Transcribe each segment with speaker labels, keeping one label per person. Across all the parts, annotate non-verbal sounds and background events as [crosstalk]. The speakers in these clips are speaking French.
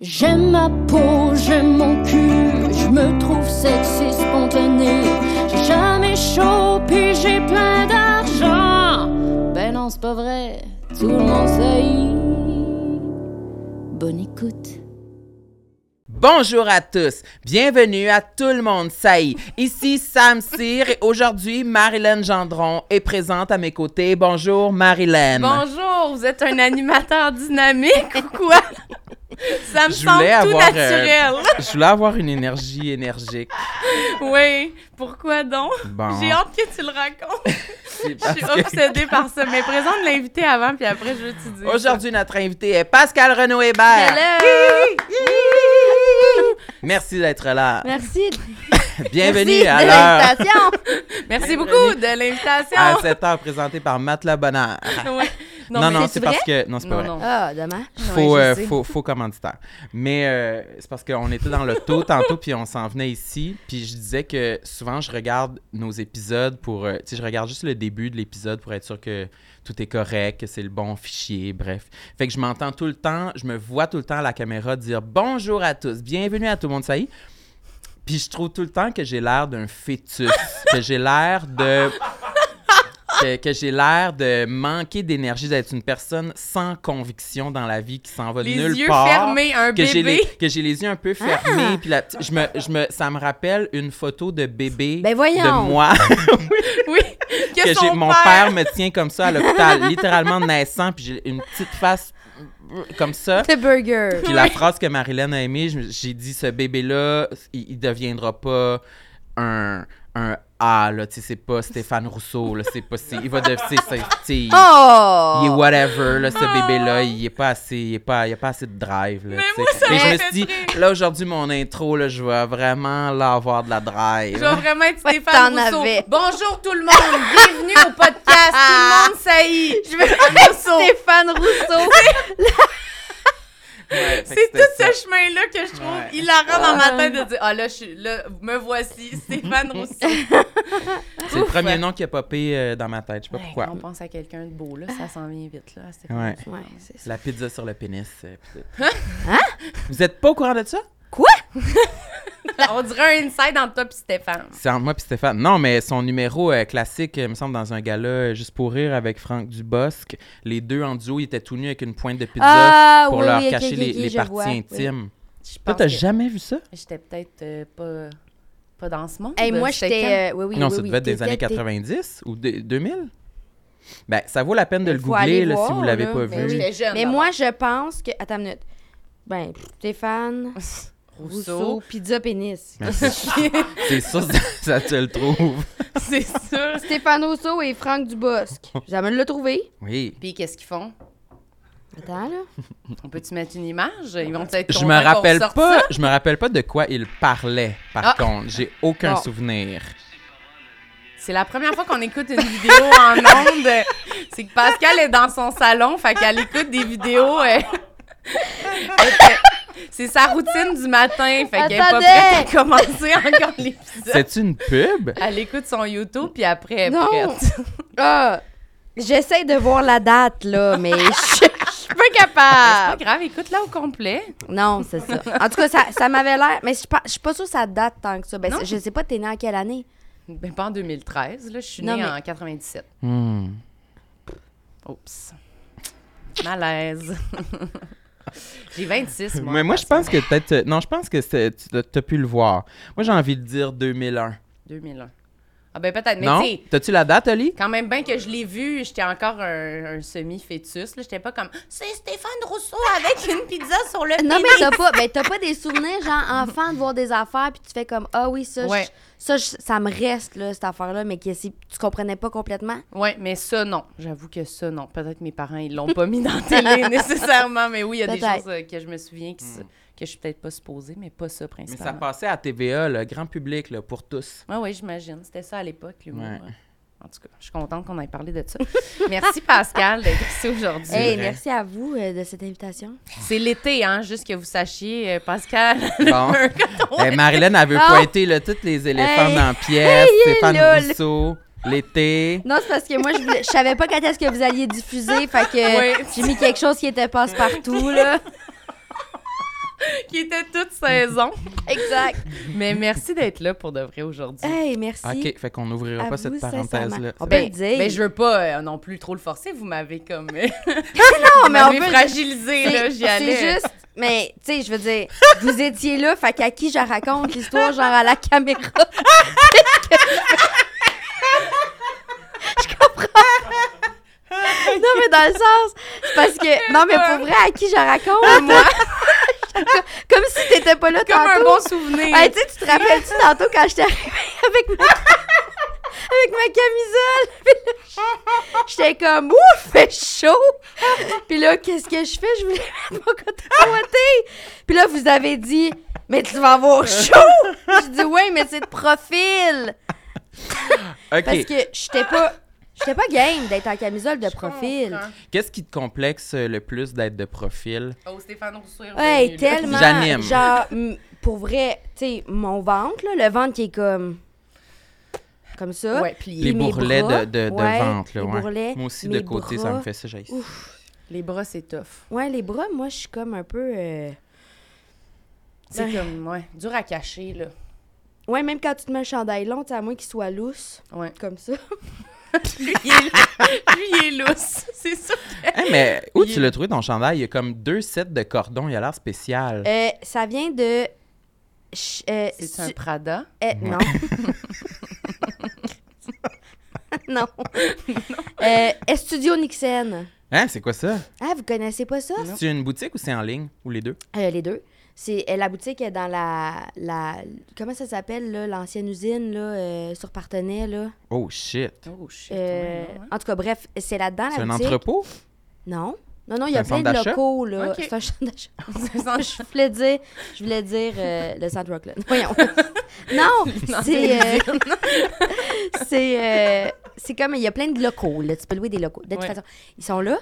Speaker 1: J'aime ma peau, j'aime mon cul, je me trouve sexy spontané. J'ai jamais chaud, puis j'ai plein d'argent. Ben non, c'est pas vrai, tout le monde sait. Bonne écoute.
Speaker 2: Bonjour à tous, bienvenue à Tout le monde saillit. Ici Sam Cyr et aujourd'hui Marilyn Gendron est présente à mes côtés. Bonjour Marilyn.
Speaker 3: Bonjour, vous êtes un animateur dynamique ou quoi? Ça me
Speaker 2: Je
Speaker 3: semble
Speaker 2: voulais
Speaker 3: tout
Speaker 2: avoir, euh,
Speaker 3: naturel.
Speaker 2: Je voulais avoir une énergie énergique.
Speaker 3: Oui, pourquoi donc?
Speaker 2: Bon,
Speaker 3: J'ai hâte que tu le racontes.
Speaker 2: c'est
Speaker 3: Je
Speaker 2: Ah. parce
Speaker 3: suis
Speaker 2: que-
Speaker 3: obsédée par ça. Mais présente l'invité avant, puis après, je veux te dire.
Speaker 2: Aujourd'hui, notre invité est Pascal Renaud
Speaker 3: ça.
Speaker 2: Hébert.
Speaker 3: Hello!
Speaker 2: Merci d'être là.
Speaker 4: Merci.
Speaker 2: Bienvenue
Speaker 4: merci
Speaker 2: à
Speaker 4: de
Speaker 2: l'heure
Speaker 4: l'invitation.
Speaker 3: Merci beaucoup de l'invitation.
Speaker 2: à cette heure présentée par Matt Labonneur.
Speaker 3: Ouais.
Speaker 2: Non,
Speaker 3: mais-
Speaker 2: non,
Speaker 4: c'est-tu
Speaker 2: c'est parce que non, c'est pas
Speaker 3: Non,
Speaker 2: vrai.
Speaker 3: non.
Speaker 4: Ah, dommage.
Speaker 2: Faux,
Speaker 3: Ouais, je
Speaker 2: euh,
Speaker 3: sais.
Speaker 2: faux, faux commanditaire. Mais euh, c'est parce qu'on était dans le taux [laughs] tantôt, puis on s'en venait ici. Puis je disais que souvent, je regarde nos épisodes pour. euh, tu sais, je regarde juste le début de l'épisode pour être sûr que tout est correct, que c'est le bon fichier, bref. Fait que je m'entends tout le temps, je me vois tout le temps à la caméra dire bonjour à tous, bienvenue à tout le monde, ça y est. Puis je trouve tout le temps que j'ai l'air d'un fœtus, [laughs] que j'ai l'air de. Que, que j'ai l'air de manquer d'énergie, d'être une personne sans conviction dans la vie qui s'en va
Speaker 3: Les
Speaker 2: nulle
Speaker 3: yeux
Speaker 2: part.
Speaker 3: fermés, un
Speaker 2: que j'ai
Speaker 3: bébé.
Speaker 2: les, que j'ai les yeux un peu fermés. Puis la petite- je me, je me, ça me rappelle une photo de bébé
Speaker 4: Ben voyons.
Speaker 2: de moi.
Speaker 3: [laughs] Oui, que,
Speaker 2: que j'ai-
Speaker 3: son
Speaker 2: mon père. me tient comme ça à l'hôpital, littéralement naissant, puis j'ai une petite face comme ça.
Speaker 4: C'est burger.
Speaker 2: [laughs] Puis la phrase que Marilyn a aimée, je- j'ai dit ce bébé-là, il, il deviendra pas un, un A, là, tu sais, c'est pas Stéphane Rousseau, là, c'est pas. c'est- Il va devenir. c'est- c'est- tu sais,
Speaker 4: Ah,
Speaker 2: il- il est
Speaker 4: Oh!
Speaker 2: whatever, là, ce bébé-là, il est pas assez, il est pas, il a pas assez de drive, là,
Speaker 3: Mais
Speaker 2: tu sais.
Speaker 3: moi, ça
Speaker 2: Et
Speaker 3: me
Speaker 2: je me
Speaker 3: fait
Speaker 2: suis dit,
Speaker 3: rire.
Speaker 2: là, aujourd'hui, mon intro, là, je vais vraiment, là, avoir de la drive.
Speaker 3: Je vais vraiment être
Speaker 4: Ouais,
Speaker 3: Stéphane
Speaker 4: t'en
Speaker 3: Rousseau.
Speaker 4: avais.
Speaker 3: Bonjour tout le monde, bienvenue au podcast Tout le monde saillit. Je veux
Speaker 2: [laughs]
Speaker 3: Rousseau.
Speaker 4: Stéphane Rousseau.
Speaker 2: Ouais, fait que
Speaker 3: C'est
Speaker 2: c'était
Speaker 3: tout ce chemin-là que je trouve
Speaker 2: Ouais.
Speaker 3: hilarant dans ma tête de dire Ah là, je suis là, me voici,
Speaker 2: [laughs]
Speaker 3: Stéphane Rousseau.
Speaker 2: C'est le premier nom qui a popé euh, dans ma tête, je sais pas pourquoi.
Speaker 3: on pense à quelqu'un de beau, là, ça s'en vient vite, là,
Speaker 2: Ouais.
Speaker 4: Ouais, c'est ça.
Speaker 2: La pizza sur le pénis. euh, pis tout.
Speaker 4: Hein?
Speaker 2: Vous êtes pas au courant de ça?
Speaker 3: [laughs] On dirait un inside entre toi et Stéphane.
Speaker 2: C'est entre moi puis Stéphane. Non, mais son numéro euh, classique, euh, me semble, dans un gala euh, juste pour rire avec Franck Dubosc, les deux en duo, ils étaient tout nus avec une pointe de pizza
Speaker 4: Ah,
Speaker 2: pour
Speaker 4: oui,
Speaker 2: leur
Speaker 4: oui, ok,
Speaker 2: cacher
Speaker 4: ok,
Speaker 2: les,
Speaker 4: ok,
Speaker 2: les
Speaker 4: je
Speaker 2: parties
Speaker 4: vois, oui.
Speaker 2: intimes.
Speaker 3: Je
Speaker 2: Toi,
Speaker 3: pense
Speaker 2: t'as
Speaker 3: que
Speaker 2: jamais vu ça?
Speaker 3: j'étais peut-être euh, pas, pas dans ce monde.
Speaker 4: Hey, moi,
Speaker 3: J'étais
Speaker 4: j'étais. euh, oui, oui,
Speaker 2: non,
Speaker 4: oui,
Speaker 2: ça
Speaker 4: oui,
Speaker 2: devait être des
Speaker 4: t'étais-
Speaker 2: années
Speaker 4: t'étais-
Speaker 2: 90 ou de- 2000? Ben, ça vaut la peine de
Speaker 4: Mais
Speaker 2: le
Speaker 4: faut aller
Speaker 2: googler là, si
Speaker 4: voir,
Speaker 2: vous l'avez
Speaker 4: là.
Speaker 2: pas
Speaker 4: Ben
Speaker 2: vu.
Speaker 4: oui.
Speaker 3: euh, J'étais jeune.
Speaker 4: Mais moi, je pense que. Attends une minute. Ben, Stéphane Rousseau, pizza pénis.
Speaker 2: Ben, c'est c'est sûr que ça te le trouve.
Speaker 3: [laughs] c'est sûr.
Speaker 4: Stéphane Rousseau et Franck Dubosc.
Speaker 2: [laughs]
Speaker 4: Jamais le trouvé.
Speaker 2: Oui.
Speaker 3: Puis qu'est-ce qu'ils font?
Speaker 4: Attends, là.
Speaker 3: On peut-tu mettre une image? Ils vont être
Speaker 2: Je
Speaker 3: contents
Speaker 2: me
Speaker 3: qu'on
Speaker 2: rappelle
Speaker 3: sorte
Speaker 2: pas,
Speaker 3: ça.
Speaker 2: je me rappelle pas de quoi il parlait par
Speaker 3: Ah.
Speaker 2: contre, j'ai aucun
Speaker 4: Bon.
Speaker 2: souvenir.
Speaker 3: C'est la première fois qu'on écoute une vidéo en onde. C'est que Pascal est dans son salon, fait qu'elle écoute des vidéos. euh, [laughs] fait que C'est sa routine du matin, fait qu'elle est pas
Speaker 4: Attendez!
Speaker 3: prête à commencer encore l'épisode.
Speaker 2: C'est une pub
Speaker 3: Elle écoute son YouTube, puis après, elle est
Speaker 4: Non!
Speaker 3: prête.
Speaker 4: Ah! J'essaie de voir la date, là, [laughs] mais je je suis pas
Speaker 3: C'est pas
Speaker 4: capable.
Speaker 3: grave, écoute-la au complet.
Speaker 4: Non, c'est ça. En tout cas, ça, ça m'avait l'air. Mais je suis pas, je suis pas sûre que ça date tant que ça. Ben,
Speaker 3: Non.
Speaker 4: c'est- je sais pas, t'es née en quelle année?
Speaker 3: Ben, pas en 2013, là, je suis
Speaker 4: Non,
Speaker 3: née
Speaker 4: mais-
Speaker 3: en 97.
Speaker 2: Hmm.
Speaker 3: Oups. Malaise. [laughs] J'ai 26, moi.
Speaker 2: Mais moi, je pense que peut-être. euh, Non, je pense que c'est- tu t'as- t'as pu le voir. Moi, j'ai envie de dire 2001.
Speaker 3: 2001. Ah ben peut-être, mais
Speaker 2: non?
Speaker 3: tu sais,
Speaker 2: T'as-tu la date, Oli?
Speaker 3: Quand même bien que je l'ai vu, j'étais encore un, un semi-fœtus. là. J'étais pas comme « C'est Stéphane Rousseau avec une pizza sur le
Speaker 4: [laughs] Non,
Speaker 3: pénis!
Speaker 4: mais t'as pas, ben, t'as pas des souvenirs, genre, enfant, de voir des affaires, puis tu fais comme, ah oui, ça, je-
Speaker 3: Ouais.
Speaker 4: ça, je- ça me reste, là, cette affaire-là, mais que si tu comprenais pas complètement. ».
Speaker 3: Ouais, mais ça, non. J'avoue que ça, non. Peut-être mes parents, ils l'ont pas mis dans la
Speaker 4: [laughs]
Speaker 3: télé nécessairement, mais oui, il y a des
Speaker 4: Peut-être.
Speaker 3: choses euh, que je me souviens qui se- que je suis peut-être pas supposée, mais pas ça
Speaker 2: Mais ça
Speaker 3: principalement.
Speaker 2: passait à TVA, le grand public, là, pour tous.
Speaker 3: Oui, oui, j'imagine. C'était ça à l'époque, l'humour.
Speaker 2: Ouais.
Speaker 3: euh. En tout cas, je suis contente qu'on ait parlé de ça. [laughs] Merci Pascal d'être ici aujourd'hui.
Speaker 4: Hey,
Speaker 2: vrai.
Speaker 4: merci à vous euh, de cette invitation.
Speaker 3: C'est l'été, hein, juste que vous sachiez, euh, Pascal. [laughs]
Speaker 2: Bon.
Speaker 3: quand on-
Speaker 2: Eh, Marilyn, elle veut
Speaker 4: Ah.
Speaker 2: pointer là, tous les éléphants
Speaker 4: Hey.
Speaker 2: dans la pièce,
Speaker 4: Hey, il est
Speaker 2: Stéphane
Speaker 4: là, le-
Speaker 2: Rousseau, l'été.
Speaker 4: Non, c'est parce que moi, je, voulais- je savais pas quand est-ce que vous alliez diffuser, fait que
Speaker 3: Oui.
Speaker 4: j'ai mis quelque chose qui était passe-partout, là.
Speaker 3: qui était toute saison.
Speaker 4: [laughs] Exact.
Speaker 3: Mais merci d'être là pour de vrai aujourd'hui.
Speaker 4: Hey, merci.
Speaker 2: OK, fait qu'on n'ouvrira
Speaker 4: À
Speaker 2: pas
Speaker 4: vous,
Speaker 2: cette
Speaker 4: sincèrement. Ah
Speaker 2: parenthèse-là.
Speaker 4: On peut
Speaker 3: Ben,
Speaker 4: le dire.
Speaker 3: ben, je veux pas euh, non plus trop le forcer, vous m'avez comme euh,
Speaker 4: non,
Speaker 3: vous
Speaker 4: Ah, mais on
Speaker 3: m'avez
Speaker 4: peut-
Speaker 3: fragilisé là,
Speaker 4: C'est
Speaker 3: j'y allais.
Speaker 4: c'est
Speaker 3: [laughs]
Speaker 4: juste, mais tu sais, je veux dire, vous étiez là, fait qu'à qui je raconte l'histoire, genre à la caméra?
Speaker 3: [laughs]
Speaker 4: je comprends. Non, mais dans le sens, c'est parce que. Non, mais pour vrai, à qui je raconte? [laughs] Moi. Comme si t'étais pas là
Speaker 3: comme un
Speaker 4: tantôt.
Speaker 3: bon souvenir.
Speaker 4: Hey, tu sais, tu te rappelles-tu tantôt quand j'étais arrivée avec ma, [laughs] avec ma camisole? Puis là, [laughs] J'étais comme, ouh, il fait chaud! Puis là, qu'est-ce que je fais? Je voulais [laughs] même pas côtoyer. Puis là, vous avez dit, mais tu vas avoir chaud! Je dis, ouais, mais c'est de profil!
Speaker 2: OK,
Speaker 4: Parce que j'étais pas. J'étais pas game d'être en camisole de
Speaker 3: Je
Speaker 4: profil.
Speaker 3: comprends.
Speaker 2: qu'est-ce qui te complexe euh, le plus d'être de profil?
Speaker 3: Oh, Stéphane Rousseau est
Speaker 4: Ouais,
Speaker 3: revenu, là.
Speaker 4: tellement.
Speaker 2: J'anime.
Speaker 4: Genre, mm, pour vrai, tu sais, mon ventre, là, le ventre qui est comme. Comme ça.
Speaker 3: Ouais, puis
Speaker 2: Les
Speaker 4: Et mes
Speaker 2: bourrelets
Speaker 4: bras,
Speaker 2: de, de, de
Speaker 4: ouais,
Speaker 2: ventre, là,
Speaker 4: les
Speaker 2: ouais.
Speaker 4: bourrelets,
Speaker 2: Moi aussi,
Speaker 4: mes
Speaker 2: de côté, ça
Speaker 4: bras.
Speaker 2: me fait ça, j'ai
Speaker 4: Ouf.
Speaker 3: les bras c'est tough.
Speaker 4: Ouais, les bras, moi, je suis comme un peu. euh,
Speaker 3: C'est
Speaker 4: Ouais.
Speaker 3: comme ouais, dur à cacher là.
Speaker 4: Ouais, même quand tu te mets un chandail long, tu sais, à moins qu'il soit lousse, [laughs]
Speaker 3: Ouais.
Speaker 4: comme ça.
Speaker 3: Lui il est, lui, il est lousse, [laughs] c'est ça.
Speaker 2: Hey, Eh, mais où
Speaker 3: Il-
Speaker 2: tu l'as trouvé ton chandail? Il y a comme deux sets de cordons, il a l'air spécial.
Speaker 4: Euh, ça vient de. ch- euh,
Speaker 3: C'est
Speaker 4: su-
Speaker 3: un Prada.
Speaker 4: euh,
Speaker 2: [laughs]
Speaker 4: non. non. Euh, Estudio Nixon.
Speaker 2: Hein, c'est quoi ça?
Speaker 4: Ah, vous connaissez pas ça?
Speaker 3: Non.
Speaker 2: C'est une boutique ou c'est en ligne? Ou les deux?
Speaker 4: Euh, les deux. C'est euh, la boutique est dans la, la comment ça s'appelle là l'ancienne usine là euh, sur Partenay là.
Speaker 2: Oh shit!
Speaker 3: Oh shit.
Speaker 4: Euh,
Speaker 3: ouais, non, hein.
Speaker 4: En tout cas bref, c'est là-dedans la
Speaker 2: C'est un
Speaker 4: boutique.
Speaker 2: entrepôt?
Speaker 4: Non. Non, non, il
Speaker 2: C'est
Speaker 4: y
Speaker 2: un
Speaker 4: a
Speaker 2: centre
Speaker 4: plein de
Speaker 2: d'achat?
Speaker 4: locaux, là.
Speaker 3: Ok.
Speaker 4: C'est un centre d'achat.
Speaker 3: [laughs] Ça sent
Speaker 4: [laughs] je voulais dire, je voulais dire euh, le centre Rockland. [laughs] Voyons. non, c'est... euh, c'est, euh, c'est comme, il y a plein de locaux, là. Tu peux louer des locaux. De toute
Speaker 3: Ouais.
Speaker 4: façon, ils sont là.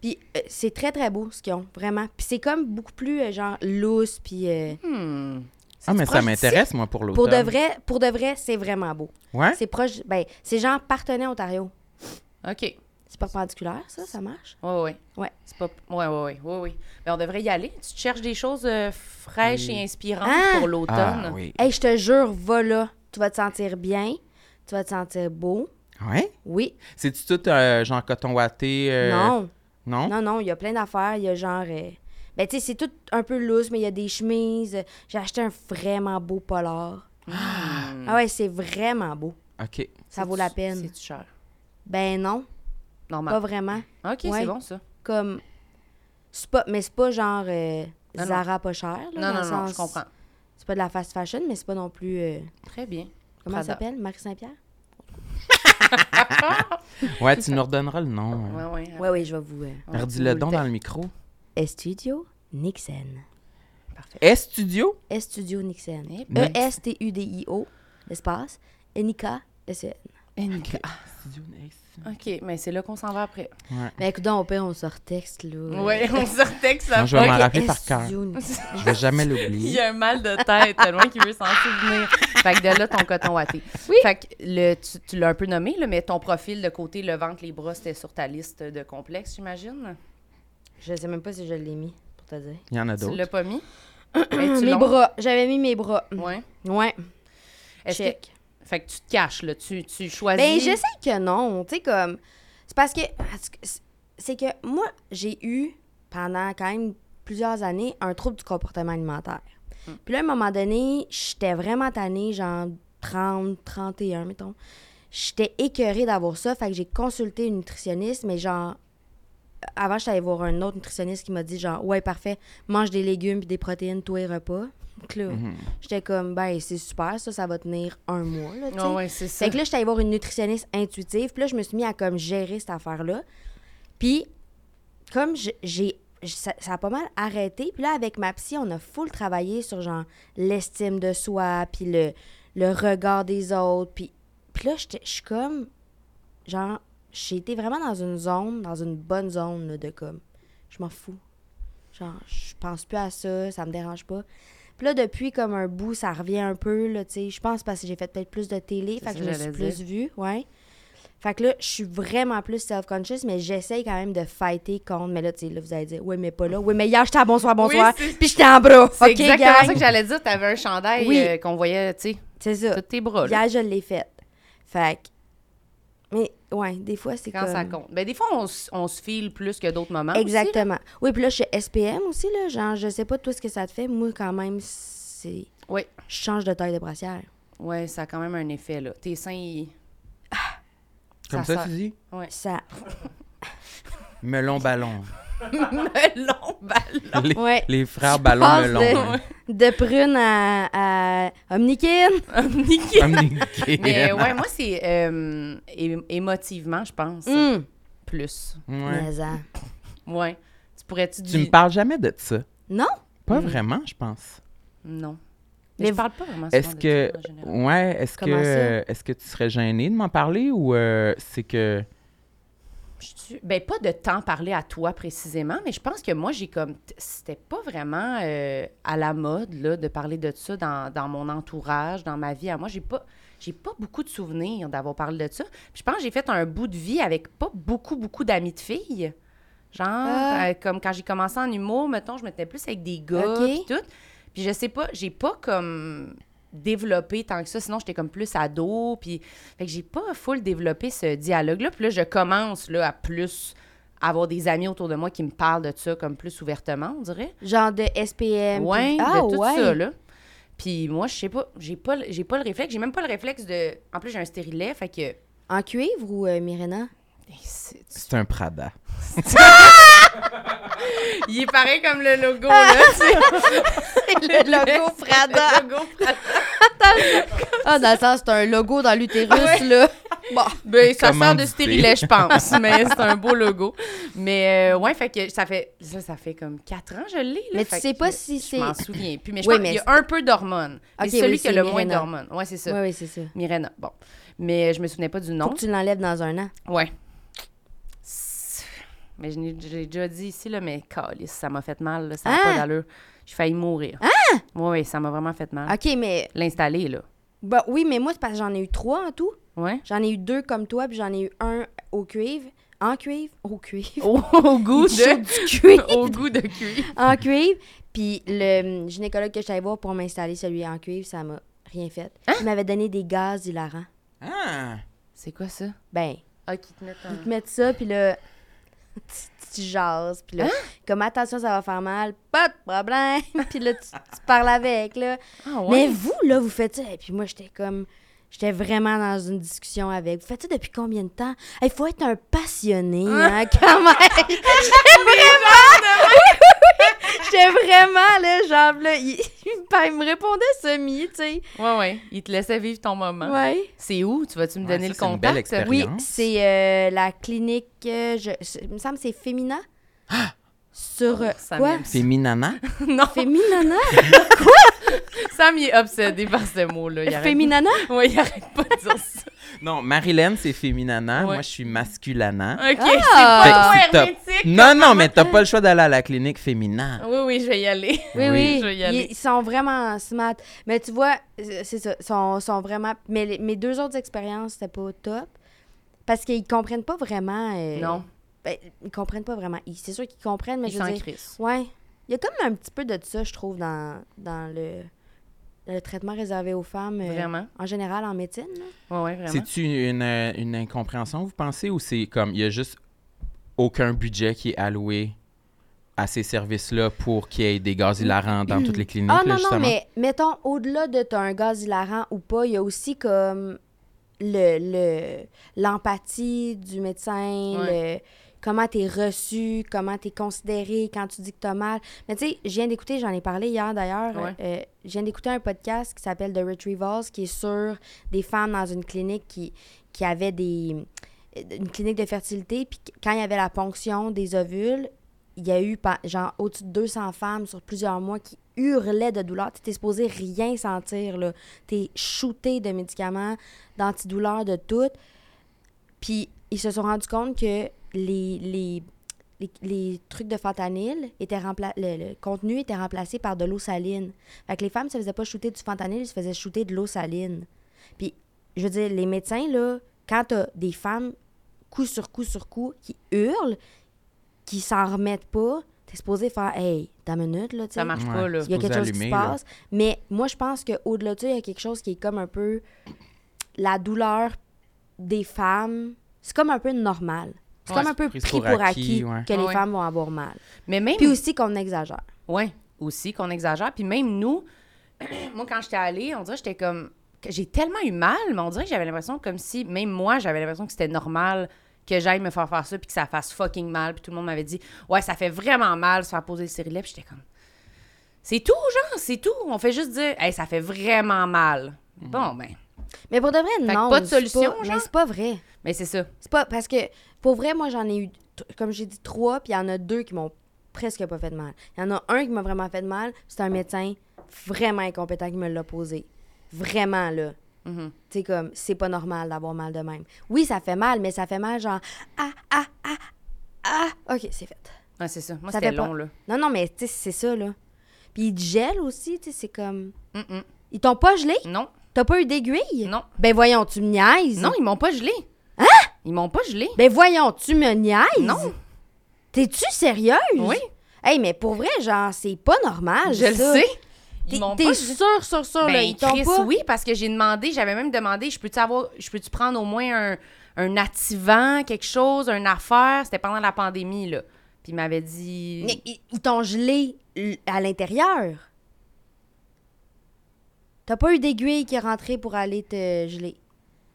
Speaker 4: Puis euh, c'est très, très beau, ce qu'ils ont, vraiment. Puis c'est comme beaucoup plus, euh, genre, loose, puis... euh,
Speaker 3: Hmm.
Speaker 2: Ah, mais ça
Speaker 4: proche
Speaker 2: m'intéresse, moi, pour l'automne.
Speaker 4: pour de vrai, pour de vrai, c'est vraiment beau.
Speaker 2: Ouais?
Speaker 4: C'est proche, ben, c'est genre Partenay, Ontario.
Speaker 3: OK.
Speaker 4: C'est perpendiculaire, ça, ça marche?
Speaker 3: Ouais, ouais.
Speaker 4: Ouais.
Speaker 3: C'est pas... Ouais, ouais, ouais, ouais, ouais. Mais on devrait y aller. Tu te cherches des choses euh, fraîches
Speaker 2: Oui.
Speaker 3: et inspirantes
Speaker 4: Ah!
Speaker 3: pour l'automne.
Speaker 2: Ah, oui.
Speaker 4: Hey, je te jure, va là. Tu vas te sentir bien, tu vas te sentir beau.
Speaker 2: Ouais?
Speaker 4: Oui.
Speaker 2: C'est-tu tout euh, genre coton watté? euh,
Speaker 4: Non.
Speaker 2: Non?
Speaker 4: Non, non, il y a plein d'affaires. Il y a genre. euh, Ben, tu sais, c'est tout un peu lousse, mais il y a des chemises. J'ai acheté un vraiment beau polar.
Speaker 3: Hmm.
Speaker 4: Ah ouais, c'est vraiment beau.
Speaker 2: OK.
Speaker 4: Ça
Speaker 3: C'est-tu-
Speaker 4: vaut la peine.
Speaker 3: C'est-tu cher?
Speaker 4: Ben non, pas
Speaker 3: Normal.
Speaker 4: vraiment.
Speaker 3: OK,
Speaker 4: Ouais.
Speaker 3: c'est bon, ça.
Speaker 4: Comme. c'est Pas... Mais c'est pas genre euh,
Speaker 3: Non, non.
Speaker 4: Zara pas cher.
Speaker 3: Non,
Speaker 4: là, dans
Speaker 3: non,
Speaker 4: le
Speaker 3: non,
Speaker 4: sens-
Speaker 3: je comprends.
Speaker 4: C'est pas de la fast fashion, mais c'est pas non plus. euh,
Speaker 3: Très bien.
Speaker 4: Comment ça
Speaker 3: Prada.
Speaker 4: s'appelle Marie-Saint-Pierre
Speaker 2: Ouais, tu nous redonneras le nom.
Speaker 3: Ouais,
Speaker 2: hein.
Speaker 3: ouais.
Speaker 4: Ouais, oui, je vais vous. euh,
Speaker 3: Ouais,
Speaker 2: Redis-le
Speaker 3: vous
Speaker 2: don
Speaker 3: le
Speaker 2: dans le micro.
Speaker 4: Estudio Nixon.
Speaker 3: Parfait.
Speaker 2: Estudio?
Speaker 4: Estudio Nixon. E
Speaker 3: Eh
Speaker 2: ben.
Speaker 4: E-S-T-U-D-I-O, espace, N-I-K, S-N.
Speaker 3: Enka.
Speaker 2: Studio Nice.
Speaker 3: OK, mais c'est là qu'on s'en va après.
Speaker 2: Ouais.
Speaker 4: Ben écoute, on pire, on sort texte, là.
Speaker 3: Ouais, on sortait que ça
Speaker 2: Non, je vais m'en
Speaker 4: Ok,
Speaker 2: rappeler
Speaker 4: est
Speaker 2: par cœur.
Speaker 3: [laughs]
Speaker 4: studio-
Speaker 2: Je vais jamais
Speaker 3: Il
Speaker 2: l'oublier.
Speaker 3: y a un mal de tête tellement qu'il veut s'en souvenir. Fait que de là, ton coton watté.
Speaker 4: Oui.
Speaker 3: Fait que le, tu, tu l'as un peu nommé, là, mais ton profil de côté, le ventre, les bras, c'était sur ta liste de complexes, j'imagine?
Speaker 4: Je sais même pas si je l'ai mis, pour te dire.
Speaker 2: Il y en a
Speaker 3: Tu
Speaker 2: d'autres.
Speaker 3: l'as pas
Speaker 4: [clears throat]
Speaker 3: mis? Mais tu
Speaker 4: mes
Speaker 3: l'as-
Speaker 4: bras. J'avais mis mes bras.
Speaker 3: Ouais.
Speaker 4: Ouais.
Speaker 3: Est-ce que,
Speaker 4: Check.
Speaker 3: fait que tu te caches, là. Tu, tu choisis.
Speaker 4: Ben, je sais que non. Tu sais, comme. C'est parce que. C'est que moi, j'ai eu, pendant quand même plusieurs années, un trouble du comportement alimentaire. Puis là, à un moment donné, j'étais vraiment tannée, genre 30, 31, mettons. J'étais écœurée d'avoir ça, fait que j'ai consulté une nutritionniste, mais genre. Avant, j'étais allée voir un autre nutritionniste qui m'a dit, genre, ouais, parfait, mange des légumes puis des protéines tous les repas. Donc là, j'étais comme, ben, c'est super, ça, ça va tenir un mois, là, tu sais.
Speaker 3: Non, Ah ouais, c'est ça.
Speaker 4: Fait que là, j'étais allée voir une nutritionniste intuitive. Puis là, je me suis mis à comme gérer cette affaire-là. Puis, comme je- j'ai. j- Ça, ça a pas mal arrêté. Puis là, avec ma psy, on a full travaillé sur genre l'estime de soi, puis le, le regard des autres. Puis, puis là, j'étais- je suis comme. Genre, j'ai été vraiment dans une zone, dans une bonne zone là, de comme. Je m'en fous. Genre, je pense plus à ça, ça me dérange pas. Puis là, depuis comme un bout, ça revient un peu, là, tu sais. Je pense parce que j'ai fait peut-être plus de télé,
Speaker 3: C'est ça
Speaker 4: fait que je me
Speaker 3: que
Speaker 4: suis
Speaker 3: j'allais
Speaker 4: plus vue, ouais. Fait que là, je suis vraiment plus self-conscious, mais j'essaye quand même de fighter contre. Mais là, tu sais, là, vous allez dire, oui, mais pas là. Oui, mais hier, j'étais à bonsoir, bonsoir.
Speaker 3: c'est-
Speaker 4: puis j'étais en bras.
Speaker 3: C'est
Speaker 4: OK,
Speaker 3: exactement
Speaker 4: gang?
Speaker 3: ça que j'allais dire. T'avais un chandail
Speaker 4: Oui. Euh,
Speaker 3: euh, qu'on voyait, tu sais,
Speaker 4: C'est ça.
Speaker 3: tous tes bras. là.
Speaker 4: Hier, je l'ai faite. Fait que- Mais, ouais, des fois, c'est
Speaker 3: Quand
Speaker 4: comme...
Speaker 3: ça compte. Ben, des fois, on, s- on se file plus que d'autres moments. Hein, aussi, là.
Speaker 4: Exactement. oui, puis là, je suis SPM aussi, là. Genre, je sais pas tout ce que ça te fait. Moi, quand même, c'est...
Speaker 3: Oui.
Speaker 4: Je change de taille de brassière.
Speaker 3: Ouais, ça a quand même un effet, là. Tes seins, [laughs] ils.
Speaker 2: Comme
Speaker 3: Ça
Speaker 2: ça,
Speaker 3: sort.
Speaker 2: tu dis?
Speaker 3: Ouais.
Speaker 4: Ça...
Speaker 2: Melon
Speaker 3: [laughs]
Speaker 2: ballon.
Speaker 3: Melon, ballon. [laughs]
Speaker 2: Les,
Speaker 4: Ouais.
Speaker 2: les frères ballon
Speaker 4: Passe
Speaker 2: melon.
Speaker 4: de, de prune à, à
Speaker 3: [laughs]
Speaker 4: Omnikin.
Speaker 3: Nickel.
Speaker 2: Omniqué.
Speaker 3: Mais ouais, moi, c'est euh, é- émotivement, je pense,
Speaker 4: Hum.
Speaker 3: plus.
Speaker 2: Ouais.
Speaker 4: Mais, euh,
Speaker 3: Ouais. Tu pourrais-tu
Speaker 2: Tu
Speaker 3: dire.
Speaker 2: me parles jamais de ça.
Speaker 4: Non?
Speaker 3: Mm.
Speaker 2: Pas vraiment, je pense.
Speaker 3: Non.
Speaker 4: Mais
Speaker 3: Mais je parle pas vraiment souvent
Speaker 2: Est-ce
Speaker 3: de
Speaker 2: que
Speaker 3: ça, en général.
Speaker 2: ouais, est-ce que
Speaker 4: Comment ça?
Speaker 2: euh, est-ce que tu serais gênée de m'en parler ou euh, c'est que
Speaker 3: Je suis- Ben, pas de temps parler à toi précisément, mais je pense que moi, j'ai comme. t- C'était pas vraiment euh, à la mode, là, de parler de ça dans, dans mon entourage, dans ma vie. À moi, j'ai pas. J'ai pas beaucoup de souvenirs d'avoir parlé de ça. Puis je pense que j'ai fait un bout de vie avec pas beaucoup, beaucoup d'amis de filles. Genre,
Speaker 4: Ah.
Speaker 3: euh, comme quand j'ai commencé en humour, mettons, je m'étais plus avec des gars
Speaker 4: Ok.
Speaker 3: puis tout. Puis je sais pas, j'ai pas comme développé tant que ça, sinon j'étais comme plus ado, puis fait que j'ai pas full développé ce dialogue-là. Puis là, je commence là, à plus avoir des amis autour de moi qui me parlent de ça comme plus ouvertement, on dirait.
Speaker 4: Genre de SPM.
Speaker 3: Ouais,
Speaker 4: puis- Ah,
Speaker 3: de tout
Speaker 4: ouais.
Speaker 3: ça, là. Puis moi, je sais pas, j'ai pas, le- j'ai pas le réflexe, j'ai même pas le réflexe de... En plus, j'ai un stérilet, fait que...
Speaker 4: En cuivre ou euh,
Speaker 3: [laughs]
Speaker 4: Myrena?
Speaker 3: Ben, c'est-
Speaker 2: c'est un Prada
Speaker 3: Il est pareil comme le logo,
Speaker 4: [laughs]
Speaker 3: là, tu sais.
Speaker 4: le logo Prada.
Speaker 3: Le logo Prada.
Speaker 4: [laughs] Ah, dans le sens, c'est un logo dans l'utérus, là. Bon.
Speaker 3: Ben, ça
Speaker 2: Comment
Speaker 3: sert de
Speaker 2: dire?
Speaker 3: stérilet, je pense, mais c'est un beau logo. Mais euh, ouais, fait que ça fait ça, ça fait comme 4 ans je l'ai. là,
Speaker 4: Mais tu
Speaker 3: fait
Speaker 4: sais
Speaker 3: que
Speaker 4: pas si c'est-
Speaker 3: Je m'en souviens plus, mais je
Speaker 4: Oui,
Speaker 3: pense
Speaker 4: mais
Speaker 3: qu'il y a un peu d'hormones. Mais
Speaker 4: Ok,
Speaker 3: celui
Speaker 4: oui,
Speaker 3: qui a
Speaker 4: c'est
Speaker 3: le moins
Speaker 4: Mirena.
Speaker 3: d'hormones. Ouais, c'est ça.
Speaker 4: Oui, oui, c'est ça.
Speaker 3: Mirena. Bon. Mais euh, je me souvenais pas du
Speaker 4: Faut
Speaker 3: nom.
Speaker 4: que tu l'enlèves dans un an.
Speaker 3: Ouais. C'est- Mais je n'ai- je l'ai déjà dit ici, là, mais calice, ça m'a fait mal. là, ça n'a
Speaker 4: Ah!
Speaker 3: pas d'allure. J'ai failli mourir. Ouais, ouais, ça m'a vraiment fait mal.
Speaker 4: OK, mais...
Speaker 3: L'installer, là.
Speaker 4: Bah, oui, mais moi, c'est parce que j'en ai eu trois en tout. [laughs]
Speaker 3: Ouais.
Speaker 4: J'en ai eu deux comme toi, puis j'en ai eu un au cuivre. En cuivre? Au cuivre.
Speaker 3: Au, au goût
Speaker 4: Sur
Speaker 3: de.
Speaker 4: [laughs] du cuivre.
Speaker 3: au goût de cuir.
Speaker 4: en cuivre. Puis le hum, gynécologue que je suis allée voir pour m'installer celui en cuivre, ça m'a rien fait. Il m'avait donné des gaz hilarants.
Speaker 2: Ah!
Speaker 3: C'est quoi ça?
Speaker 4: Ben,
Speaker 3: Ah, qui te mettent un...
Speaker 4: ils te mettent ça, puis là, tu, tu jases. Puis là, comme attention, ça va faire mal, pas de problème. [laughs] puis là, tu, tu parles avec, là.
Speaker 3: Ah
Speaker 4: Mais vous, là, vous faites ça. Et puis moi, j'étais comme. J'étais vraiment dans une discussion avec. Vous faites ça depuis combien de temps? Il faut être un
Speaker 3: [laughs]
Speaker 4: passionné, hein, quand même! J'étais vraiment. [laughs] J'étais vraiment, là, genre, là, il, [laughs] il me répondait semi, tu sais.
Speaker 3: Ouais, ouais. Ils te laissaient vivre ton moment.
Speaker 4: Ouais.
Speaker 3: C'est où? Tu vas-tu me
Speaker 2: Ouais,
Speaker 3: donner
Speaker 2: ça,
Speaker 3: le
Speaker 2: c'est une
Speaker 3: contact?
Speaker 2: belle expérience.
Speaker 4: Oui,
Speaker 2: Expérience.
Speaker 4: c'est euh, la clinique. euh, je, c'est- il me semble que
Speaker 3: [gasps]
Speaker 4: c'est Femina. Sur. euh,
Speaker 3: Oh, ça
Speaker 4: quoi?
Speaker 3: m'aime.
Speaker 2: C'est Minana.
Speaker 3: [laughs] non,
Speaker 4: Féminana?
Speaker 3: Sam, il est obsédé par ce mot-là. [laughs] Il arrête-
Speaker 4: Féminana?
Speaker 3: Ouais, il arrête pas de dire ça.
Speaker 4: [laughs]
Speaker 2: Non, Marilyn, c'est Féminana.
Speaker 3: Ouais.
Speaker 2: Moi, je suis masculana.
Speaker 3: [laughs] OK,
Speaker 4: Ah!
Speaker 2: Fait
Speaker 3: c'est
Speaker 2: que
Speaker 3: pas
Speaker 2: c'est
Speaker 3: trop hermétique.
Speaker 2: Non, non, mais
Speaker 3: hein?
Speaker 2: t'as pas le choix d'aller à la clinique féminin.
Speaker 3: Oui, oui, je vais y aller.
Speaker 4: Oui, oui.
Speaker 3: Je vais y
Speaker 4: Ils-
Speaker 3: aller.
Speaker 4: Ils sont vraiment smart. Mais tu vois, euh, c'est ça. Sont, sont vraiment. Mais les- mes deux autres expériences, c'était pas au top. Parce qu'ils comprennent pas vraiment. euh,
Speaker 3: Non,
Speaker 4: ben, ils comprennent pas vraiment. Ils- C'est sûr qu'ils comprennent, mais
Speaker 3: il
Speaker 4: je veux
Speaker 3: s'en
Speaker 4: dire.
Speaker 3: crisse.
Speaker 4: Ouais. Il y a comme un petit peu de ça, je trouve, dans, dans le, le traitement réservé aux femmes. euh,
Speaker 3: Vraiment.
Speaker 4: En général, en médecine. là.
Speaker 3: Ouais, ouais, vraiment.
Speaker 2: C'est-tu une, euh, une incompréhension, vous pensez, ou c'est comme il y a juste aucun budget qui est alloué à ces services-là pour qu'il y ait des gaz hilarants dans toutes les cliniques,
Speaker 4: Ah
Speaker 2: là,
Speaker 4: non, non,
Speaker 2: justement?
Speaker 4: mais mettons, au-delà de t'as un gaz hilarant ou pas, il y a aussi comme le le- l'empathie du médecin,
Speaker 3: Ouais.
Speaker 4: le- comment t'es reçu, comment t'es considéré quand tu dis que t'as mal. Mais tu sais, je viens d'écouter, j'en ai parlé hier d'ailleurs,
Speaker 3: Ouais.
Speaker 4: euh, je viens d'écouter un podcast qui s'appelle The Retrievals, qui est sur des femmes dans une clinique qui, qui avaient des une clinique de fertilité, puis qu- quand il y avait la ponction des ovules, il y a eu pa- genre au-dessus de 200 femmes sur plusieurs mois qui hurlaient de douleur. Tu t'es supposé rien sentir, là. T'es shooté de médicaments, d'antidouleurs, de tout. Puis ils se sont rendus compte que les, les, les, les trucs de fentanyl étaient rempla- le, le contenu était remplacé par de l'eau saline. Fait que les femmes se faisaient pas shooter du fentanyl, ils se faisaient shooter de l'eau saline. Puis, je veux dire, les médecins, là, quand t'as des femmes, coup sur coup sur coup, qui hurlent, qui s'en remettent pas, t'es supposé faire Hey, ta minute, là, tu sais.
Speaker 3: Ça marche
Speaker 2: Ouais.
Speaker 3: pas, là.
Speaker 4: Il y a quelque chose
Speaker 2: Supposé
Speaker 4: qui se
Speaker 2: allumer, là.
Speaker 4: passe. Mais moi, je pense qu'au-delà de ça, il y a quelque chose qui est comme un peu la douleur des femmes. C'est comme un peu normal. C'est
Speaker 3: Ouais,
Speaker 4: comme un peu pris
Speaker 2: prise
Speaker 4: pour
Speaker 2: pour
Speaker 4: acquis,
Speaker 2: acquis, ouais.
Speaker 4: que les
Speaker 3: Ouais.
Speaker 4: femmes vont avoir mal.
Speaker 3: Mais même.
Speaker 4: Puis aussi qu'on exagère.
Speaker 3: Oui, aussi, qu'on exagère. Puis même nous, [clears throat] moi, quand j'étais allée, on dirait que j'étais comme. que J'ai tellement eu mal, mais on dirait que j'avais l'impression comme si, même moi, j'avais l'impression que c'était normal que j'aille me faire faire ça puis que ça fasse fucking mal. Puis tout le monde m'avait dit, ouais, ça fait vraiment mal se faire poser le stérilet. Puis j'étais comme, c'est tout, genre, c'est tout. On fait juste dire, hey, ça fait vraiment mal. Bon, ben,
Speaker 4: Mais pour de vrai,
Speaker 3: que
Speaker 4: non.
Speaker 3: pas de
Speaker 4: c'est
Speaker 3: solution,
Speaker 4: pas-
Speaker 3: genre?
Speaker 4: Mais c'est pas vrai.
Speaker 3: mais c'est ça.
Speaker 4: C'est pas parce que pour vrai, moi j'en ai eu t- comme j'ai dit trois, puis il y en a deux qui m'ont presque pas fait de mal. Il y en a un qui m'a vraiment fait de mal, c'est un médecin vraiment incompétent qui me l'a posé. Vraiment là.
Speaker 3: Mhm.
Speaker 4: Tu sais comme c'est pas normal d'avoir mal de même. Oui, ça fait mal, mais ça fait mal genre ah ah ah ah. OK, c'est fait.
Speaker 3: Ouais, c'est ça. Moi,
Speaker 4: Ça
Speaker 3: c'était
Speaker 4: fait pas-
Speaker 3: long, là.
Speaker 4: Non non, mais tu sais c'est ça là. Puis il te gèle aussi, tu sais c'est comme
Speaker 3: Hum, hum.
Speaker 4: ils t'ont pas gelé
Speaker 3: Non,
Speaker 4: T'as pas eu d'aiguille
Speaker 3: non.
Speaker 4: Ben voyons, tu me niaises.
Speaker 3: Non, ils m'ont pas gelé. Hein? Ils m'ont pas gelé.
Speaker 4: Ben voyons, tu me niaises.
Speaker 3: Non.
Speaker 4: T'es-tu sérieuse?
Speaker 3: Oui.
Speaker 4: Hey, mais pour vrai, genre, c'est pas normal.
Speaker 3: Je le
Speaker 4: ça.
Speaker 3: sais.
Speaker 4: T'es-
Speaker 3: Ils m'ont pas
Speaker 4: T'es
Speaker 3: gelé.
Speaker 4: sûre, sûre, sûre, là.
Speaker 3: Ben,
Speaker 4: Ils t'ont
Speaker 3: Chris,
Speaker 4: pas.
Speaker 3: oui, parce que j'ai demandé, j'avais même demandé, je peux-tu avoir, je peux-tu prendre au moins un, un activant, quelque chose, une affaire? C'était pendant la pandémie, là. Puis il m'avait dit...
Speaker 4: Mais ils ils t'ont gelé l- à l'intérieur. T'as pas eu d'aiguille qui est rentrée pour aller te geler.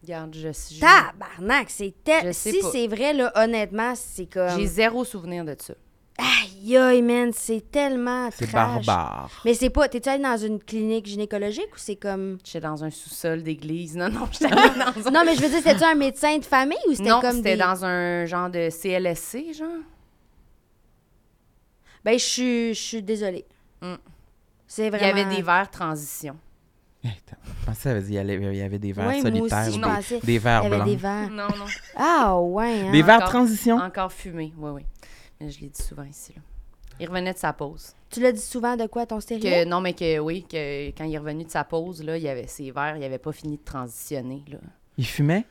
Speaker 3: Regarde, je, je-
Speaker 4: Tabarnak, c'est
Speaker 3: Je
Speaker 4: tel.
Speaker 3: sais
Speaker 4: Si
Speaker 3: pas.
Speaker 4: c'est vrai, là, honnêtement, c'est
Speaker 3: j'ai
Speaker 4: comme.
Speaker 3: zéro souvenir de ça.
Speaker 4: Aïe, aïe, man, c'est tellement.
Speaker 2: C'est
Speaker 4: trash.
Speaker 2: barbare.
Speaker 4: Mais c'est pas. T'es-tu allé dans une clinique gynécologique ou c'est comme.
Speaker 3: J'étais dans un sous-sol d'église. Non, [laughs] non, j'étais dans un...
Speaker 4: Non, mais je veux dire, c'était-tu un médecin de famille ou c'était
Speaker 3: Non,
Speaker 4: comme.
Speaker 3: c'était
Speaker 4: des-
Speaker 3: dans un genre de CLSC, genre.
Speaker 4: Ben, je suis- je suis désolée.
Speaker 3: Mm.
Speaker 4: C'est
Speaker 3: Il y
Speaker 4: vraiment...
Speaker 3: avait des verres
Speaker 4: [laughs]
Speaker 3: transition.
Speaker 2: Attends, Je pensais qu'il y avait- il y avait des vers
Speaker 4: Ouais, moi
Speaker 2: solitaires,
Speaker 4: aussi, je
Speaker 2: ou
Speaker 4: pensais.
Speaker 2: des, des
Speaker 4: Il y
Speaker 2: vers
Speaker 4: avait
Speaker 2: blancs.
Speaker 4: des verres.
Speaker 3: Non, non,
Speaker 4: Ah, ouais, hein.
Speaker 2: Des verres
Speaker 3: Encore.
Speaker 2: transition.
Speaker 3: encore fumé, oui, oui. Mais je l'ai dit souvent ici, là. Il revenait de sa pause.
Speaker 4: Tu l'as dit souvent de quoi, ton
Speaker 3: Que,
Speaker 4: stéréo?
Speaker 3: non, mais que oui, que quand il est revenu de sa pause, là, il y avait ses verres, il avait pas fini de transitionner. Là.
Speaker 2: Il fumait?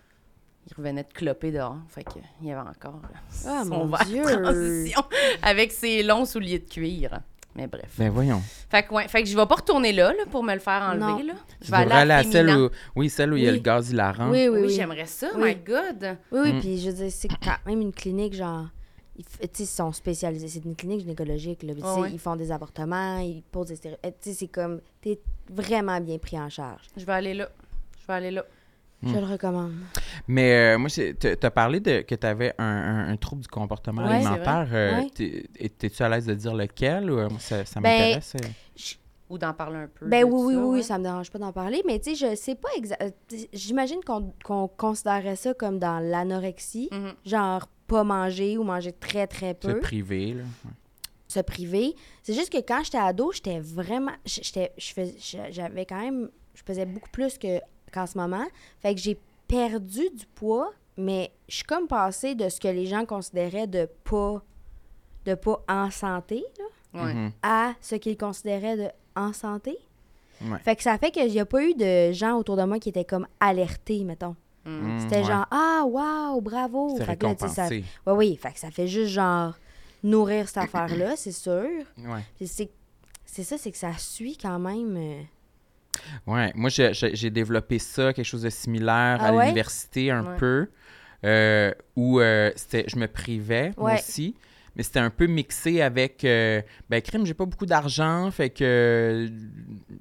Speaker 3: Il revenait de cloper dehors. Fait que, il y avait encore là,
Speaker 4: Ah,
Speaker 3: son
Speaker 4: mon
Speaker 3: verre
Speaker 4: Dieu.
Speaker 3: transition [laughs] avec ses longs souliers de cuir. Mais bref.
Speaker 2: Ben voyons.
Speaker 3: Fait que, ouais, fait que je vais pas retourner là, là, pour me le faire enlever.
Speaker 4: Non.
Speaker 3: Là.
Speaker 2: Tu
Speaker 3: Je vais aller
Speaker 2: devrais aller
Speaker 3: à
Speaker 2: à celle
Speaker 3: Féminin.
Speaker 2: où, oui, celle où il y a
Speaker 4: Oui.
Speaker 2: le gaz hilarant.
Speaker 4: Oui, oui,
Speaker 3: Oui,
Speaker 4: oui.
Speaker 3: j'aimerais ça,
Speaker 4: Oui.
Speaker 3: my God.
Speaker 4: Oui, oui,
Speaker 2: Mm.
Speaker 4: puis je veux dire, c'est quand même une clinique, genre... ils f- Tu sais, ils sont spécialisés. C'est une clinique gynécologique, là. Puis, tu
Speaker 3: Ouais,
Speaker 4: sais,
Speaker 3: ouais.
Speaker 4: Ils font des avortements, ils posent des stéréo... Tu sais, c'est comme... T'es vraiment bien pris en charge.
Speaker 3: Je vais aller là. Je vais aller là.
Speaker 2: Mm.
Speaker 4: Je le recommande.
Speaker 2: Mais euh, moi, j'ai- t'as t'as parlé de, que t'avais un, un, un trouble du comportement
Speaker 4: Ouais, c'est
Speaker 2: alimentaire. euh,
Speaker 4: Ouais.
Speaker 2: t'es- et T'es-tu à l'aise de dire lequel? Ou, euh, moi, ça ça
Speaker 4: Ben,
Speaker 2: m'intéresse. euh.
Speaker 3: Ou d'en parler un peu.
Speaker 4: Ben
Speaker 3: de
Speaker 4: oui, oui,
Speaker 3: ça,
Speaker 4: oui,
Speaker 3: ouais.
Speaker 4: ça me dérange pas d'en parler, mais tu sais, je sais pas exactement. J'imagine qu'on qu'on considérait ça comme dans l'anorexie,
Speaker 3: Mhm.
Speaker 4: genre pas manger ou manger très, très
Speaker 2: C'est
Speaker 4: peu,
Speaker 2: privé, là.
Speaker 4: se priver. C'est juste que quand j'étais ado, j'étais vraiment. j'étais- je fais- je- J'avais quand même. Je faisais beaucoup plus que- qu'en ce moment. Fait que j'ai perdu du poids, mais je suis comme passée de ce que les gens considéraient de pas, de pas en santé, là
Speaker 3: Ouais.
Speaker 2: Mhm.
Speaker 4: à ce qu'ils considéraient de en santé.
Speaker 2: Ouais.
Speaker 4: Fait que ça fait qu'il n'y a pas eu de gens autour de moi qui étaient comme alertés, mettons.
Speaker 2: Mm,
Speaker 4: C'était
Speaker 2: ouais.
Speaker 4: genre Ah, waouh, bravo!
Speaker 2: C'était
Speaker 4: Fait que là, tu sais, ça...
Speaker 2: récompensé.
Speaker 4: Ouais, oui, fait que ça fait juste genre nourrir cette affaire-là, c'est sûr.
Speaker 2: Ouais.
Speaker 4: Puis c'est c'est ça, c'est que ça suit quand même. euh.
Speaker 2: Ouais, moi j'ai- j'ai j'ai développé ça, quelque chose de similaire
Speaker 4: Ah
Speaker 2: à
Speaker 4: ouais?
Speaker 2: l'université un
Speaker 3: Ouais.
Speaker 2: peu, euh, où euh, c'était, je me privais moi
Speaker 4: Ouais.
Speaker 2: aussi, mais c'était un peu mixé avec, euh, ben crime, j'ai pas beaucoup d'argent, fait que euh,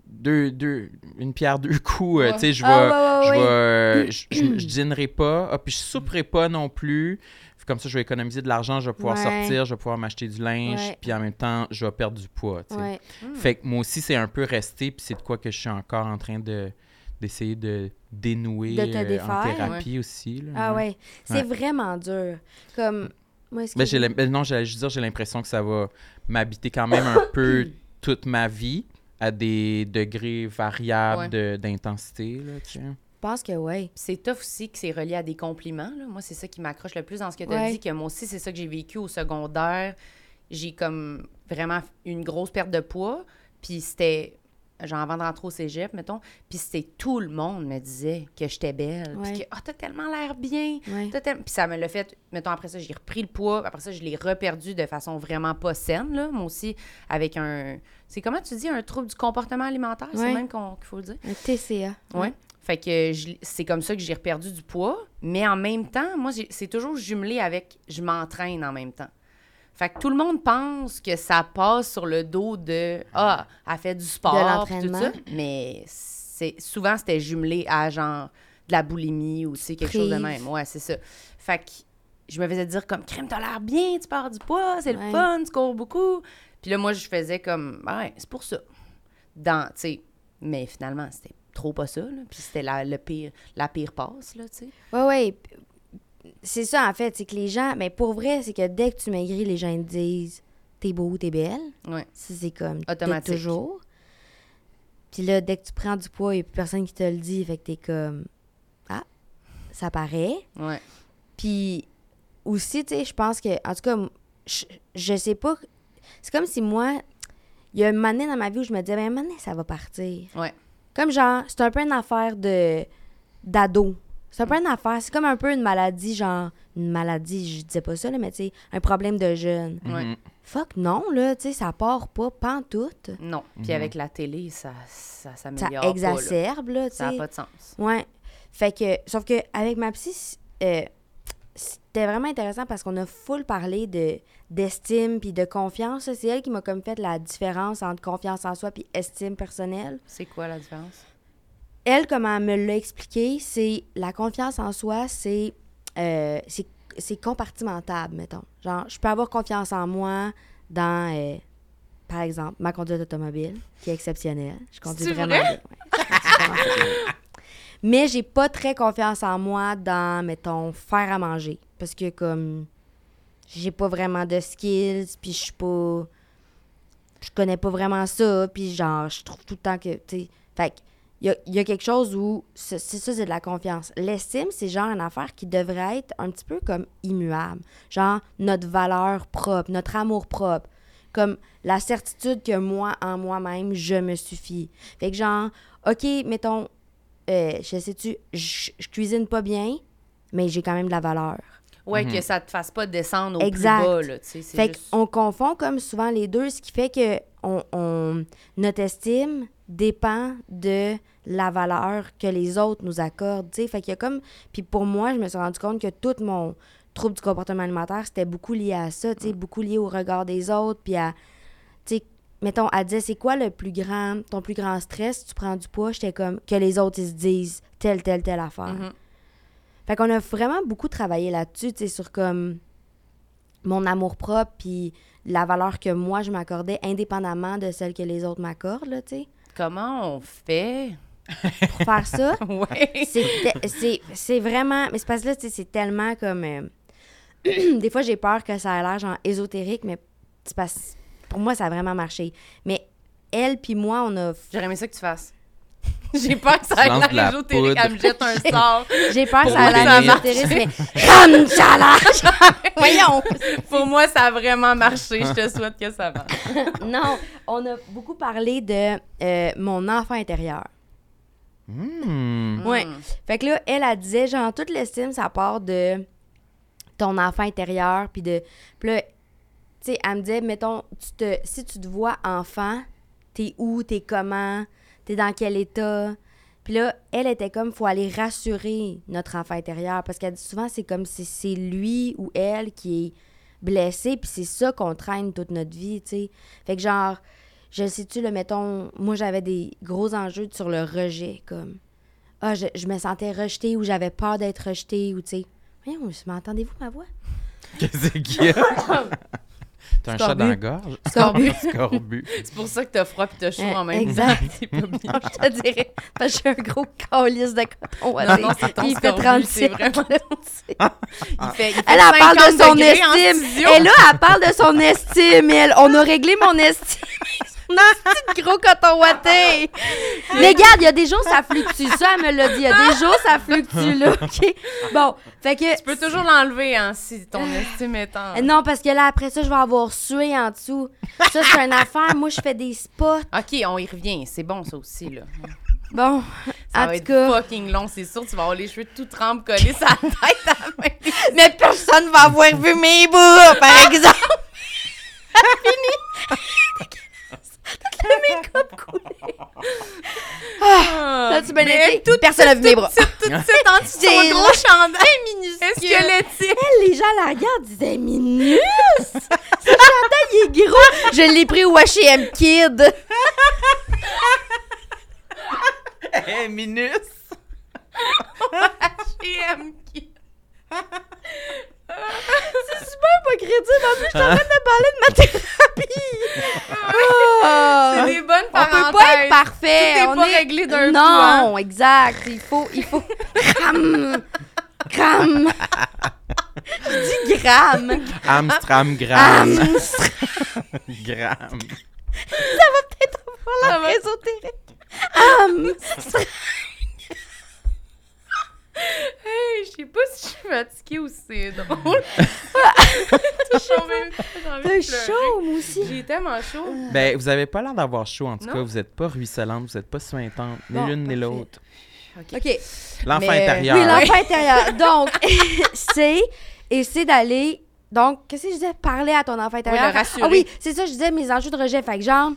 Speaker 2: deux, deux, une pierre deux coups, euh,
Speaker 3: Ouais.
Speaker 2: tu sais, je vais,
Speaker 4: Ah, ouais, ouais,
Speaker 2: je
Speaker 4: ouais.
Speaker 2: vais, euh, je- je je dînerai pas, ah, puis je souperai pas non plus. Comme ça, je vais économiser de l'argent, je vais pouvoir
Speaker 4: Ouais.
Speaker 2: sortir, je vais pouvoir m'acheter du linge,
Speaker 4: Ouais.
Speaker 2: puis en même temps, je vais perdre du poids. tu sais.
Speaker 4: Ouais.
Speaker 2: Fait que moi aussi, c'est un peu resté, puis c'est de quoi que je suis encore en train de d'essayer de dénouer
Speaker 4: De te
Speaker 2: euh,
Speaker 4: défaire.
Speaker 2: en thérapie aussi. là.
Speaker 4: Ah ouais. C'est
Speaker 2: Ouais.
Speaker 4: vraiment dur. Comme. Moi, est-ce
Speaker 2: Ben,
Speaker 4: que-
Speaker 2: j'ai l'im- ben, non, j'allais juste dire, j'ai l'impression que ça va m'habiter quand même un
Speaker 4: [coughs]
Speaker 2: peu toute ma vie, à des degrés variables de- d'intensité. là, tu sais.
Speaker 4: Je pense que oui.
Speaker 3: Puis c'est tough aussi que c'est relié à des compliments. là. Moi, c'est ça qui m'accroche le plus dans ce que tu as
Speaker 4: Ouais.
Speaker 3: dit, que moi aussi, c'est ça que j'ai vécu au secondaire. J'ai comme vraiment une grosse perte de poids. Puis c'était j'en vendrais trop au cégep, mettons, puis c'était tout le monde me disait que j'étais belle,
Speaker 4: Ouais.
Speaker 3: puis que, ah, t'as tellement l'air bien,
Speaker 4: Ouais.
Speaker 3: t'as tellement- Puis ça me l'a fait, mettons, après ça, j'ai repris le poids, après ça, je l'ai reperdu de façon vraiment pas saine, là, moi aussi, avec un, c'est comment tu dis, un trouble du comportement alimentaire, c'est
Speaker 4: Ouais.
Speaker 3: le même qu'on- qu'il faut le dire.
Speaker 4: Un TCA.
Speaker 3: Ouais. Fait que je- c'est comme ça que j'ai reperdu du poids, mais en même temps, moi, j'ai- c'est toujours jumelé avec je m'entraîne en même temps. Fait que tout le monde pense que ça passe sur le dos de Ah, elle fait du sport,
Speaker 4: De
Speaker 3: puis tout
Speaker 4: l'entraînement.
Speaker 3: ça. Mais c'est, souvent, c'était jumelé à genre de la boulimie ou tu sais, quelque chose de
Speaker 4: Prive.
Speaker 3: même. Ouais, c'est ça. Fait que je me faisais dire comme Crème, t'as l'air bien, tu pars du poids, c'est le
Speaker 4: Ouais.
Speaker 3: fun, tu cours beaucoup. Puis là, moi, je faisais comme ah Ouais, c'est pour ça. Dans, tu sais, mais finalement, c'était trop pas ça, là. Puis c'était la, le pire, la pire passe, là, tu sais.
Speaker 4: Ouais, ouais. P- C'est ça, en fait. C'est que les gens. Mais pour vrai, c'est que dès que tu maigris, les gens te disent T'es beau, t'es belle.
Speaker 3: Ouais.
Speaker 4: Ça, c'est comme. de
Speaker 3: Automatique.
Speaker 4: Toujours. Puis là, dès que tu prends du poids, il n'y a plus personne qui te le dit. Fait que t'es comme. Ah, ça paraît.
Speaker 3: Ouais.
Speaker 4: Puis aussi, tu sais, je pense que, en tout cas, m- je, je sais pas. C'est comme si moi, il y a une année dans ma vie où je me disais, ben, une année, ça va partir.
Speaker 3: Ouais.
Speaker 4: Comme genre, c'est un peu une affaire de d'ado. C'est un peu une affaire, c'est comme un peu une maladie, genre, une maladie, je disais pas ça, là, mais tu sais, un problème de jeune.
Speaker 3: Ouais.
Speaker 4: Fuck, non, là, tu sais, ça part pas, pantoute.
Speaker 3: Non. Puis avec la télé, ça, ça
Speaker 4: Ça
Speaker 3: s'améliore. Pas, là.
Speaker 4: exacerbe, là, tu
Speaker 3: ça n'a
Speaker 4: sais.
Speaker 3: pas de sens.
Speaker 4: Ouais. Fait que, sauf que avec ma psy, c- euh, c'était vraiment intéressant parce qu'on a full parlé de d'estime puis de confiance. C'est elle qui m'a comme fait la différence entre confiance en soi puis estime personnelle.
Speaker 3: C'est quoi la différence?
Speaker 4: Elle, comme elle me l'a expliqué, c'est la confiance en soi, c'est euh, c'est- c'est compartimentable, mettons. Genre, je peux avoir confiance en moi dans, euh, par exemple, ma conduite automobile, qui est exceptionnelle. Je conduis
Speaker 3: C'est
Speaker 4: vraiment
Speaker 3: vrai?
Speaker 4: bien. ouais. Je conduis vraiment bien. Mais j'ai pas très confiance en moi dans, mettons, faire à manger. Parce que, comme, j'ai pas vraiment de skills, puis je suis pas. Je connais pas vraiment ça, puis genre, je trouve tout le temps que. Tu sais. Fait que, il y a, y a quelque chose où. C'est c'est ça, c'est de la confiance. L'estime, c'est genre une affaire qui devrait être un petit peu comme immuable. Genre, notre valeur propre, notre amour propre. Comme la certitude que moi, en moi-même, je me suffis. Fait que, genre, OK, mettons, euh, je sais-tu, je je cuisine pas bien, mais j'ai quand même de la valeur.
Speaker 3: Ouais, que ça te fasse pas descendre au
Speaker 4: Exact.
Speaker 3: plus bas, là, tu sais. c'est
Speaker 4: Fait
Speaker 3: juste-
Speaker 4: qu'on confond comme souvent les deux, ce qui fait que on, on- notre estime dépend de la valeur que les autres nous accordent. tu sais. Fait qu'il y a comme. Puis pour moi, je me suis rendu compte que tout mon trouble du comportement alimentaire, c'était beaucoup lié à ça,
Speaker 3: Mm.
Speaker 4: tu sais, beaucoup lié au regard des autres, puis à. tu sais, mettons, elle disait, c'est quoi le plus grand, ton plus grand stress si tu prends du poids? J'étais comme, que les autres, ils se disent telle, telle, telle affaire.
Speaker 3: Mhm.
Speaker 4: Fait qu'on a vraiment beaucoup travaillé là-dessus, tu sais, sur comme mon amour propre, puis la valeur que moi, je m'accordais, indépendamment de celle que les autres m'accordent, là, tu sais.
Speaker 3: Comment on fait?
Speaker 4: Pour
Speaker 2: [laughs]
Speaker 4: faire ça,
Speaker 3: [laughs] Ouais.
Speaker 4: c'est te- c'est- c'est vraiment... Mais c'est parce que là, tu sais, c'est tellement comme... euh, [clears throat] des fois, j'ai peur que ça a l'air, genre, ésotérique, mais c'est parce... Pour moi, ça a vraiment marché. Mais elle puis moi, on a...
Speaker 3: J'aurais aimé ça que tu
Speaker 4: [laughs]
Speaker 3: fasses. J'ai peur que ça
Speaker 2: lances
Speaker 3: aille
Speaker 2: de la
Speaker 3: l'air ésotérique,
Speaker 2: poudre.
Speaker 3: elle me jette
Speaker 4: [laughs]
Speaker 3: un sort.
Speaker 4: J'ai peur que
Speaker 2: Pour
Speaker 4: ça a
Speaker 2: moi, ça a
Speaker 4: l'air
Speaker 2: marché.
Speaker 4: ésotérique, mais... Comme ça là! Voyons!
Speaker 3: [laughs] Pour moi, ça a vraiment marché. Je te souhaite que ça marche.
Speaker 4: [laughs] Non, on a beaucoup parlé de euh, mon enfant intérieur.
Speaker 2: Hmm.
Speaker 4: Ouais. Fait que là, elle, elle disait, genre, toute l'estime, ça part de ton enfant intérieur, puis de... Puis là, tu sais, elle me disait, mettons, tu te, si tu te vois enfant, t'es où, t'es comment, t'es dans quel état. Puis là, elle était comme, faut aller rassurer notre enfant intérieur, parce qu'elle dit souvent, c'est comme si c'est lui ou elle qui est blessé, puis c'est ça qu'on traîne toute notre vie, tu sais. Fait que genre, je sais-tu, le mettons, moi, j'avais des gros enjeux sur le rejet, comme ah, je, je me sentais rejetée ou j'avais peur d'être rejetée ou tu sais. Voyons, m'entendez-vous
Speaker 3: [laughs]
Speaker 4: ma voix?
Speaker 2: Qu'est-ce qu'il y a? T'as un chat dans la
Speaker 3: [laughs]
Speaker 2: gorge?
Speaker 4: Scorbut. [laughs]
Speaker 2: Scorbut.
Speaker 3: C'est pour ça que t'as froid puis t'as chaud
Speaker 4: Euh,
Speaker 3: en même
Speaker 4: exact.
Speaker 3: temps. C'est pas bien.
Speaker 4: je te dirais, parce que j'ai un gros calice de coton.
Speaker 3: Non, non, c'est ton
Speaker 4: Il fait
Speaker 3: scorbut,
Speaker 4: 37.
Speaker 3: c'est vraiment Il fait, il fait
Speaker 4: Elle, elle parle de
Speaker 3: 50
Speaker 4: son
Speaker 3: degrés en
Speaker 4: estime.
Speaker 3: studio. [laughs]
Speaker 4: Et là, elle parle de son estime. Elle, on a réglé mon estime. Petit gros coton ouaté. Mais regarde, il y a des jours, ça fluctue. Ça, elle me l'a dit. Il y a des jours, ça fluctue, là. OK? Bon, fait que.
Speaker 3: Tu peux toujours l'enlever, hein, si ton estime est en...
Speaker 4: Euh, Non, parce que là, après ça, je vais avoir sué en dessous. Ça, c'est
Speaker 3: [laughs]
Speaker 4: une affaire. Moi, je fais des spots.
Speaker 3: OK, on y revient. C'est bon, ça aussi, là.
Speaker 4: Bon,
Speaker 3: Ça
Speaker 4: en
Speaker 3: va
Speaker 4: tout
Speaker 3: être
Speaker 4: cas.
Speaker 3: fucking long, c'est sûr. Tu vas avoir les cheveux tout trempés, collés sur la tête à la fin. Ah!
Speaker 4: Mais personne va avoir vu mes bouts, par exemple. Fini. Dégueulasse. Tout le make-up coulé. Ah, ça, tu bien
Speaker 3: Mais
Speaker 4: été? Personne n'a vu mes bras.
Speaker 3: Tout
Speaker 4: [laughs]
Speaker 3: de suite, en dessous de
Speaker 4: J'ai
Speaker 3: son gros chandail minuscule. squelettique.
Speaker 4: Elle, les gens la regardent, ils disaient Minus! Ce chandail il est gros! Je l'ai pris au H&M Kid!
Speaker 2: Hey, Minus!
Speaker 3: H&M qui-
Speaker 4: C'est super pas crédible! En plus, je suis en train de parler de ma
Speaker 3: [laughs]
Speaker 4: Oh.
Speaker 3: C'est
Speaker 4: thérapie!
Speaker 3: des bonnes
Speaker 4: Ah. On
Speaker 3: parenthèses.
Speaker 4: peut pas être parfait!
Speaker 3: Tout est
Speaker 4: on
Speaker 3: pas
Speaker 4: est...
Speaker 3: réglé d'un coup,
Speaker 4: non,
Speaker 3: hein.
Speaker 4: Non, exact! Il faut. Il faut... Cram! Cram! Je dis gram!
Speaker 2: Amstram Gram.
Speaker 4: Cram!
Speaker 3: Ah!
Speaker 2: Gram.
Speaker 4: Voilà, réseau Am!
Speaker 3: Ah, Hey, je sais pas si je suis fatiguée ou si c'est
Speaker 4: [laughs]
Speaker 3: drôle. [laughs] Tout chaud, même. J'ai envie de
Speaker 4: T'as
Speaker 3: pleurer.
Speaker 4: chaud, moi aussi!
Speaker 3: J'ai tellement chaud.
Speaker 2: Ben, vous avez pas l'air d'avoir chaud, en tout
Speaker 3: Non.
Speaker 2: cas. Vous êtes pas ruisselante, vous êtes pas suintante, ni
Speaker 4: Bon,
Speaker 2: l'une ni
Speaker 4: parfait.
Speaker 2: l'autre.
Speaker 4: Ok,
Speaker 2: L'enfant
Speaker 3: Mais-
Speaker 2: intérieur.
Speaker 4: Oui, l'enfant
Speaker 2: [laughs]
Speaker 4: intérieur. Donc, [laughs] c'est essayer d'aller. Donc, qu'est-ce que je disais? Parler à ton enfant intérieur.
Speaker 3: le rassurer.
Speaker 4: Ah oui, c'est ça, je disais mes enjeux de rejet. Fait que, genre,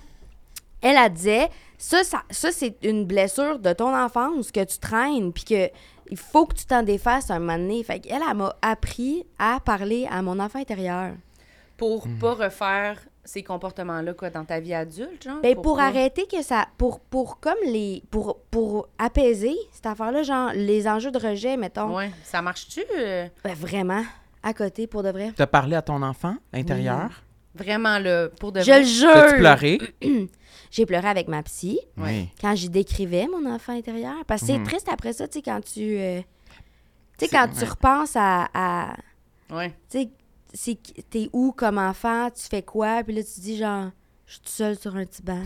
Speaker 4: elle a dit, ça, ça, ça, c'est une blessure de ton enfance que tu traînes, puis que. Il faut que tu t'en défasses un moment donné. Fait qu'elle, elle m'a appris à parler à mon enfant intérieur.
Speaker 3: Pour
Speaker 2: Mm.
Speaker 3: pas refaire ces comportements-là, quoi, dans ta vie adulte, genre.
Speaker 4: Ben, pour,
Speaker 3: pas-
Speaker 4: arrêter que ça. Pour, pour comme les. Pour, pour apaiser cette affaire-là, genre les enjeux de rejet, mettons.
Speaker 3: Ouais, ça marche-tu? euh,
Speaker 4: Ben, vraiment, à côté, pour de vrai.
Speaker 2: T'as parlé à ton enfant intérieur?
Speaker 3: Vraiment, là, pour de
Speaker 4: Je le
Speaker 3: vrai?
Speaker 2: T'as-tu
Speaker 4: jure.
Speaker 2: pleuré?
Speaker 4: J'ai pleuré avec ma psy
Speaker 2: Oui.
Speaker 4: quand j'y décrivais mon enfant intérieur. Parce que c'est
Speaker 2: Mhm.
Speaker 4: triste après ça, tu sais, quand tu. euh, tu sais,
Speaker 2: C'est-
Speaker 4: quand tu
Speaker 2: ouais.
Speaker 4: repenses à. à-
Speaker 3: Ouais.
Speaker 4: tu sais, c'est qui- t'es où comme enfant, tu fais quoi, puis là, tu dis genre, je suis toute seule sur un petit banc.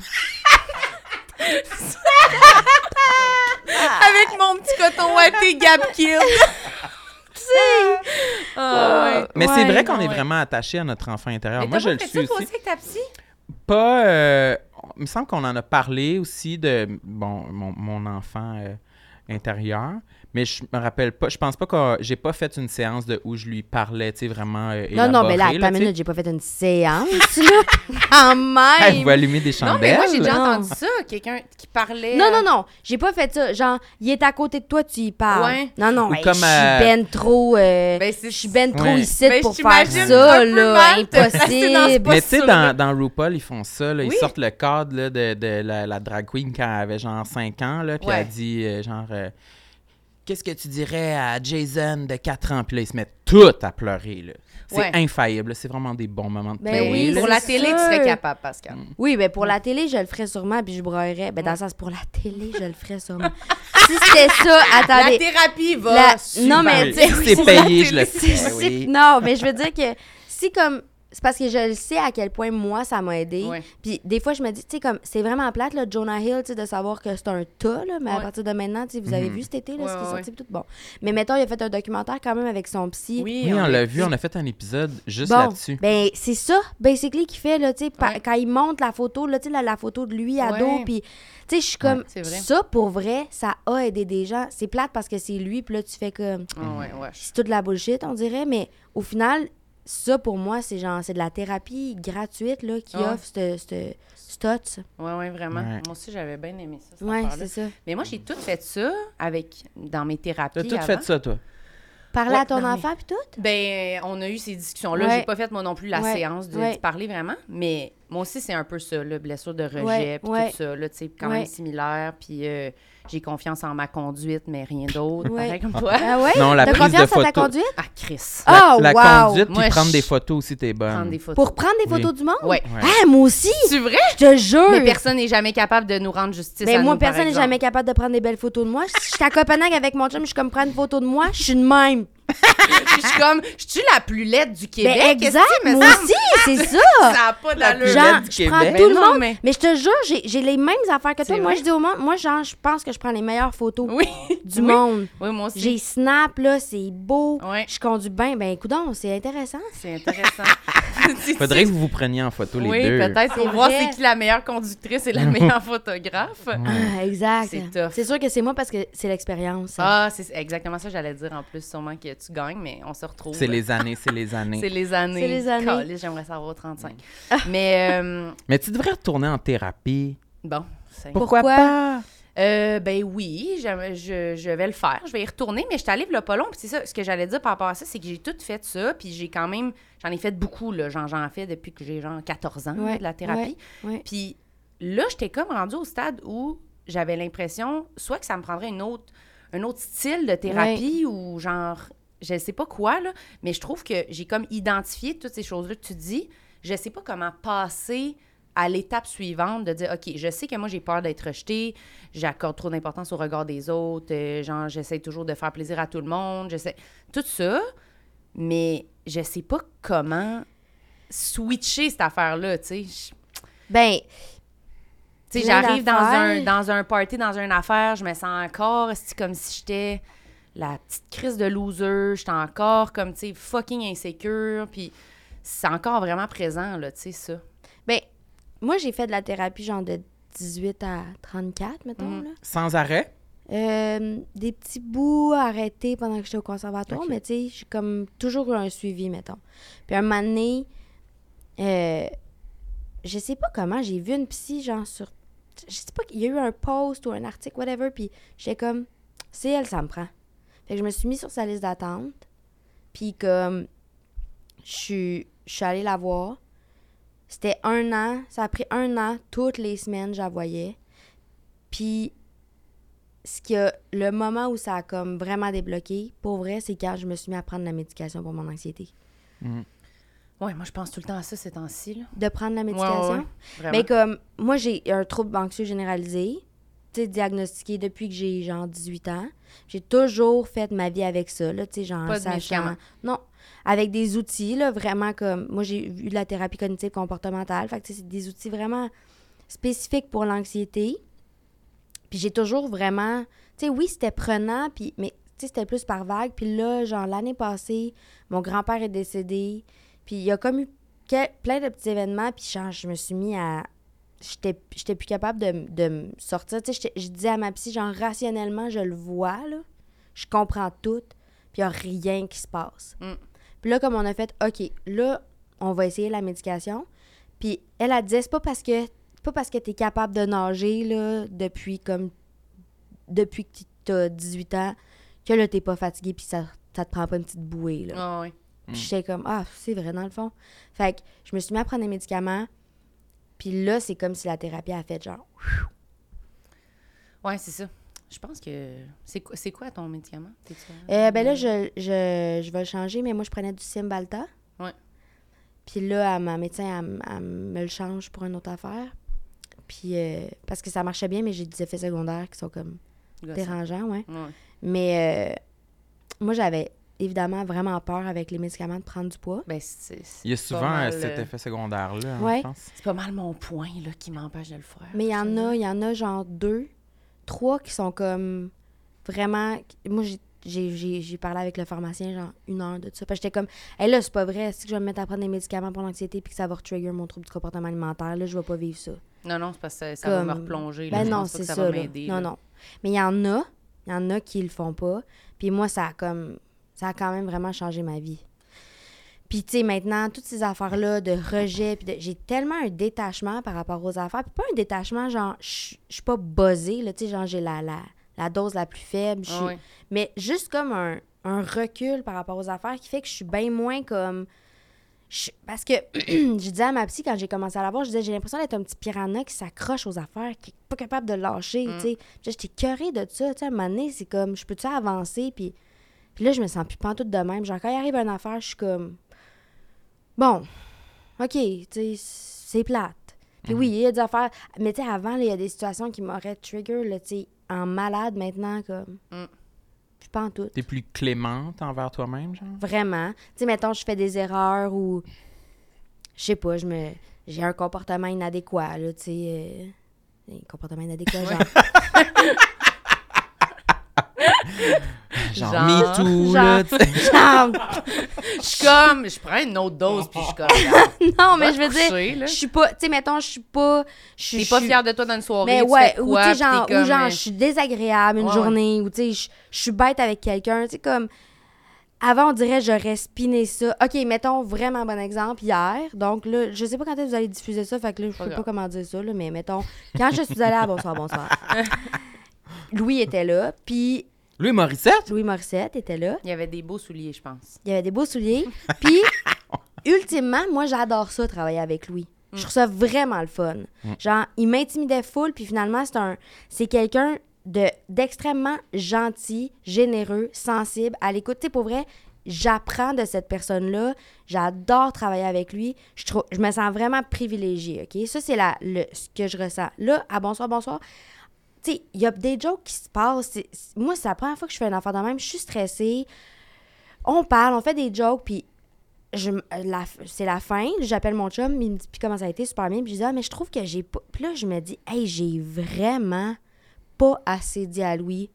Speaker 4: Ah!
Speaker 3: Avec mon petit coton ouaté Gap
Speaker 4: [laughs]
Speaker 3: Kill. [laughs] Ah, ouais.
Speaker 2: Mais c'est
Speaker 4: Ouais,
Speaker 2: vrai qu'on
Speaker 3: non,
Speaker 2: est
Speaker 3: ouais.
Speaker 2: vraiment attaché à notre enfant intérieur.
Speaker 3: Mais
Speaker 2: Moi,
Speaker 3: t'as
Speaker 2: je
Speaker 3: pas
Speaker 2: le
Speaker 3: fait
Speaker 2: suis
Speaker 3: ça toi
Speaker 2: aussi.
Speaker 3: aussi avec ta psy?
Speaker 2: Pas. euh, il me semble qu'on en a parlé aussi de bon mon, mon enfant euh, intérieur, mais je me rappelle pas. Je pense pas que j'ai pas fait une séance de où je lui parlais, tu sais vraiment. euh,
Speaker 4: Non, non, mais là,
Speaker 2: élaborée,
Speaker 4: attends une
Speaker 2: tu sais.
Speaker 4: minute, j'ai pas fait une séance, là. [laughs] Quand
Speaker 2: Hey, vous
Speaker 4: même!
Speaker 2: allumez des
Speaker 3: Non,
Speaker 2: chandelles.
Speaker 3: mais Ben, moi, j'ai déjà
Speaker 4: Non.
Speaker 3: entendu ça. Quelqu'un qui parlait.
Speaker 4: Non,
Speaker 3: euh,
Speaker 2: hein.
Speaker 4: non, non, j'ai pas fait ça. Genre, il est à côté de toi, tu y parles.
Speaker 3: Ouais.
Speaker 4: Non, non,
Speaker 2: Ou
Speaker 4: hey,
Speaker 2: comme,
Speaker 4: je suis
Speaker 2: euh,
Speaker 4: ben trop. euh,
Speaker 3: Ben, c'est-
Speaker 4: je suis ben trop
Speaker 2: Ouais.
Speaker 4: ici
Speaker 3: Ben,
Speaker 4: pour
Speaker 3: je
Speaker 4: faire
Speaker 3: t'imagine
Speaker 4: ça,
Speaker 3: un peu
Speaker 4: là.
Speaker 3: mal te [laughs] placer dans ce
Speaker 4: Impossible.
Speaker 3: pas
Speaker 2: Mais tu sais,
Speaker 3: sûr.
Speaker 2: dans, dans RuPaul, ils font ça. là,
Speaker 3: Oui.
Speaker 2: Ils sortent le cadre là, de, de la, la drag queen quand elle avait genre 5 ans. Là, puis
Speaker 3: Ouais.
Speaker 2: elle dit euh, genre euh, Qu'est-ce que tu dirais à Jason de 4 ans Puis là, ils se mettent tout à pleurer. là. C'est
Speaker 3: Ouais.
Speaker 2: infaillible. là, C'est vraiment des bons moments de
Speaker 4: Ben
Speaker 3: Ben
Speaker 2: pleurer.
Speaker 4: oui,
Speaker 3: oui,
Speaker 2: là.
Speaker 3: pour la
Speaker 4: c'est
Speaker 3: télé, tu
Speaker 4: sûr.
Speaker 3: serais capable, Pascal.
Speaker 4: Oui, ben pour la télé, je le ferais sûrement, puis je broyerais. Ben dans le sens, pour la télé, je le ferais sûrement. si c'était ça,
Speaker 3: [laughs] La
Speaker 4: attendez.
Speaker 3: thérapie va.
Speaker 4: La-
Speaker 3: super
Speaker 4: non, mais
Speaker 3: bien.
Speaker 2: Ah Oui. Si c'est payé, je le
Speaker 4: Si-
Speaker 2: fais.
Speaker 4: si-
Speaker 2: Ben oui.
Speaker 4: Non, mais je veux dire que si comme... C'est parce que je le sais à quel point moi, ça m'a aidé.
Speaker 3: Ouais.
Speaker 4: Puis des fois, je me dis, tu sais, comme, c'est vraiment plate, là, Jonah Hill, tu sais, de savoir que c'est un tas, là, mais à
Speaker 3: Ouais.
Speaker 4: partir de maintenant, tu sais, vous avez vu cet été, là,
Speaker 3: Ouais,
Speaker 4: ce qui est
Speaker 3: ouais,
Speaker 4: sorti, puis tout. Bon. Mais mettons, il a fait un documentaire quand même avec son psy.
Speaker 2: Oui, on l'a vu. On a fait un épisode juste
Speaker 4: Bon,
Speaker 2: là-dessus.
Speaker 4: ben c'est ça, basically, qu'il fait, là, tu sais, pa-
Speaker 3: Ouais.
Speaker 4: quand il monte la photo, là, tu sais, la, la photo de lui ado,
Speaker 3: Ouais.
Speaker 4: puis, tu sais, je suis comme,
Speaker 3: c'est vrai.
Speaker 4: ça, pour vrai, ça a aidé des gens. C'est plate parce que c'est lui, puis là, tu fais comme,
Speaker 3: Ah ouais, ouais.
Speaker 4: c'est toute la bullshit, on dirait, mais au final, ça, pour moi, c'est genre, c'est de la thérapie gratuite, là, qui
Speaker 3: Ouais.
Speaker 4: offre ce, ce, ce tot.
Speaker 3: Ouais, ouais, vraiment.
Speaker 2: Ouais.
Speaker 3: Moi aussi, j'avais bien aimé ça. cette
Speaker 4: Ouais,
Speaker 3: affaire-là.
Speaker 4: c'est ça.
Speaker 3: Mais moi, j'ai tout fait ça avec dans mes thérapies.
Speaker 2: T'as tout
Speaker 3: avant.
Speaker 2: fait ça, toi.
Speaker 4: Parler
Speaker 3: Ouais,
Speaker 4: à ton
Speaker 3: non, mais-
Speaker 4: enfant, puis
Speaker 3: [laughs]
Speaker 4: tout.
Speaker 3: Ben, on a eu ces discussions-là.
Speaker 4: Ouais.
Speaker 3: J'ai pas fait, moi non plus, la
Speaker 4: Ouais.
Speaker 3: séance de,
Speaker 4: Ouais.
Speaker 3: d'y parler vraiment. Mais moi aussi, c'est un peu ça, le blessure de rejet,
Speaker 4: Ouais.
Speaker 3: puis
Speaker 4: Ouais.
Speaker 3: tout ça, là, tu sais, quand
Speaker 4: Ouais.
Speaker 3: même similaire. Puis euh, j'ai confiance en ma conduite, mais rien d'autre.
Speaker 4: Ouais.
Speaker 3: Pareil comme toi.
Speaker 4: Ah ouais?
Speaker 2: Non, la
Speaker 4: T'as
Speaker 2: prise de
Speaker 4: confiance en ta
Speaker 2: photo.
Speaker 4: conduite?
Speaker 3: Ah, Chris.
Speaker 4: Ah,
Speaker 2: la
Speaker 4: wow!
Speaker 2: conduite, puis
Speaker 3: Moi,
Speaker 2: prendre
Speaker 3: je-
Speaker 2: des photos aussi, t'es bonne.
Speaker 3: Prendre des photos.
Speaker 4: Pour prendre des
Speaker 2: Oui.
Speaker 4: photos du monde?
Speaker 3: Ouais.
Speaker 2: Ouais.
Speaker 4: Ah, moi aussi!
Speaker 3: C'est vrai?
Speaker 4: Je te jure!
Speaker 3: Mais personne n'est jamais capable de nous rendre justice.
Speaker 4: Mais
Speaker 3: à
Speaker 4: Ben, moi,
Speaker 3: nous, par
Speaker 4: personne n'est
Speaker 3: exemple.
Speaker 4: jamais capable de prendre des belles photos de moi. Si je suis à Copenhague avec mon chum, je suis comme prendre une photo de moi, je suis de même.
Speaker 3: Puis [laughs] je suis comme, je suis la plus laide du Québec.
Speaker 4: Ben,
Speaker 3: Est-ce Eh que
Speaker 4: exact,
Speaker 3: me
Speaker 4: moi
Speaker 3: semble-
Speaker 4: aussi, c'est
Speaker 3: [laughs]
Speaker 4: ça.
Speaker 3: Ça a pas d'allure.
Speaker 4: Genre,
Speaker 2: Québec du
Speaker 4: je prends
Speaker 2: Québec.
Speaker 4: tout
Speaker 3: Ben
Speaker 4: le
Speaker 3: non,
Speaker 4: monde.
Speaker 3: mais-
Speaker 4: Mais, je te jure, j'ai- j'ai les mêmes affaires que toi.
Speaker 3: C'est
Speaker 4: Moi,
Speaker 3: vrai?
Speaker 4: je dis au monde, moi, genre, je pense que je prends les meilleures photos
Speaker 3: Oui.
Speaker 4: du monde.
Speaker 3: Oui, moi aussi.
Speaker 4: J'ai snap, là, c'est beau.
Speaker 3: Ouais.
Speaker 4: Je conduis bien. Ben, coudon, c'est intéressant.
Speaker 3: C'est
Speaker 4: [laughs]
Speaker 3: intéressant. [laughs] C'est-
Speaker 2: Faudrait que vous vous preniez en photo les
Speaker 3: oui,
Speaker 2: deux.
Speaker 3: peut-être
Speaker 4: C'est
Speaker 3: pour voir
Speaker 4: vrai.
Speaker 3: c'est qui la meilleure
Speaker 2: [laughs]
Speaker 3: conductrice et la meilleure photographe.
Speaker 4: Ah, [laughs] exact.
Speaker 3: C'est tough.
Speaker 4: sûr que c'est moi parce que c'est l'expérience. ça.
Speaker 3: Ah, c'est exactement ça que j'allais dire en plus, sûrement que tu gagnes, mais on se retrouve.
Speaker 2: C'est les années, c'est les années.
Speaker 3: C'est les années.
Speaker 4: C'est les années. Ah.
Speaker 3: Caliste, J'aimerais savoir 35. mais euh,
Speaker 2: Mais tu devrais retourner en thérapie.
Speaker 3: bon, c'est...
Speaker 4: Pourquoi?
Speaker 2: pas?
Speaker 3: Euh, ben oui, j'aime- je, je vais le faire, je vais y retourner, mais je t'arrive le pas long. Puis c'est ça, ce que j'allais dire par rapport à ça, c'est que j'ai tout fait ça, puis j'ai quand même, j'en ai fait beaucoup, là, j'en, j'en fais depuis que j'ai genre 14 ans, là,
Speaker 4: Ouais,
Speaker 3: de la thérapie.
Speaker 4: ouais, ouais.
Speaker 3: Puis là, j'étais comme rendue au stade où j'avais l'impression, soit que ça me prendrait une autre, un autre style de thérapie, ou genre, je sais pas quoi, là, mais je trouve que j'ai comme identifié toutes ces choses-là que tu dis, je sais pas comment passer à l'étape suivante de dire OK, je sais que moi j'ai peur d'être rejetée, j'accorde trop d'importance au regard des autres, euh, genre j'essaie toujours de faire plaisir à tout le monde, j'essaie tout ça, mais je sais pas comment switcher cette affaire là, tu sais. Je-
Speaker 4: Ben,
Speaker 3: tu sais,
Speaker 4: Plein
Speaker 3: j'arrive dans un,
Speaker 4: d'affaires.
Speaker 3: dans un party, dans une affaire, je me sens encore c'est comme si j'étais la petite crise de loser. J'étais encore comme, tu sais, fucking insécure. Puis c'est encore vraiment présent, là, tu sais, ça.
Speaker 4: ben, moi, j'ai fait de la thérapie genre de 18 à 34, mettons.
Speaker 3: Mm.
Speaker 4: Là.
Speaker 2: Sans arrêt?
Speaker 4: Euh, des petits bouts arrêtés pendant que j'étais au conservatoire, mais tu sais, j'ai comme toujours eu un suivi, mettons. Puis un moment donné, euh, je sais pas comment, j'ai vu une psy, genre sur. Je sais pas, il y a eu un post ou un article, whatever, puis j'étais comme, c'est elle, ça me prend. Fait que je me suis mis sur sa liste d'attente, puis comme, je suis je suis allée la voir. C'était un an, ça a pris un an, toutes les semaines, je la voyais. Puis ce qui a- le moment où ça a comme vraiment débloqué, pour vrai, c'est quand je me suis mis à prendre la médication pour mon anxiété.
Speaker 3: Ouais, moi, je pense tout le temps à ça ces temps-ci, là.
Speaker 4: De prendre la
Speaker 3: Ouais,
Speaker 4: médication.
Speaker 3: ouais, ouais, vraiment.
Speaker 4: Mais comme, moi, j'ai un trouble anxieux généralisé, tu sais, diagnostiqué depuis que j'ai genre 18 ans. J'ai toujours fait ma vie avec ça, là, tu sais, genre en
Speaker 3: Pas de
Speaker 4: sachant-
Speaker 3: médicaments.
Speaker 4: Non. Avec des outils, là, vraiment comme. Moi, j'ai eu de la thérapie cognitive comportementale. Fait que, tu sais, c'est des outils vraiment spécifiques pour l'anxiété. Puis j'ai toujours vraiment. Tu sais, oui, c'était prenant, puis, mais tu sais, c'était plus par vague. Puis là, genre, l'année passée, mon grand-père est décédé. Puis il y a comme eu que- plein de petits événements. Puis genre, je me suis mis à. J'étais j'étais plus capable de, m- de me sortir. Tu sais, j'étais- je disais à ma psy, genre, rationnellement, je le vois, là. Je comprends tout. Puis il n'y a rien qui se passe.
Speaker 3: Mm.
Speaker 4: Puis là, comme on a fait, OK, là, on va essayer la médication. Puis elle, a disait, c'est pas parce que pas parce que t'es capable de nager, là, depuis comme depuis que t'as 18 ans, que là, t'es pas fatigué puis ça, ça te prend pas une petite bouée, là.
Speaker 3: Ah, ouais.
Speaker 4: Puis j'étais comme, ah, c'est vrai, dans le fond. Fait que je me suis mis à prendre des médicaments. Puis là, c'est comme si la thérapie a fait genre.
Speaker 3: Ouais, c'est ça. Je pense que. C'est quoi, c'est quoi ton médicament? T'es-tu-
Speaker 4: Euh, ben là, je, je, je vais le changer, mais moi, je prenais du Cymbalta.
Speaker 3: Ouais.
Speaker 4: Puis là, à ma médecin, elle, m- elle me le change pour une autre affaire. Puis, euh, parce que ça marchait bien, mais j'ai des effets secondaires qui sont comme
Speaker 3: Gossant.
Speaker 4: dérangeants, ouais.
Speaker 3: Ouais.
Speaker 4: Mais euh, moi, j'avais évidemment vraiment peur avec les médicaments de prendre du poids.
Speaker 3: Ben, c'est. c'est
Speaker 2: Il y a
Speaker 3: pas
Speaker 2: souvent
Speaker 3: mal,
Speaker 2: euh, cet
Speaker 3: euh,
Speaker 2: effet secondaire-là, hein,
Speaker 4: Ouais.
Speaker 2: je pense.
Speaker 3: C'est pas mal mon point, là, qui m'empêche de le faire.
Speaker 4: Mais il y en a, il y en a genre deux, trois qui sont comme vraiment. Moi, j'ai- j'ai- j'ai j'ai parlé avec le pharmacien genre une heure de tout ça. Parce que j'étais comme, hé là, c'est pas vrai, si je vais me mettre à prendre des médicaments pour l'anxiété puis que ça va trigger mon trouble du comportement alimentaire, là, je vais pas vivre ça.
Speaker 3: Non, non, c'est parce que ça, ça
Speaker 4: Comme-
Speaker 3: va me replonger. Là.
Speaker 4: Ben
Speaker 3: Je
Speaker 4: non,
Speaker 3: pense pas
Speaker 4: c'est
Speaker 3: que ça.
Speaker 4: ça.
Speaker 3: va
Speaker 4: là.
Speaker 3: m'aider.
Speaker 4: non,
Speaker 3: là.
Speaker 4: non. Mais il y en a, il y en a qui le font pas. Puis moi, ça a comme, ça a quand même vraiment changé ma vie. Puis tu sais, maintenant, toutes ces affaires-là de rejet, puis de- j'ai tellement un détachement par rapport aux affaires. Puis pas un détachement, genre, je suis- je suis pas buzzée, là, tu sais, genre, j'ai la, la, la dose la plus faible. je
Speaker 3: Ah
Speaker 4: suis-
Speaker 3: ouais.
Speaker 4: Mais juste comme un, un recul par rapport aux affaires qui fait que je suis bien moins comme... Je- parce que [clears throat] je disais à ma psy quand j'ai commencé à la voir, je disais j'ai l'impression d'être un petit piranha qui s'accroche aux affaires, qui est pas capable de lâcher, tu sais. Puis là, J'étais curée de ça, tu sais, à un moment donné, c'est comme je peux-tu avancer puis puis là je me sens plus pantoute de même, genre quand il arrive une affaire, je suis comme bon, OK, tu sais, c'est plate. Puis oui, il y a des affaires, mais tu sais avant là, il y a des situations qui m'auraient trigger là, tu sais, en malade maintenant comme Puis pas en tout.
Speaker 2: T'es plus clémente envers toi-même, genre?
Speaker 4: Vraiment. Tu sais, mettons, je fais des erreurs ou. Je sais pas, je me. J'ai un comportement inadéquat, là, tu sais. euh, Un comportement inadéquat, genre.
Speaker 2: Genre,
Speaker 3: Genre.
Speaker 2: me too, là, tu
Speaker 4: genre, [laughs]
Speaker 2: sais.
Speaker 4: genre,
Speaker 3: Je suis comme, je prends une autre dose, puis je suis comme, regarde,
Speaker 4: Non, mais
Speaker 3: Va
Speaker 4: je
Speaker 3: te
Speaker 4: veux
Speaker 3: coucher, là.
Speaker 4: dire, je suis pas. Tu sais, mettons, je suis pas. je suis-
Speaker 3: t'es pas
Speaker 4: je suis-
Speaker 3: fière de toi dans une soirée,
Speaker 4: Mais
Speaker 3: tu
Speaker 4: ouais,
Speaker 3: fais
Speaker 4: ou tu
Speaker 3: quoi, puis
Speaker 4: sais,
Speaker 3: t'es
Speaker 4: genre, ou
Speaker 3: comme,
Speaker 4: genre,
Speaker 3: euh,
Speaker 4: je suis désagréable une
Speaker 3: Ouais, ouais.
Speaker 4: journée, ou tu sais, je- je suis bête avec quelqu'un, tu sais, comme. Avant, on dirait, j'aurais spiné ça. OK, mettons vraiment bon exemple hier. Donc là, je sais pas quand est-ce que vous allez diffuser ça, fait que là, je
Speaker 3: Pas
Speaker 4: sais pas
Speaker 3: grave.
Speaker 4: comment dire ça, là, mais mettons, quand je suis allée à
Speaker 3: [laughs]
Speaker 4: Bonsoir, bonsoir. Louis était là, puis
Speaker 2: Louis Morissette?
Speaker 4: Louis Morissette était là.
Speaker 3: Il y avait des beaux souliers, je pense.
Speaker 4: Il y avait des beaux souliers. Puis, ultimement, moi, j'adore ça, travailler avec Louis. Je trouve ça vraiment le fun. Genre, il m'intimidait full, puis finalement, c'est un... C'est quelqu'un de d'extrêmement gentil, généreux, sensible, à l'écoute. Tu sais, pour vrai, j'apprends de cette personne-là. J'adore travailler avec lui. Je, trouve, je me sens vraiment privilégiée, OK? Ça, c'est la- le, ce que je ressens. Là, à Bonsoir, Bonsoir, tu sais, il y a des jokes qui se passent. C'est- c'est- Moi, c'est la première fois que je fais un enfant de même. Je suis stressée on parle, on fait des jokes, puis je, m- euh, la, c'est la fin. J'appelle mon chum, il me dit puis comment ça a été, super bien. Puis je dis, ah, mais je trouve que j'ai pas. Puis là, je me dis, hey, j'ai vraiment pas assez dit à Louis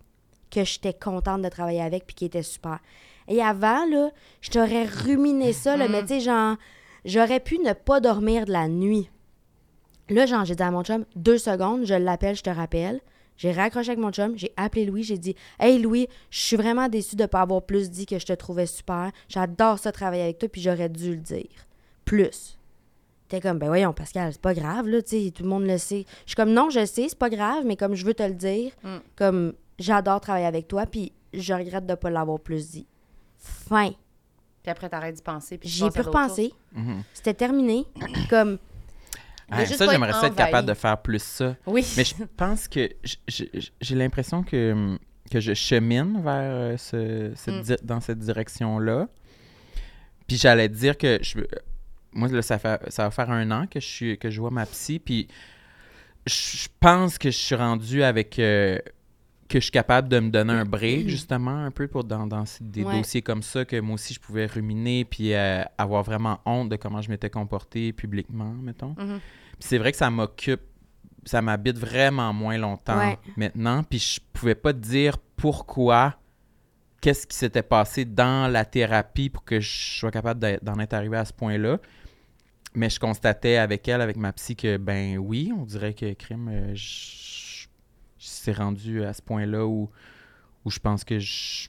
Speaker 4: que j'étais contente de travailler avec, puis qu'il était super. Et avant, là, je t'aurais ruminé ça, là, mais tu sais, genre, j'aurais pu ne pas dormir de la nuit. Là, genre, j'ai dit à mon chum, deux secondes, je l'appelle, je te rappelle. J'ai raccroché avec mon chum, j'ai appelé Louis, j'ai dit Hey Louis, je suis vraiment déçue de ne pas avoir plus dit que je te trouvais super. J'adore ça travailler avec toi, puis j'aurais dû le dire. Plus. T'es comme Ben voyons, Pascal, c'est pas grave, là, tu sais, tout le monde le sait. Je suis comme Non, je sais, c'est pas grave, mais comme je veux te le dire,
Speaker 3: Mm.
Speaker 4: comme j'adore travailler avec toi, puis je regrette de ne pas l'avoir plus dit. Fin.
Speaker 3: Puis après, t'arrêtes d'y penser. puis tu
Speaker 4: J'y ai
Speaker 3: passes à
Speaker 4: pu
Speaker 3: d'autres
Speaker 4: repenser. C'était terminé.
Speaker 3: [coughs]
Speaker 4: comme
Speaker 3: De
Speaker 2: Ah,
Speaker 3: juste
Speaker 2: ça,
Speaker 3: pas
Speaker 2: j'aimerais
Speaker 3: être
Speaker 2: ça être capable
Speaker 3: envahi.
Speaker 2: de faire plus ça.
Speaker 3: Oui.
Speaker 2: Mais je pense que j- j- j'ai l'impression que, que je chemine vers euh, ce, cette
Speaker 3: Mm.
Speaker 2: di- dans cette direction-là. Puis j'allais te dire que je, moi, là, ça, fait, ça va faire un an que je, suis, que je vois ma psy. Puis je pense que je suis rendu avec. euh, que je suis capable de me donner un break, justement, un peu pour dans, dans ces- des
Speaker 4: Ouais.
Speaker 2: dossiers comme ça, que moi aussi je pouvais ruminer, puis euh, avoir vraiment honte de comment je m'étais comporté publiquement, mettons.
Speaker 3: Mhm.
Speaker 2: Puis c'est vrai que ça m'occupe, ça m'habite vraiment moins longtemps
Speaker 4: Ouais.
Speaker 2: maintenant, puis je pouvais pas te dire pourquoi, qu'est-ce qui s'était passé dans la thérapie pour que je sois capable d'être- d'en être arrivé à ce point-là. Mais je constatais avec elle, avec ma psy, que ben oui, on dirait que crime, euh, je je s'est rendu à ce point-là où, où je pense que je.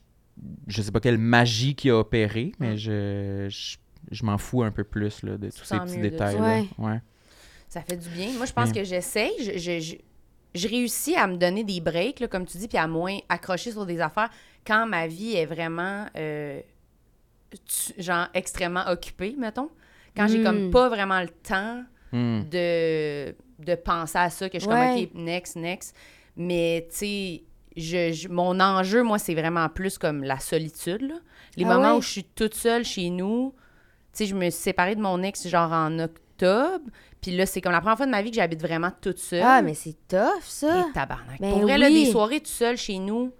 Speaker 2: Je sais pas quelle magie qui a opéré, mais je, je, je m'en fous un peu plus là, de tous ces
Speaker 3: sens
Speaker 2: petits
Speaker 3: mieux de-
Speaker 2: détails-là.
Speaker 4: Ouais.
Speaker 2: Ouais.
Speaker 3: Ça fait du bien. Moi, je pense
Speaker 2: Mais-
Speaker 3: que j'essaie. Je, je, je, je réussis à me donner des breaks, là, comme tu dis, puis à moins accrocher sur des affaires quand ma vie est vraiment, euh, tu- genre, extrêmement occupée, mettons. Quand j'ai comme
Speaker 4: Mm.
Speaker 3: pas vraiment le temps
Speaker 2: Hmm.
Speaker 3: de, de penser à ça, que je suis
Speaker 4: Ouais.
Speaker 3: comme, OK, next, next. Mais, tu sais, je, je- mon enjeu, moi, c'est vraiment plus comme la solitude. là. Les
Speaker 4: Ah
Speaker 3: moments
Speaker 4: ouais?
Speaker 3: où je suis toute seule chez nous, tu sais, je me suis séparée de mon ex, genre, en octobre. Puis là, c'est comme la première fois de ma vie que j'habite vraiment toute seule.
Speaker 4: Ah, mais c'est tough, ça.
Speaker 3: Et tabarnak.
Speaker 4: Ben
Speaker 3: Pour vrai, là,
Speaker 4: oui.
Speaker 3: des soirées tout seul chez nous,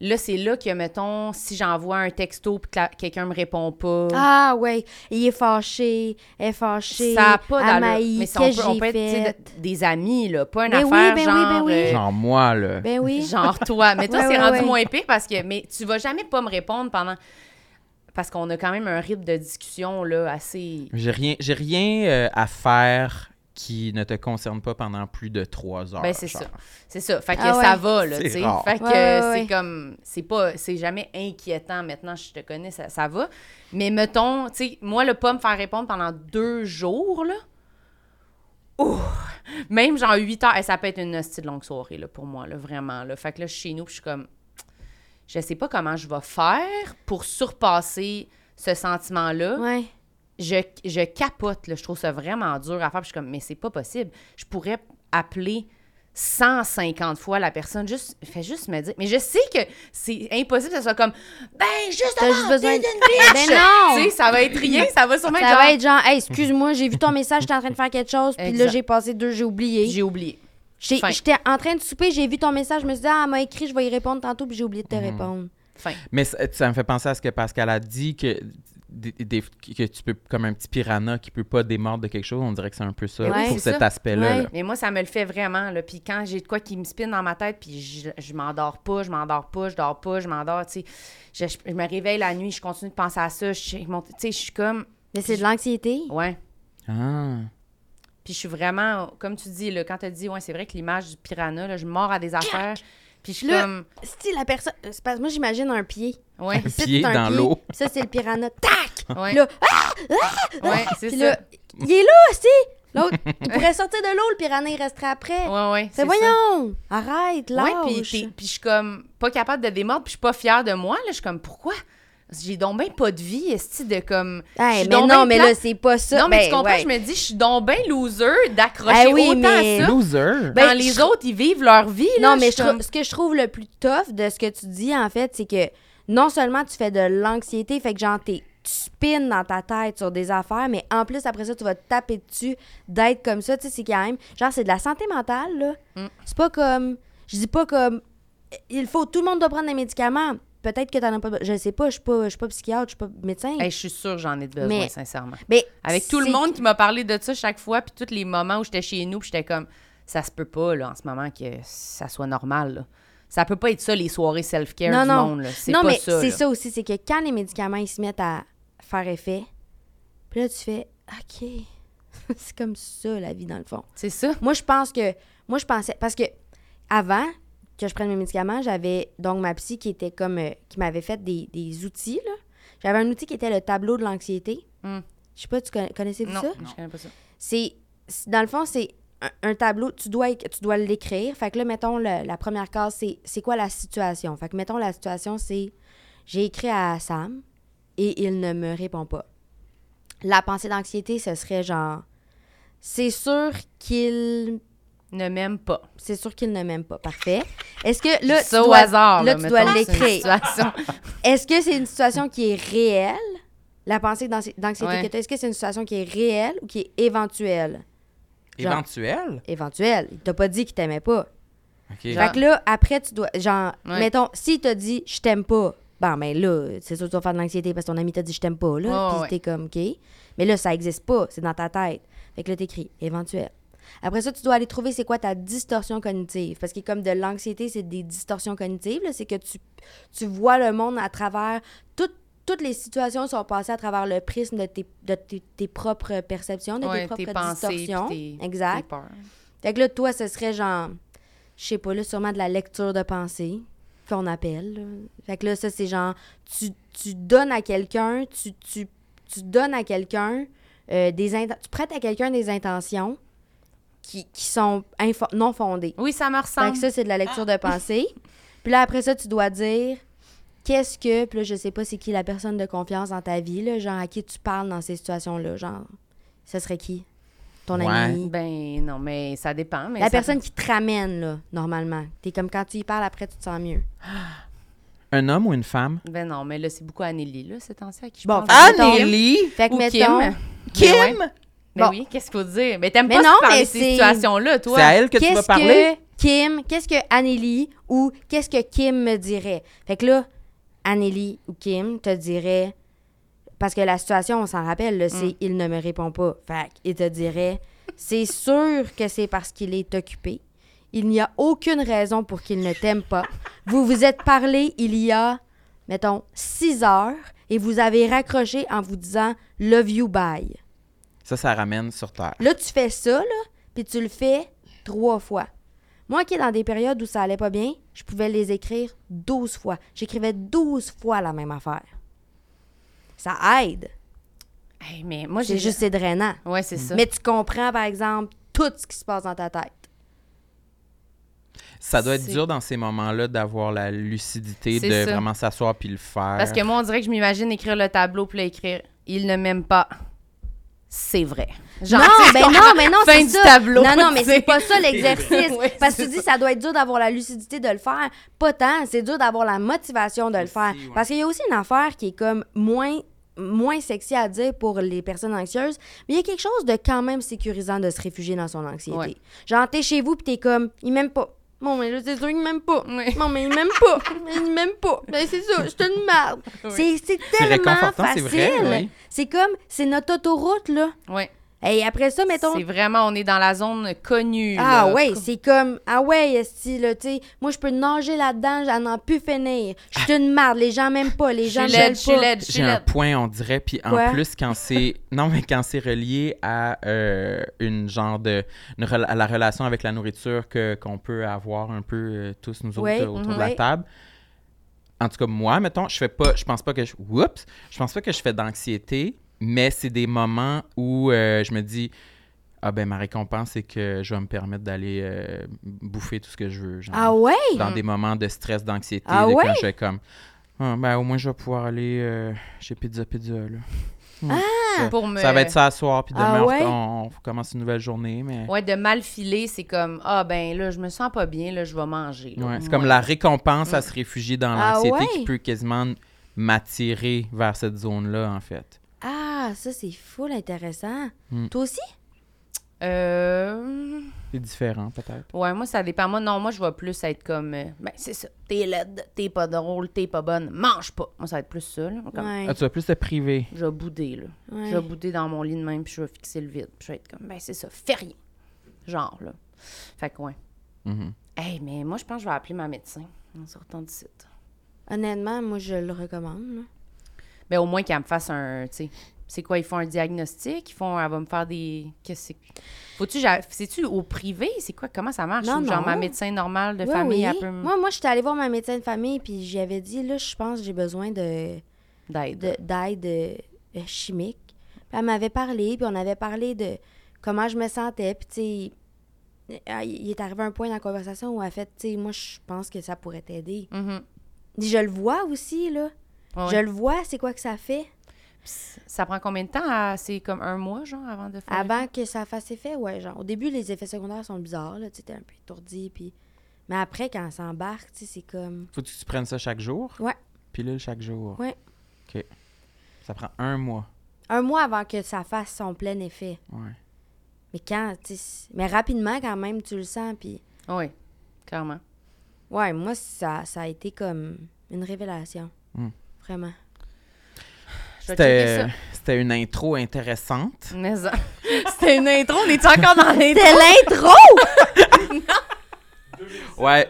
Speaker 3: là, c'est là que, mettons, si j'envoie un texto puis que la- quelqu'un me répond pas...
Speaker 4: Ah ouais, il est fâché, elle est fâchée.
Speaker 3: Ça n'a pas d'allure.
Speaker 4: Amaï,
Speaker 3: Mais ça,
Speaker 4: qu'est-ce
Speaker 3: on
Speaker 4: que
Speaker 3: peut, on
Speaker 4: j'ai
Speaker 3: peut être tu sais,
Speaker 4: fait?
Speaker 3: de- des amis, là, pas une
Speaker 4: Ben oui,
Speaker 3: affaire
Speaker 4: ben oui,
Speaker 3: genre,
Speaker 4: ben oui.
Speaker 3: euh,
Speaker 2: Genre moi, là.
Speaker 4: Ben oui.
Speaker 3: [laughs] genre toi. Mais toi,
Speaker 4: Ouais,
Speaker 3: c'est
Speaker 4: ouais,
Speaker 3: rendu
Speaker 4: ouais.
Speaker 3: moins pire parce que mais tu vas jamais pas me répondre pendant parce qu'on a quand même un rythme de discussion là assez
Speaker 2: J'ai rien, j'ai rien euh, à faire qui ne te concerne pas pendant plus de trois heures.
Speaker 3: Ben, c'est ça. C'est ça. Fait que
Speaker 4: Ah
Speaker 3: ça
Speaker 4: ouais.
Speaker 3: va là,
Speaker 2: C'est
Speaker 3: tu sais.
Speaker 2: rare.
Speaker 3: Fait que
Speaker 4: Ouais, ouais,
Speaker 3: c'est
Speaker 4: ouais.
Speaker 3: comme c'est pas c'est jamais inquiétant maintenant je te connais, ça, ça va. Mais mettons, tu sais, moi le pas me faire répondre pendant deux jours là. Ouh! Même genre 8 heures, eh, ça peut être une hostie de longue soirée là, pour moi, là, vraiment. Là. Fait que là, je suis chez nous, puis je suis comme, je sais pas comment je vais faire pour surpasser ce sentiment-là.
Speaker 4: Ouais.
Speaker 3: Je, je capote, là. je trouve ça vraiment dur à faire. Puis je suis comme, mais c'est pas possible. Je pourrais appeler 150 fois la personne, juste, fait juste me dire. Mais je sais que c'est impossible que ça soit comme, ben, juste
Speaker 4: T'as juste besoin
Speaker 3: d'une
Speaker 4: de.
Speaker 3: bitch!
Speaker 4: [laughs] Ben non!
Speaker 3: Tu sais, ça va être rien, ça va sûrement
Speaker 4: Ça
Speaker 3: être genre,
Speaker 4: va être genre, hey, excuse-moi, j'ai vu ton message, j'étais en train de faire quelque chose, puis là,
Speaker 3: Exact.
Speaker 4: j'ai passé deux, j'ai oublié.
Speaker 3: j'ai oublié.
Speaker 4: J'ai-
Speaker 3: Fin.
Speaker 4: J'étais en train de souper, j'ai vu ton message, je me suis dit, ah, elle m'a écrit, je vais y répondre tantôt, puis j'ai oublié
Speaker 3: Mhm.
Speaker 4: de te répondre.
Speaker 3: Fin.
Speaker 2: Mais ça, ça me fait penser à ce que Pascal a dit que, des- des- que tu peux, comme un petit piranha qui peut pas démordre de quelque chose, on dirait que c'est un peu ça
Speaker 4: Mais oui,
Speaker 2: pour
Speaker 3: c'est
Speaker 2: cet
Speaker 3: ça.
Speaker 2: aspect-là.
Speaker 4: Ouais.
Speaker 2: là.
Speaker 3: Mais moi, ça me le fait vraiment. Là. Puis quand j'ai de quoi qui me spinne dans ma tête, puis je, je m'endors pas, je m'endors pas, je dors pas, je m'endors, tu sais. Je, je- je me réveille la nuit, je continue de penser à ça. Je, mon- tu sais, je suis comme...
Speaker 4: Mais c'est de l'anxiété.
Speaker 3: Ouais.
Speaker 2: Ah.
Speaker 3: Puis je suis vraiment... Comme tu dis, là, quand tu dis, ouais, c'est vrai que l'image du piranha, là, je mords à des affaires. Puis je suis
Speaker 4: Là.
Speaker 3: comme...
Speaker 4: Si la personne. euh, c'est parce que moi, j'imagine un pied. [laughs]
Speaker 3: Ouais,
Speaker 4: Ici,
Speaker 2: pied
Speaker 4: c'est un
Speaker 2: dans
Speaker 4: pied,
Speaker 2: l'eau.
Speaker 4: puis Ça, c'est
Speaker 3: [laughs]
Speaker 4: le piranha. Tac!
Speaker 3: Ouais.
Speaker 4: Là, ah,
Speaker 3: ouais, c'est
Speaker 4: puis
Speaker 3: ça.
Speaker 4: là, il est là aussi! L'autre,
Speaker 3: [laughs]
Speaker 4: il pourrait sortir de l'eau, le piranha, il resterait après.
Speaker 3: Ouais, ouais,
Speaker 4: Fait,
Speaker 3: c'est ça.
Speaker 4: ben voyons! Arrête, là!
Speaker 3: Ouais, puis t'es- puis je suis comme pas capable de démordre, puis je suis pas fière de moi. Là, je suis comme pourquoi J'ai donc ben pas de vie, est de comme. je suis
Speaker 4: mais
Speaker 3: donc
Speaker 4: non,
Speaker 3: ben
Speaker 4: mais
Speaker 3: plate.
Speaker 4: là, c'est pas ça.
Speaker 3: Non, mais
Speaker 4: Ben,
Speaker 3: tu comprends,
Speaker 4: ouais.
Speaker 3: je me dis, je suis donc ben loser d'accrocher
Speaker 4: Eh oui,
Speaker 3: autant
Speaker 4: mais-
Speaker 3: à ça.
Speaker 2: Loser.
Speaker 3: Quand
Speaker 4: Ben,
Speaker 3: les
Speaker 4: je-
Speaker 3: autres, ils vivent leur vie. Là,
Speaker 4: Non, mais
Speaker 3: suis
Speaker 4: je trou-
Speaker 3: comme-
Speaker 4: ce que je trouve le plus tough de ce que tu dis, en fait, c'est que non seulement tu fais de l'anxiété, fait que genre, t'es- tu spins dans ta tête sur des affaires, mais en plus, après ça, tu vas te taper dessus d'être comme ça. Tu sais, c'est quand même. Genre, c'est de la santé mentale, là.
Speaker 3: Mm.
Speaker 4: C'est pas comme. Je dis pas comme. Il faut. Tout le monde doit prendre des médicaments. Peut-être que t'en as pas. Je sais pas, je suis pas, je suis pas psychiatre, je suis pas médecin.
Speaker 3: Hey, je suis sûre que j'en ai besoin,
Speaker 4: Mais-
Speaker 3: sincèrement.
Speaker 4: mais
Speaker 3: Avec tout le
Speaker 4: c'est-
Speaker 3: monde qui m'a parlé de ça chaque fois, puis tous les moments où j'étais chez nous, puis j'étais comme, ça se peut pas, là, en ce moment, que ça soit normal, là. Ça peut pas être ça, les soirées self-care
Speaker 4: Non,
Speaker 3: du
Speaker 4: non.
Speaker 3: monde, là. C'est
Speaker 4: Non,
Speaker 3: pas
Speaker 4: mais
Speaker 3: ça,
Speaker 4: c'est
Speaker 3: là.
Speaker 4: ça aussi, c'est que quand les médicaments, ils se mettent à faire effet, puis là, tu fais « OK, [laughs] c'est comme ça, la vie, dans le fond.
Speaker 3: C'est ça. »
Speaker 4: Moi, je pense que... Moi, je pensais... Parce que avant que je prenne mes médicaments, j'avais donc ma psy qui était comme... euh, qui m'avait fait des, des outils, là. J'avais un outil qui était le tableau de l'anxiété.
Speaker 3: Hmm.
Speaker 4: Je sais pas, tu conna- connaissez-vous
Speaker 3: Non,
Speaker 4: ça?
Speaker 3: je connais pas ça.
Speaker 4: c'est c'est- dans le fond c'est un, un tableau tu dois éc- tu dois l'écrire fait que là mettons le- la première case c'est c'est quoi la situation fait que mettons la situation c'est j'ai écrit à Sam et il ne me répond pas la pensée d'anxiété ce serait genre c'est sûr qu'il
Speaker 3: Ne m'aime pas.
Speaker 4: c'est sûr qu'il ne m'aime pas parfait est-ce que là
Speaker 3: ça
Speaker 4: tu
Speaker 3: au
Speaker 4: dois,
Speaker 3: hasard.
Speaker 4: là,
Speaker 3: là,
Speaker 4: tu dois
Speaker 3: mettons, c'est une
Speaker 4: l'écrire
Speaker 3: situation.
Speaker 4: est-ce que c'est une situation qui est réelle? La pensée d'anxi- d'anxiété
Speaker 3: Ouais.
Speaker 4: que tu est-ce que c'est une situation qui est réelle ou qui est éventuelle? Genre-
Speaker 2: Éventuel.
Speaker 4: Éventuelle. Il t'a pas dit qu'il t'aimait pas.
Speaker 2: OK.
Speaker 3: Genre-
Speaker 4: Fait que là, après, tu dois. Genre,
Speaker 3: Ah. Ouais.
Speaker 4: mettons, s'il t'a dit je t'aime pas, ben, ben là, c'est sûr que tu vas faire de l'anxiété parce que ton ami t'a dit je t'aime pas, là.
Speaker 3: Ouais,
Speaker 4: Puis
Speaker 3: ouais.
Speaker 4: t'es comme, OK. Mais là, ça existe pas, c'est dans ta tête. Fait que là, t'écris, éventuel. Après ça, tu dois aller trouver c'est quoi ta distorsion cognitive. Parce que comme de l'anxiété, c'est des distorsions cognitives. là. C'est que tu, tu vois le monde à travers. Toutes, toutes les situations sont passées à travers le prisme de tes, de tes, tes propres perceptions, de
Speaker 3: Ouais,
Speaker 4: tes propres
Speaker 3: tes pensées, puis
Speaker 4: distorsions.
Speaker 3: tes-
Speaker 4: exact.
Speaker 3: tes peurs.
Speaker 4: Fait que là, toi, ce serait genre, je sais pas, là, sûrement de la lecture de pensée qu'on appelle. là. Fait que là, ça, c'est genre, tu, tu donnes à quelqu'un, tu, tu, tu donnes à quelqu'un euh, des inten- tu prêtes à quelqu'un des intentions qui, qui sont info- non fondées.
Speaker 3: Oui, ça me
Speaker 4: Fait
Speaker 3: ressemble.
Speaker 4: que ça, c'est de la lecture de pensée. Puis là, après ça, tu dois dire qu'est-ce que. Puis là, je sais pas c'est qui la personne de confiance dans ta vie, là, genre à qui tu parles dans ces situations-là. Genre, ce serait qui? Ton
Speaker 2: Ouais.
Speaker 4: ami?
Speaker 3: Ben non, mais ça dépend. Mais Ben,
Speaker 4: La
Speaker 3: ça-
Speaker 4: personne qui te ramène, là, normalement. T'es comme quand tu y parles après, tu te sens mieux.
Speaker 2: Un homme ou une femme?
Speaker 3: Ben non, mais là, c'est beaucoup Anneli, là, c'est ancien à qui je
Speaker 4: Bon,
Speaker 3: pense.
Speaker 4: Ah,
Speaker 2: Anneli!
Speaker 4: Fait que,
Speaker 3: Ou
Speaker 4: mettons,
Speaker 3: Kim.
Speaker 2: Kim!
Speaker 3: Mais ouais. Ben
Speaker 4: Bon.
Speaker 3: oui, qu'est-ce qu'il faut dire? Mais t'aimes
Speaker 4: Mais
Speaker 3: pas
Speaker 4: non,
Speaker 3: non, parler
Speaker 4: mais
Speaker 3: de
Speaker 4: c'est-
Speaker 3: ces situations-là, toi.
Speaker 2: C'est à elle que tu vas
Speaker 4: qu'est-ce
Speaker 2: parler?
Speaker 4: que Kim, qu'est-ce que Anneli ou qu'est-ce que Kim me dirait? Fait que là, Anneli ou Kim te dirait, parce que la situation, on s'en rappelle, là,
Speaker 2: Mm.
Speaker 4: c'est il ne me répond pas. Fait qu'il te dirait, c'est sûr que c'est parce qu'il est occupé. Il n'y a aucune raison pour qu'il ne t'aime pas. Vous vous êtes parlé il y a, mettons, six heures et vous avez raccroché en vous disant Love you, bye.
Speaker 2: Ça, ça ramène sur terre.
Speaker 4: Là, tu fais ça, là, puis tu le fais trois fois. Moi qui est dans des périodes où ça allait pas bien, je pouvais les écrire 12 fois. J'écrivais 12 fois la même affaire. Ça aide.
Speaker 3: Hey, mais moi, j'ai
Speaker 4: C'est juste,
Speaker 3: juste.
Speaker 4: c'est drainant.
Speaker 3: Ouais, c'est ça.
Speaker 4: Mais tu comprends, par exemple, tout ce qui se passe dans ta tête.
Speaker 2: Ça doit être
Speaker 3: C'est-
Speaker 2: dur dans ces moments-là d'avoir la lucidité
Speaker 3: C'est
Speaker 2: de
Speaker 3: ça.
Speaker 2: vraiment s'asseoir puis le faire.
Speaker 3: Parce que moi, on dirait que je m'imagine écrire le tableau, puis là, écrire Il ne m'aime pas. C'est vrai. Genre, tu
Speaker 4: non,
Speaker 3: sais,
Speaker 4: ben
Speaker 3: genre,
Speaker 4: non, mais non,
Speaker 3: fin
Speaker 4: c'est
Speaker 3: du
Speaker 4: ça.
Speaker 3: tableau.
Speaker 4: non, non, mais
Speaker 3: tu sais.
Speaker 4: c'est pas
Speaker 3: [laughs]
Speaker 4: ça l'exercice.
Speaker 3: Ouais,
Speaker 4: parce que
Speaker 3: c'est
Speaker 4: tu dis, ça doit être dur d'avoir la lucidité de le faire. Pas tant, c'est dur d'avoir la motivation de le
Speaker 2: Aussi,
Speaker 4: faire.
Speaker 2: ouais.
Speaker 4: Parce qu'il y a aussi une affaire qui est comme moins moins sexy à dire pour les personnes anxieuses, mais il y a quelque chose de quand même sécurisant de se réfugier dans son anxiété.
Speaker 3: Ouais.
Speaker 4: Genre, t'es chez vous, puis t'es comme, il m'aime pas. Bon, mais là, c'est sûr qu'il m'aime pas.
Speaker 3: Ouais.
Speaker 4: Non, mais il m'aime pas. Il m'aime pas. Ben, c'est ça, je te une marde.
Speaker 3: Ouais.
Speaker 4: C'est c'est tellement
Speaker 2: réconfortant, c'est
Speaker 4: facile.
Speaker 2: vrai, oui.
Speaker 4: C'est comme, c'est notre autoroute, là.
Speaker 3: Ouais.
Speaker 4: Et après ça, mettons,
Speaker 3: C'est vraiment, on est dans la zone connue.
Speaker 4: ah
Speaker 3: là.
Speaker 4: ouais, c'est comme ah ouais, esti là, tu sais, moi je peux nager là-dedans, j'en n'en plus finir. Je suis une marde, les gens m'aiment pas, les
Speaker 3: Je
Speaker 4: gens
Speaker 3: suis
Speaker 4: m'aiment
Speaker 3: laide, je suis
Speaker 4: pas.
Speaker 3: laide, je suis
Speaker 2: J'ai un
Speaker 3: laide.
Speaker 2: point, on dirait, puis en
Speaker 4: Quoi?
Speaker 2: plus, quand
Speaker 4: [laughs]
Speaker 2: c'est... Non, mais quand c'est relié à euh, une genre de... une rela- à la relation avec la nourriture que, qu'on peut avoir un peu euh, tous nous autres
Speaker 4: Ouais,
Speaker 2: euh, autour de
Speaker 4: ouais.
Speaker 2: la table. En tout cas, moi, mettons, je fais pas... Je pense pas que je... Oups! Je pense pas que je fais d'anxiété, mais c'est des moments où euh, je me dis... Ah ben, ma récompense, c'est que je vais me permettre d'aller euh, bouffer tout ce que je veux. genre
Speaker 4: Ah ouais,
Speaker 2: dans
Speaker 3: Mm.
Speaker 2: des moments de stress, d'anxiété,
Speaker 4: Ah
Speaker 2: de
Speaker 4: ouais?
Speaker 2: quand je fais comme Ah, ben, au moins je vais pouvoir aller euh, chez Pizza Pizza là.
Speaker 3: Pour me...
Speaker 2: Ça va être ça à soir puis
Speaker 4: Ah
Speaker 2: demain on-
Speaker 4: ouais?
Speaker 2: on, on commence une nouvelle journée mais
Speaker 3: Ouais, de mal filer, c'est comme, ah ben là, je me sens pas bien, là, je vais manger. là.
Speaker 2: Ouais, c'est comme la récompense à se réfugier dans
Speaker 4: Ah
Speaker 2: l'anxiété
Speaker 4: ouais?
Speaker 2: qui peut quasiment m'attirer vers cette zone là en fait.
Speaker 4: ah ça c'est full intéressant.
Speaker 2: Mm.
Speaker 4: Toi aussi
Speaker 3: Euh...
Speaker 2: C'est différent peut-être.
Speaker 3: Ouais, moi, ça dépend. Moi, non, moi, je vais plus être comme, euh, ben c'est ça, t'es laide, t'es pas drôle, t'es pas bonne, mange pas. Moi, ça va être plus ça, là. Comme,
Speaker 4: Ouais.
Speaker 2: Ah, tu vas plus te priver.
Speaker 3: Je vais bouder, là.
Speaker 4: Ouais.
Speaker 3: Je vais bouder dans mon lit de même, puis je vais fixer le vide. Puis je vais être comme, ben c'est ça, fais rien. Genre, là. Fait que, ouais.
Speaker 2: Mhm.
Speaker 3: Hey, mais moi, je pense que je vais appeler ma médecin en sortant du site.
Speaker 4: Honnêtement, moi je le recommande. là.
Speaker 3: Ben, au moins qu'elle me fasse un. Tu sais, c'est quoi? Ils font un diagnostic? Ils font. Elle va me faire des. Qu'est-ce que c'est? Faut-tu. j'a- C'est-tu au privé? C'est quoi? Comment ça marche?
Speaker 4: Non,
Speaker 3: Ou genre,
Speaker 4: non.
Speaker 3: ma médecin normale de
Speaker 4: Ouais,
Speaker 3: famille,
Speaker 4: oui.
Speaker 3: elle peut me.
Speaker 4: Moi moi j'étais allée voir ma médecin de famille puis j'avais dit là, je pense que j'ai besoin de
Speaker 3: D'aide.
Speaker 4: de- d'aide euh, euh, chimique. Puis elle m'avait parlé, puis on avait parlé de comment je me sentais. Puis, tu sais, euh, il est arrivé un point dans la conversation où elle a fait, tu sais, moi, je pense que ça pourrait t'aider.
Speaker 3: Mhm.
Speaker 4: Je le vois aussi, là.
Speaker 3: Ouais,
Speaker 4: Je
Speaker 3: ouais.
Speaker 4: le vois, c'est quoi que ça fait.
Speaker 3: Puis Ça prend combien de temps? à- C'est comme un mois, genre, avant de faire.
Speaker 4: Avant que ça fasse effet, ouais, genre, au début, les effets secondaires sont bizarres, là. Tu sais, t'es un peu étourdi, puis. Mais après, quand ça embarque, tu sais, c'est comme.
Speaker 2: Faut que tu prennes ça chaque jour.
Speaker 4: Ouais.
Speaker 2: Pilule chaque jour.
Speaker 4: Ouais.
Speaker 2: OK. Ça prend un mois.
Speaker 4: Un mois avant que ça fasse son plein effet.
Speaker 2: Ouais.
Speaker 4: Mais quand, tu sais. c'est- Mais rapidement, quand même, tu le sens, puis.
Speaker 3: Oui, clairement.
Speaker 4: Ouais, moi, ça, ça a été comme une révélation.
Speaker 2: Mm.
Speaker 4: Vraiment.
Speaker 3: Je vais checker
Speaker 2: C'était
Speaker 3: ça.
Speaker 2: c'était une intro intéressante.
Speaker 3: Mais ça- [laughs] C'était une intro, on est encore dans [laughs] l'intro?
Speaker 4: C'est l'intro!
Speaker 2: Ouais.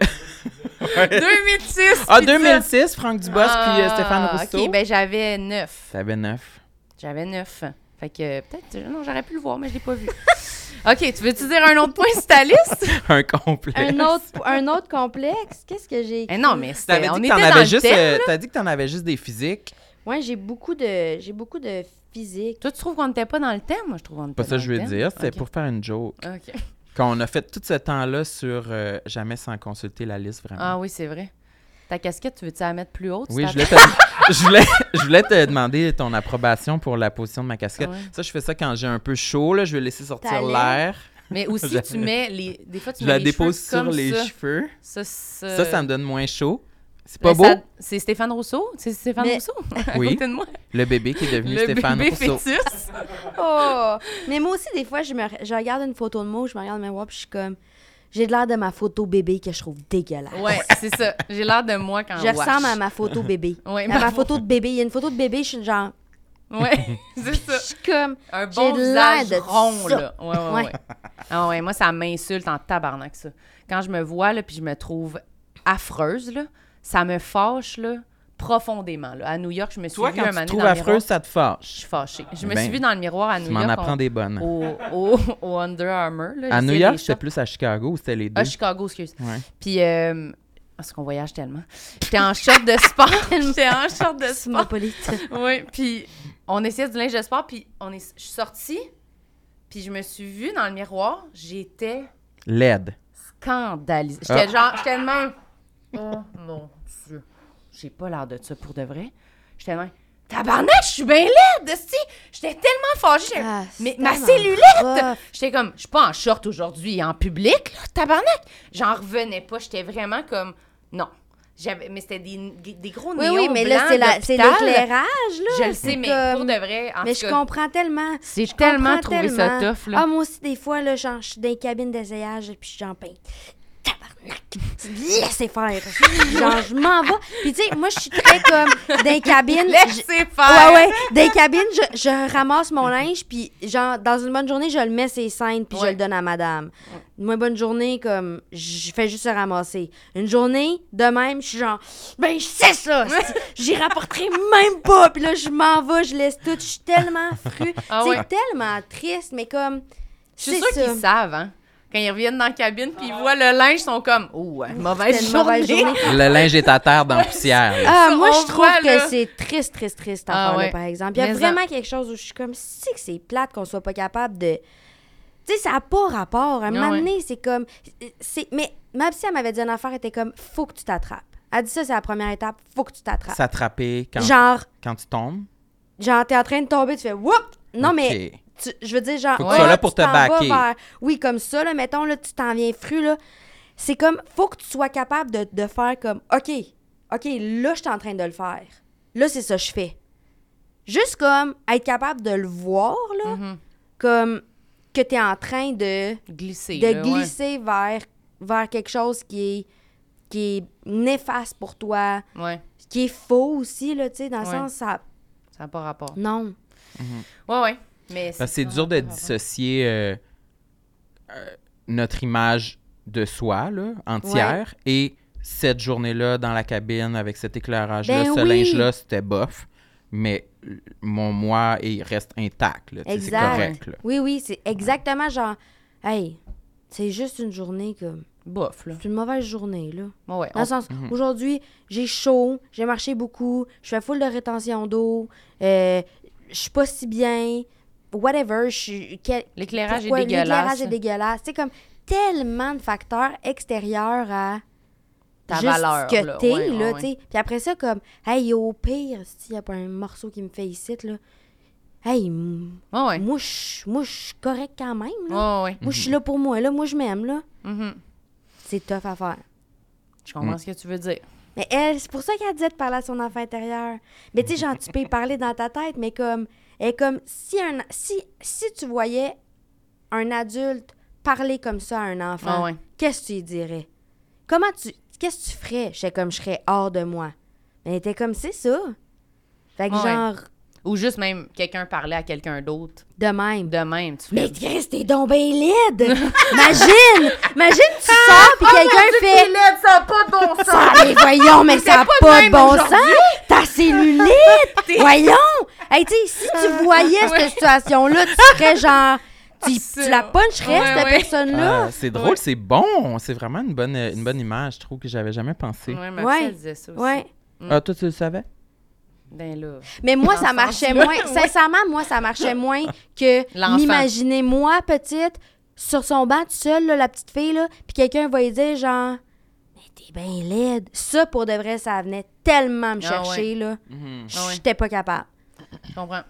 Speaker 3: 2006!
Speaker 2: Ah,
Speaker 3: pizza.
Speaker 2: 2006, Franck Dubos puis euh, Stéphane
Speaker 3: Ah,
Speaker 2: Rousseau.
Speaker 3: Ok, ben j'avais neuf.
Speaker 2: T'avais neuf. [laughs]
Speaker 3: J'avais neuf. Fait que peut-être, euh, non, j'aurais pu le voir, mais je l'ai
Speaker 2: [laughs]
Speaker 3: pas vu. OK, tu veux-tu dire un autre point sur ta liste?
Speaker 2: Un complet.
Speaker 4: [laughs] un, autre, un autre complexe? Qu'est-ce que j'ai.
Speaker 3: Eh
Speaker 4: écrit?
Speaker 3: non, mais
Speaker 2: [laughs] T'avais
Speaker 3: c'était,
Speaker 2: dit
Speaker 3: on
Speaker 2: que
Speaker 3: était
Speaker 2: t'en
Speaker 3: dans
Speaker 2: avais
Speaker 3: le
Speaker 2: juste,
Speaker 3: thème.
Speaker 2: euh, t'as dit que t'en avais juste des physiques.
Speaker 4: Ouais, j'ai beaucoup de. J'ai beaucoup de physique.
Speaker 3: Toi, tu trouves qu'on n'était pas dans le thème? Moi, je trouve qu'on était
Speaker 2: Pas ça
Speaker 3: dans
Speaker 2: que je
Speaker 3: le
Speaker 2: veux
Speaker 3: thème.
Speaker 2: dire, c'était
Speaker 3: OK.
Speaker 2: pour faire une joke.
Speaker 3: OK.
Speaker 2: Quand on a fait tout ce temps-là sur euh, jamais sans consulter la liste vraiment.
Speaker 3: Ah oui, c'est vrai. Ta casquette, tu veux-tu la mettre plus haute?
Speaker 2: oui,
Speaker 3: sur
Speaker 2: je
Speaker 3: ta
Speaker 2: voulais, te, [laughs] je, voulais, je voulais te demander ton approbation pour la position de ma casquette.
Speaker 3: Ah, Ouais.
Speaker 2: Ça, je fais ça quand j'ai un peu chaud, là, je vais laisser sortir
Speaker 4: T'allais-
Speaker 2: l'air. [laughs]
Speaker 3: Mais aussi, tu mets les... Des fois, tu
Speaker 2: Je
Speaker 3: mets
Speaker 2: la
Speaker 3: les
Speaker 2: dépose
Speaker 3: cheveux
Speaker 2: sur
Speaker 3: comme
Speaker 2: les
Speaker 3: ça.
Speaker 2: cheveux.
Speaker 3: Ça, ça...
Speaker 2: Ça, ça me donne moins chaud. C'est
Speaker 3: Mais
Speaker 2: pas beau?
Speaker 3: ben, ça- C'est Stéphane Rousseau? C'est Stéphane
Speaker 4: Mais-
Speaker 3: Rousseau? [laughs] À
Speaker 2: Oui.
Speaker 3: côté de moi.
Speaker 2: Le bébé qui est devenu
Speaker 3: Le
Speaker 2: Stéphane
Speaker 3: bébé
Speaker 2: Rousseau.
Speaker 3: fœtus.
Speaker 4: Oh! mais moi aussi, des fois, je, me, je regarde une photo de moi, je me regarde dans le miroir, puis je suis comme. J'ai de l'air de ma photo bébé que je trouve dégueulasse.
Speaker 3: [laughs] Ouais, c'est ça. J'ai l'air de moi quand
Speaker 4: Je ressemble à ma photo bébé.
Speaker 3: Oh, [laughs] Ouais,
Speaker 4: à
Speaker 3: ma
Speaker 4: ma, photo de bébé. Il y a une photo de bébé, je suis genre.
Speaker 2: [laughs]
Speaker 3: Ouais, [laughs] c'est
Speaker 4: Je
Speaker 3: ça.
Speaker 4: suis comme.
Speaker 3: Un
Speaker 4: J'ai
Speaker 3: bon
Speaker 4: de
Speaker 3: visage
Speaker 4: l'air de
Speaker 3: rond,
Speaker 4: ça.
Speaker 3: là. Ouais, ouais, ouais.
Speaker 4: Ouais.
Speaker 3: Ah ouais, moi, ça m'insulte en tabarnak, ça. Quand je me vois, là, puis je me trouve affreuse, là, ça me fâche, là, profondément, là. À New York, je me suis
Speaker 2: Toi,
Speaker 3: vue un
Speaker 2: quand tu
Speaker 3: moment
Speaker 2: te
Speaker 3: donné dans
Speaker 2: trouves
Speaker 3: le miroir.
Speaker 2: affreuse, ça te
Speaker 3: Je
Speaker 2: fâche.
Speaker 3: suis fâchée. Je me
Speaker 2: Ben,
Speaker 3: suis vue dans le miroir à New
Speaker 2: Tu m'en
Speaker 3: York.
Speaker 2: apprends
Speaker 3: on-
Speaker 2: des bonnes.
Speaker 3: Au, au, [laughs] au Under Armour, là.
Speaker 2: À
Speaker 3: J'essayais
Speaker 2: New
Speaker 3: des
Speaker 2: York, c'était
Speaker 3: shorts.
Speaker 2: plus à Chicago, c'était les deux.
Speaker 3: Ah, Chicago, excuse.
Speaker 2: Ouais.
Speaker 3: Puis, euh, parce qu'on voyage tellement. J'étais en short de sport. [laughs] J'étais en short de sport. [laughs]
Speaker 4: Cosmopolite.
Speaker 3: Oui, puis on essayait du linge de sport, puis on est... je suis sortie, puis je me suis vue dans le miroir, j'étais
Speaker 2: Laide.
Speaker 3: scandalisée. J'étais
Speaker 2: Ah.
Speaker 3: genre, j'étais de même,
Speaker 4: Ah.
Speaker 3: oh mon Dieu, j'ai pas l'air de ça pour de vrai. J'étais de même, tabarnak, je suis bien laide, esti! J'étais tellement fâchée, j'étais-
Speaker 4: Ah, c'est
Speaker 3: mais ma
Speaker 4: tellement
Speaker 3: cellulite!
Speaker 4: rough.
Speaker 3: J'étais comme, je suis pas en short aujourd'hui en public, là, tabarnak! J'en revenais pas, j'étais vraiment comme, non. J'avais, mais c'était des, des gros
Speaker 4: Oui,
Speaker 3: néons
Speaker 4: oui, mais là,
Speaker 3: blancs
Speaker 4: c'est la- c'est
Speaker 3: d'hôpital.
Speaker 4: l'éclairage, là.
Speaker 3: Je le
Speaker 4: C'est
Speaker 3: sais, mais
Speaker 4: comme-
Speaker 3: pour de vrai, en
Speaker 4: Mais
Speaker 3: tout
Speaker 4: je
Speaker 3: cas,
Speaker 4: comprends tellement.
Speaker 5: C'est
Speaker 4: Je
Speaker 5: tellement
Speaker 4: comprends
Speaker 5: trouvé ça
Speaker 4: tellement.
Speaker 5: tough, là.
Speaker 4: Ah, moi aussi, des fois, là, genre, je suis dans les cabines d'essayage, puis je suis genre, ben, tabarnak, laissez faire. genre, je m'en vais. Puis, tu sais, moi, je suis très comme, dans les cabines.
Speaker 3: [laughs]
Speaker 4: je-
Speaker 3: laissez faire.
Speaker 4: Ouais, ouais. Dans les cabines, je, je ramasse mon linge, puis genre, dans une bonne journée, je le mets ses scènes, puis
Speaker 3: Ouais.
Speaker 4: je le donne à madame. Une moins bonne journée, comme, je fais juste le ramasser. Une journée, de même, je suis genre, ben, je sais ça! c'est- J'y rapporterai même pas! Puis là, je m'en vais, je laisse tout. Je suis tellement fru.
Speaker 3: Ah
Speaker 4: c'est
Speaker 3: ouais.
Speaker 4: tellement triste, mais comme,
Speaker 3: Je suis
Speaker 4: c'est
Speaker 3: sûre
Speaker 4: ça.
Speaker 3: qu'ils savent, hein. Quand ils reviennent dans la cabine puis ils voient le linge, ils sont comme « Oh,
Speaker 4: C'était
Speaker 3: mauvaise
Speaker 4: une
Speaker 3: journée! [laughs]
Speaker 4: mauvaise journée.
Speaker 3: Ah.
Speaker 2: Le linge est à terre dans la poussière. là.
Speaker 4: Ah,
Speaker 3: Ça,
Speaker 4: moi,
Speaker 3: on
Speaker 4: je trouve
Speaker 3: voit,
Speaker 4: que
Speaker 3: là.
Speaker 4: c'est triste, triste, triste, cette
Speaker 3: Ah
Speaker 4: affaire-là,
Speaker 3: ouais.
Speaker 4: par exemple. Il y a
Speaker 3: Mais en-
Speaker 4: vraiment quelque chose où je suis comme, si que c'est plate qu'on soit pas capable de. Tu sais, ça n'a pas rapport. À un
Speaker 3: Ah
Speaker 4: moment
Speaker 3: ouais.
Speaker 4: donné, c'est comme. c'est- Mais ma psy, elle m'avait dit une affaire, elle était comme, faut que tu t'attrapes. Elle dit ça, c'est la première étape, faut que tu
Speaker 3: Ah.
Speaker 4: t'attrapes.
Speaker 2: S'attraper quand,
Speaker 4: Genre,
Speaker 2: quand tu tombes.
Speaker 4: genre t'es en train de tomber, tu fais, whoop! Non,
Speaker 2: Ok.
Speaker 4: mais tu- je veux dire, genre,
Speaker 2: Faut que tu sois
Speaker 4: ah,
Speaker 2: là pour te
Speaker 4: t'en vas
Speaker 2: baquer.
Speaker 4: vers- Oui, comme ça, là, mettons, là, tu t'en viens fru, là. C'est comme, faut que tu sois capable de, de faire comme, OK, OK, là, je suis en train de le faire. Là, c'est ça que je fais. Juste comme, être capable de le voir, là, comme que t'es en train de,
Speaker 5: Glisser.
Speaker 4: de
Speaker 5: là, ouais.
Speaker 4: glisser vers, vers quelque chose qui est, qui est néfaste pour toi,
Speaker 3: Ouais,
Speaker 4: qui est faux aussi, là, tu sais, dans le
Speaker 3: Ouais.
Speaker 4: sens, ça...
Speaker 3: ça n'a pas rapport.
Speaker 4: Non.
Speaker 3: Ouais, ouais. Mais
Speaker 2: Parce que c'est dur de dissocier euh, euh, notre image de soi là, entière et cette journée-là dans la cabine avec cet éclairage-là,
Speaker 4: Ben
Speaker 2: ce
Speaker 4: oui.
Speaker 2: linge-là, c'était bof. Mais euh, mon moi il reste intact. là, tu sais, C'est
Speaker 4: Exact.
Speaker 2: correct. là.
Speaker 4: Oui, oui, c'est exactement genre, hey, c'est juste une journée comme.
Speaker 5: Bof, là.
Speaker 4: C'est une mauvaise journée, là.
Speaker 5: Ouais, ouais.
Speaker 2: Oh.
Speaker 4: Dans le sens,
Speaker 2: Mm-hmm.
Speaker 4: aujourd'hui, j'ai chaud, j'ai marché beaucoup, je fais full de rétention d'eau, euh, je suis pas si bien, whatever, je suis. quel-
Speaker 5: L'éclairage est
Speaker 4: pourquoi
Speaker 5: dégueulasse. hein.
Speaker 4: L'éclairage est dégueulasse. C'est comme tellement de facteurs extérieurs à
Speaker 5: Ta
Speaker 4: juste
Speaker 5: valeur,
Speaker 4: ce que
Speaker 5: là.
Speaker 4: t'es,
Speaker 5: Ouais,
Speaker 4: là,
Speaker 5: ouais,
Speaker 4: tu sais. Puis après ça, comme, hey, au pire, s'il y a pas un morceau qui me fait ici, là, hey, m-
Speaker 3: Ouais, ouais.
Speaker 4: moi, je moi, je suis correct quand même. Là.
Speaker 3: Ouais, ouais.
Speaker 4: Moi, je suis là pour moi. Là. Moi, je m'aime. là.
Speaker 3: Mhm.
Speaker 4: C'est tough à faire.
Speaker 5: Je comprends
Speaker 2: Mm.
Speaker 5: ce que tu veux dire.
Speaker 4: Mais elle, c'est pour ça qu'elle disait de parler à son enfant intérieur. Mais tu sais, genre, tu
Speaker 3: [laughs]
Speaker 4: peux y parler dans ta tête, mais comme, elle est comme si, un, si, si tu voyais un adulte parler comme ça à un enfant,
Speaker 3: Ah ouais.
Speaker 4: qu'est-ce que tu lui dirais? Comment tu. Qu'est-ce que tu ferais? J'étais comme, je serais hors de moi. Mais elle était comme, c'est ça. Fait que,
Speaker 3: Ah ouais.
Speaker 4: genre,
Speaker 3: Ou juste même quelqu'un parler à quelqu'un d'autre.
Speaker 4: de même.
Speaker 3: De même, tu fais...
Speaker 4: Mais Chris, t'es donc
Speaker 3: [laughs]
Speaker 4: bien laide! Imagine! Imagine, tu
Speaker 3: Ah,
Speaker 4: sors, puis quelqu'un fait.
Speaker 3: ça n'a pas de
Speaker 4: [laughs]
Speaker 3: bon sens!
Speaker 4: Ah, mais voyons, mais ça n'a
Speaker 3: pas de
Speaker 4: pas de
Speaker 3: même
Speaker 4: bon
Speaker 3: aujourd'hui.
Speaker 4: sens! Ta cellulite! voyons! Hey, tu sais, si
Speaker 3: Ah,
Speaker 4: tu voyais cette situation-là, tu serais genre. Tu, tu la puncherais,
Speaker 3: Ouais,
Speaker 4: cette
Speaker 3: ouais.
Speaker 4: personne-là.
Speaker 2: Ah, c'est drôle, c'est bon. C'est vraiment une bonne, une bonne image, je trouve, que j'avais jamais pensé.
Speaker 3: Ouais, ma
Speaker 4: Ouais.
Speaker 3: fille, elle disait ça aussi.
Speaker 4: ouais.
Speaker 2: Ah, toi, tu le savais?
Speaker 3: Ben là...
Speaker 4: Mais moi,
Speaker 3: Dans
Speaker 4: ça
Speaker 3: ce
Speaker 4: marchait
Speaker 3: sens-là, [laughs]
Speaker 4: moins. Sincèrement, moi, ça marchait moins que
Speaker 3: L'enfant.
Speaker 4: m'imaginer moi, petite, sur son banc, toute seule, là, la petite fille, là, puis quelqu'un va lui dire, genre, mais t'es bien laide. Ça, pour de vrai, ça venait tellement me
Speaker 3: Ah
Speaker 4: chercher, là.
Speaker 3: Ah ouais.
Speaker 4: J'étais pas capable.
Speaker 3: Je comprends.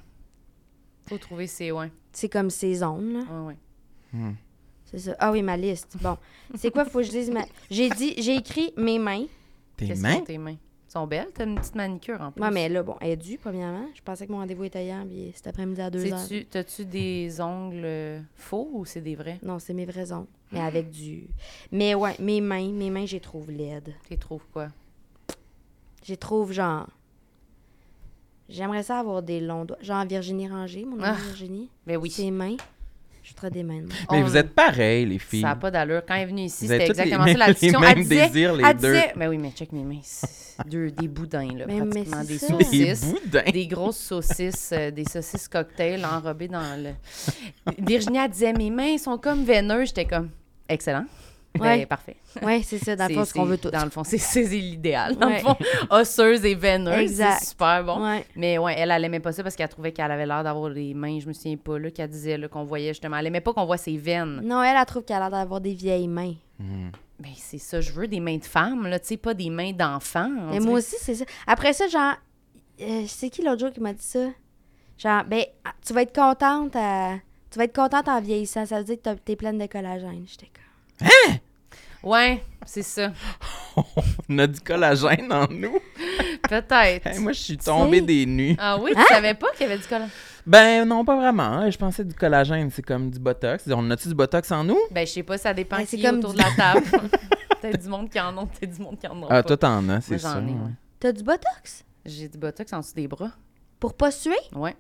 Speaker 3: Faut trouver ses... Ouais,
Speaker 4: C'est comme ces zones, là.
Speaker 3: ouais, ouais.
Speaker 4: C'est ça. Ah oui, ma liste. Bon. C'est quoi, faut que je
Speaker 3: [laughs]
Speaker 4: dise ma... J'ai dit, j'ai écrit mes mains.
Speaker 2: Tes
Speaker 3: Qu'est-ce
Speaker 2: mains?
Speaker 3: que tes mains? Elles sont belles, t'as une petite manicure en plus.
Speaker 4: Moi, mais là, bon, elle est due, premièrement. Je pensais que mon rendez-vous était hier, puis cet après-midi à 2 heures.
Speaker 3: Sais-tu- T'as-tu des ongles euh, faux ou c'est des vrais?
Speaker 4: Non, c'est mes vraies ongles. Mais
Speaker 3: Mm-hmm.
Speaker 4: avec du. Mais ouais, mes mains, mes mains, j'ai trouve laides.
Speaker 3: Tu les trouves quoi?
Speaker 4: J'y trouve genre. J'aimerais ça avoir des longs doigts. Genre Virginie Ranger, mon
Speaker 3: Ah,
Speaker 4: ami Virginie.
Speaker 3: Ben oui.
Speaker 4: Ses mains. Je trouve des mains
Speaker 3: [laughs]
Speaker 4: de même.
Speaker 2: Mais
Speaker 3: On-
Speaker 2: vous êtes pareils, les filles.
Speaker 3: Ça n'a pas d'allure. Quand elle est venue ici,
Speaker 2: Vous avez
Speaker 3: c'était
Speaker 2: toutes les
Speaker 3: exactement
Speaker 2: [laughs] mêmes-
Speaker 3: ça la
Speaker 2: les
Speaker 3: discussion.
Speaker 2: mêmes
Speaker 3: elle disait,
Speaker 2: désirs, les
Speaker 3: elle
Speaker 2: deux.
Speaker 3: disait, mais oui, mais check mes mains. c'est Deux, des boudins, là,
Speaker 4: Mais- mais
Speaker 3: pratiquement.
Speaker 4: c'est
Speaker 3: des
Speaker 4: ça.
Speaker 2: Des
Speaker 3: saucisses.
Speaker 2: boudins.
Speaker 3: Des grosses saucisses, euh, des saucisses cocktails enrobées dans le. Virginie, elle disait, mes mains sont comme veineuses. J'étais comme, excellent. Ben,
Speaker 4: Ouais.
Speaker 3: parfait.
Speaker 4: Ouais, c'est ça, dans le
Speaker 3: C'est-
Speaker 4: fond, ce qu'on
Speaker 3: c'est-
Speaker 4: veut tous.
Speaker 3: Dans le fond, [laughs] c'est c'est l'idéal. Dans
Speaker 4: Ouais.
Speaker 3: le fond, osseuse et veineuse.
Speaker 4: Exact.
Speaker 3: C'est super bon.
Speaker 4: Ouais.
Speaker 3: Mais ouais, elle, elle aimait pas ça parce qu'elle trouvait qu'elle avait l'air d'avoir les mains, je me souviens pas, là, qu'elle disait là, qu'on voyait justement. Elle aimait pas qu'on voit ses veines.
Speaker 4: Non, elle, elle trouve qu'elle a l'air d'avoir des vieilles mains.
Speaker 3: Ben, c'est ça, je veux des mains de femme, là, tu sais, pas des mains d'enfant. on
Speaker 4: Mais
Speaker 3: dirait.
Speaker 4: moi aussi, c'est ça. Après ça, genre, euh, c'est qui l'autre jour qui m'a dit ça? Genre, ben, ah, tu vas être contente euh, à- Tu vas être contente en vieillissant. Ça veut dire que t'as- t'es pleine de collagène. J'étais comme.
Speaker 3: Ouais, c'est
Speaker 4: [laughs]
Speaker 3: ça.
Speaker 2: [laughs] On a du collagène en nous.
Speaker 3: Peut-être.
Speaker 2: Hey, moi, je suis tombée
Speaker 4: sais.
Speaker 2: des nues.
Speaker 3: Ah oui,
Speaker 4: Hein?
Speaker 3: tu savais pas qu'il y avait du collagène?
Speaker 2: Ben non, pas vraiment. Je pensais du collagène, c'est comme du botox. On a-tu du botox en nous?
Speaker 3: Ben, je sais pas, ça dépend
Speaker 4: Ben, c'est
Speaker 3: qui est
Speaker 4: comme
Speaker 3: autour
Speaker 4: du-
Speaker 3: de la
Speaker 4: [laughs]
Speaker 3: table. t'as du monde qui en ont, t'as du monde qui en ont
Speaker 2: Ah,
Speaker 3: pas.
Speaker 2: toi, t'en as,
Speaker 3: Moi,
Speaker 2: c'est
Speaker 3: j'en
Speaker 2: ça.
Speaker 3: ai, ouais.
Speaker 4: T'as du botox?
Speaker 3: J'ai du botox en dessous des bras.
Speaker 4: Pour pas suer?
Speaker 3: Ouais.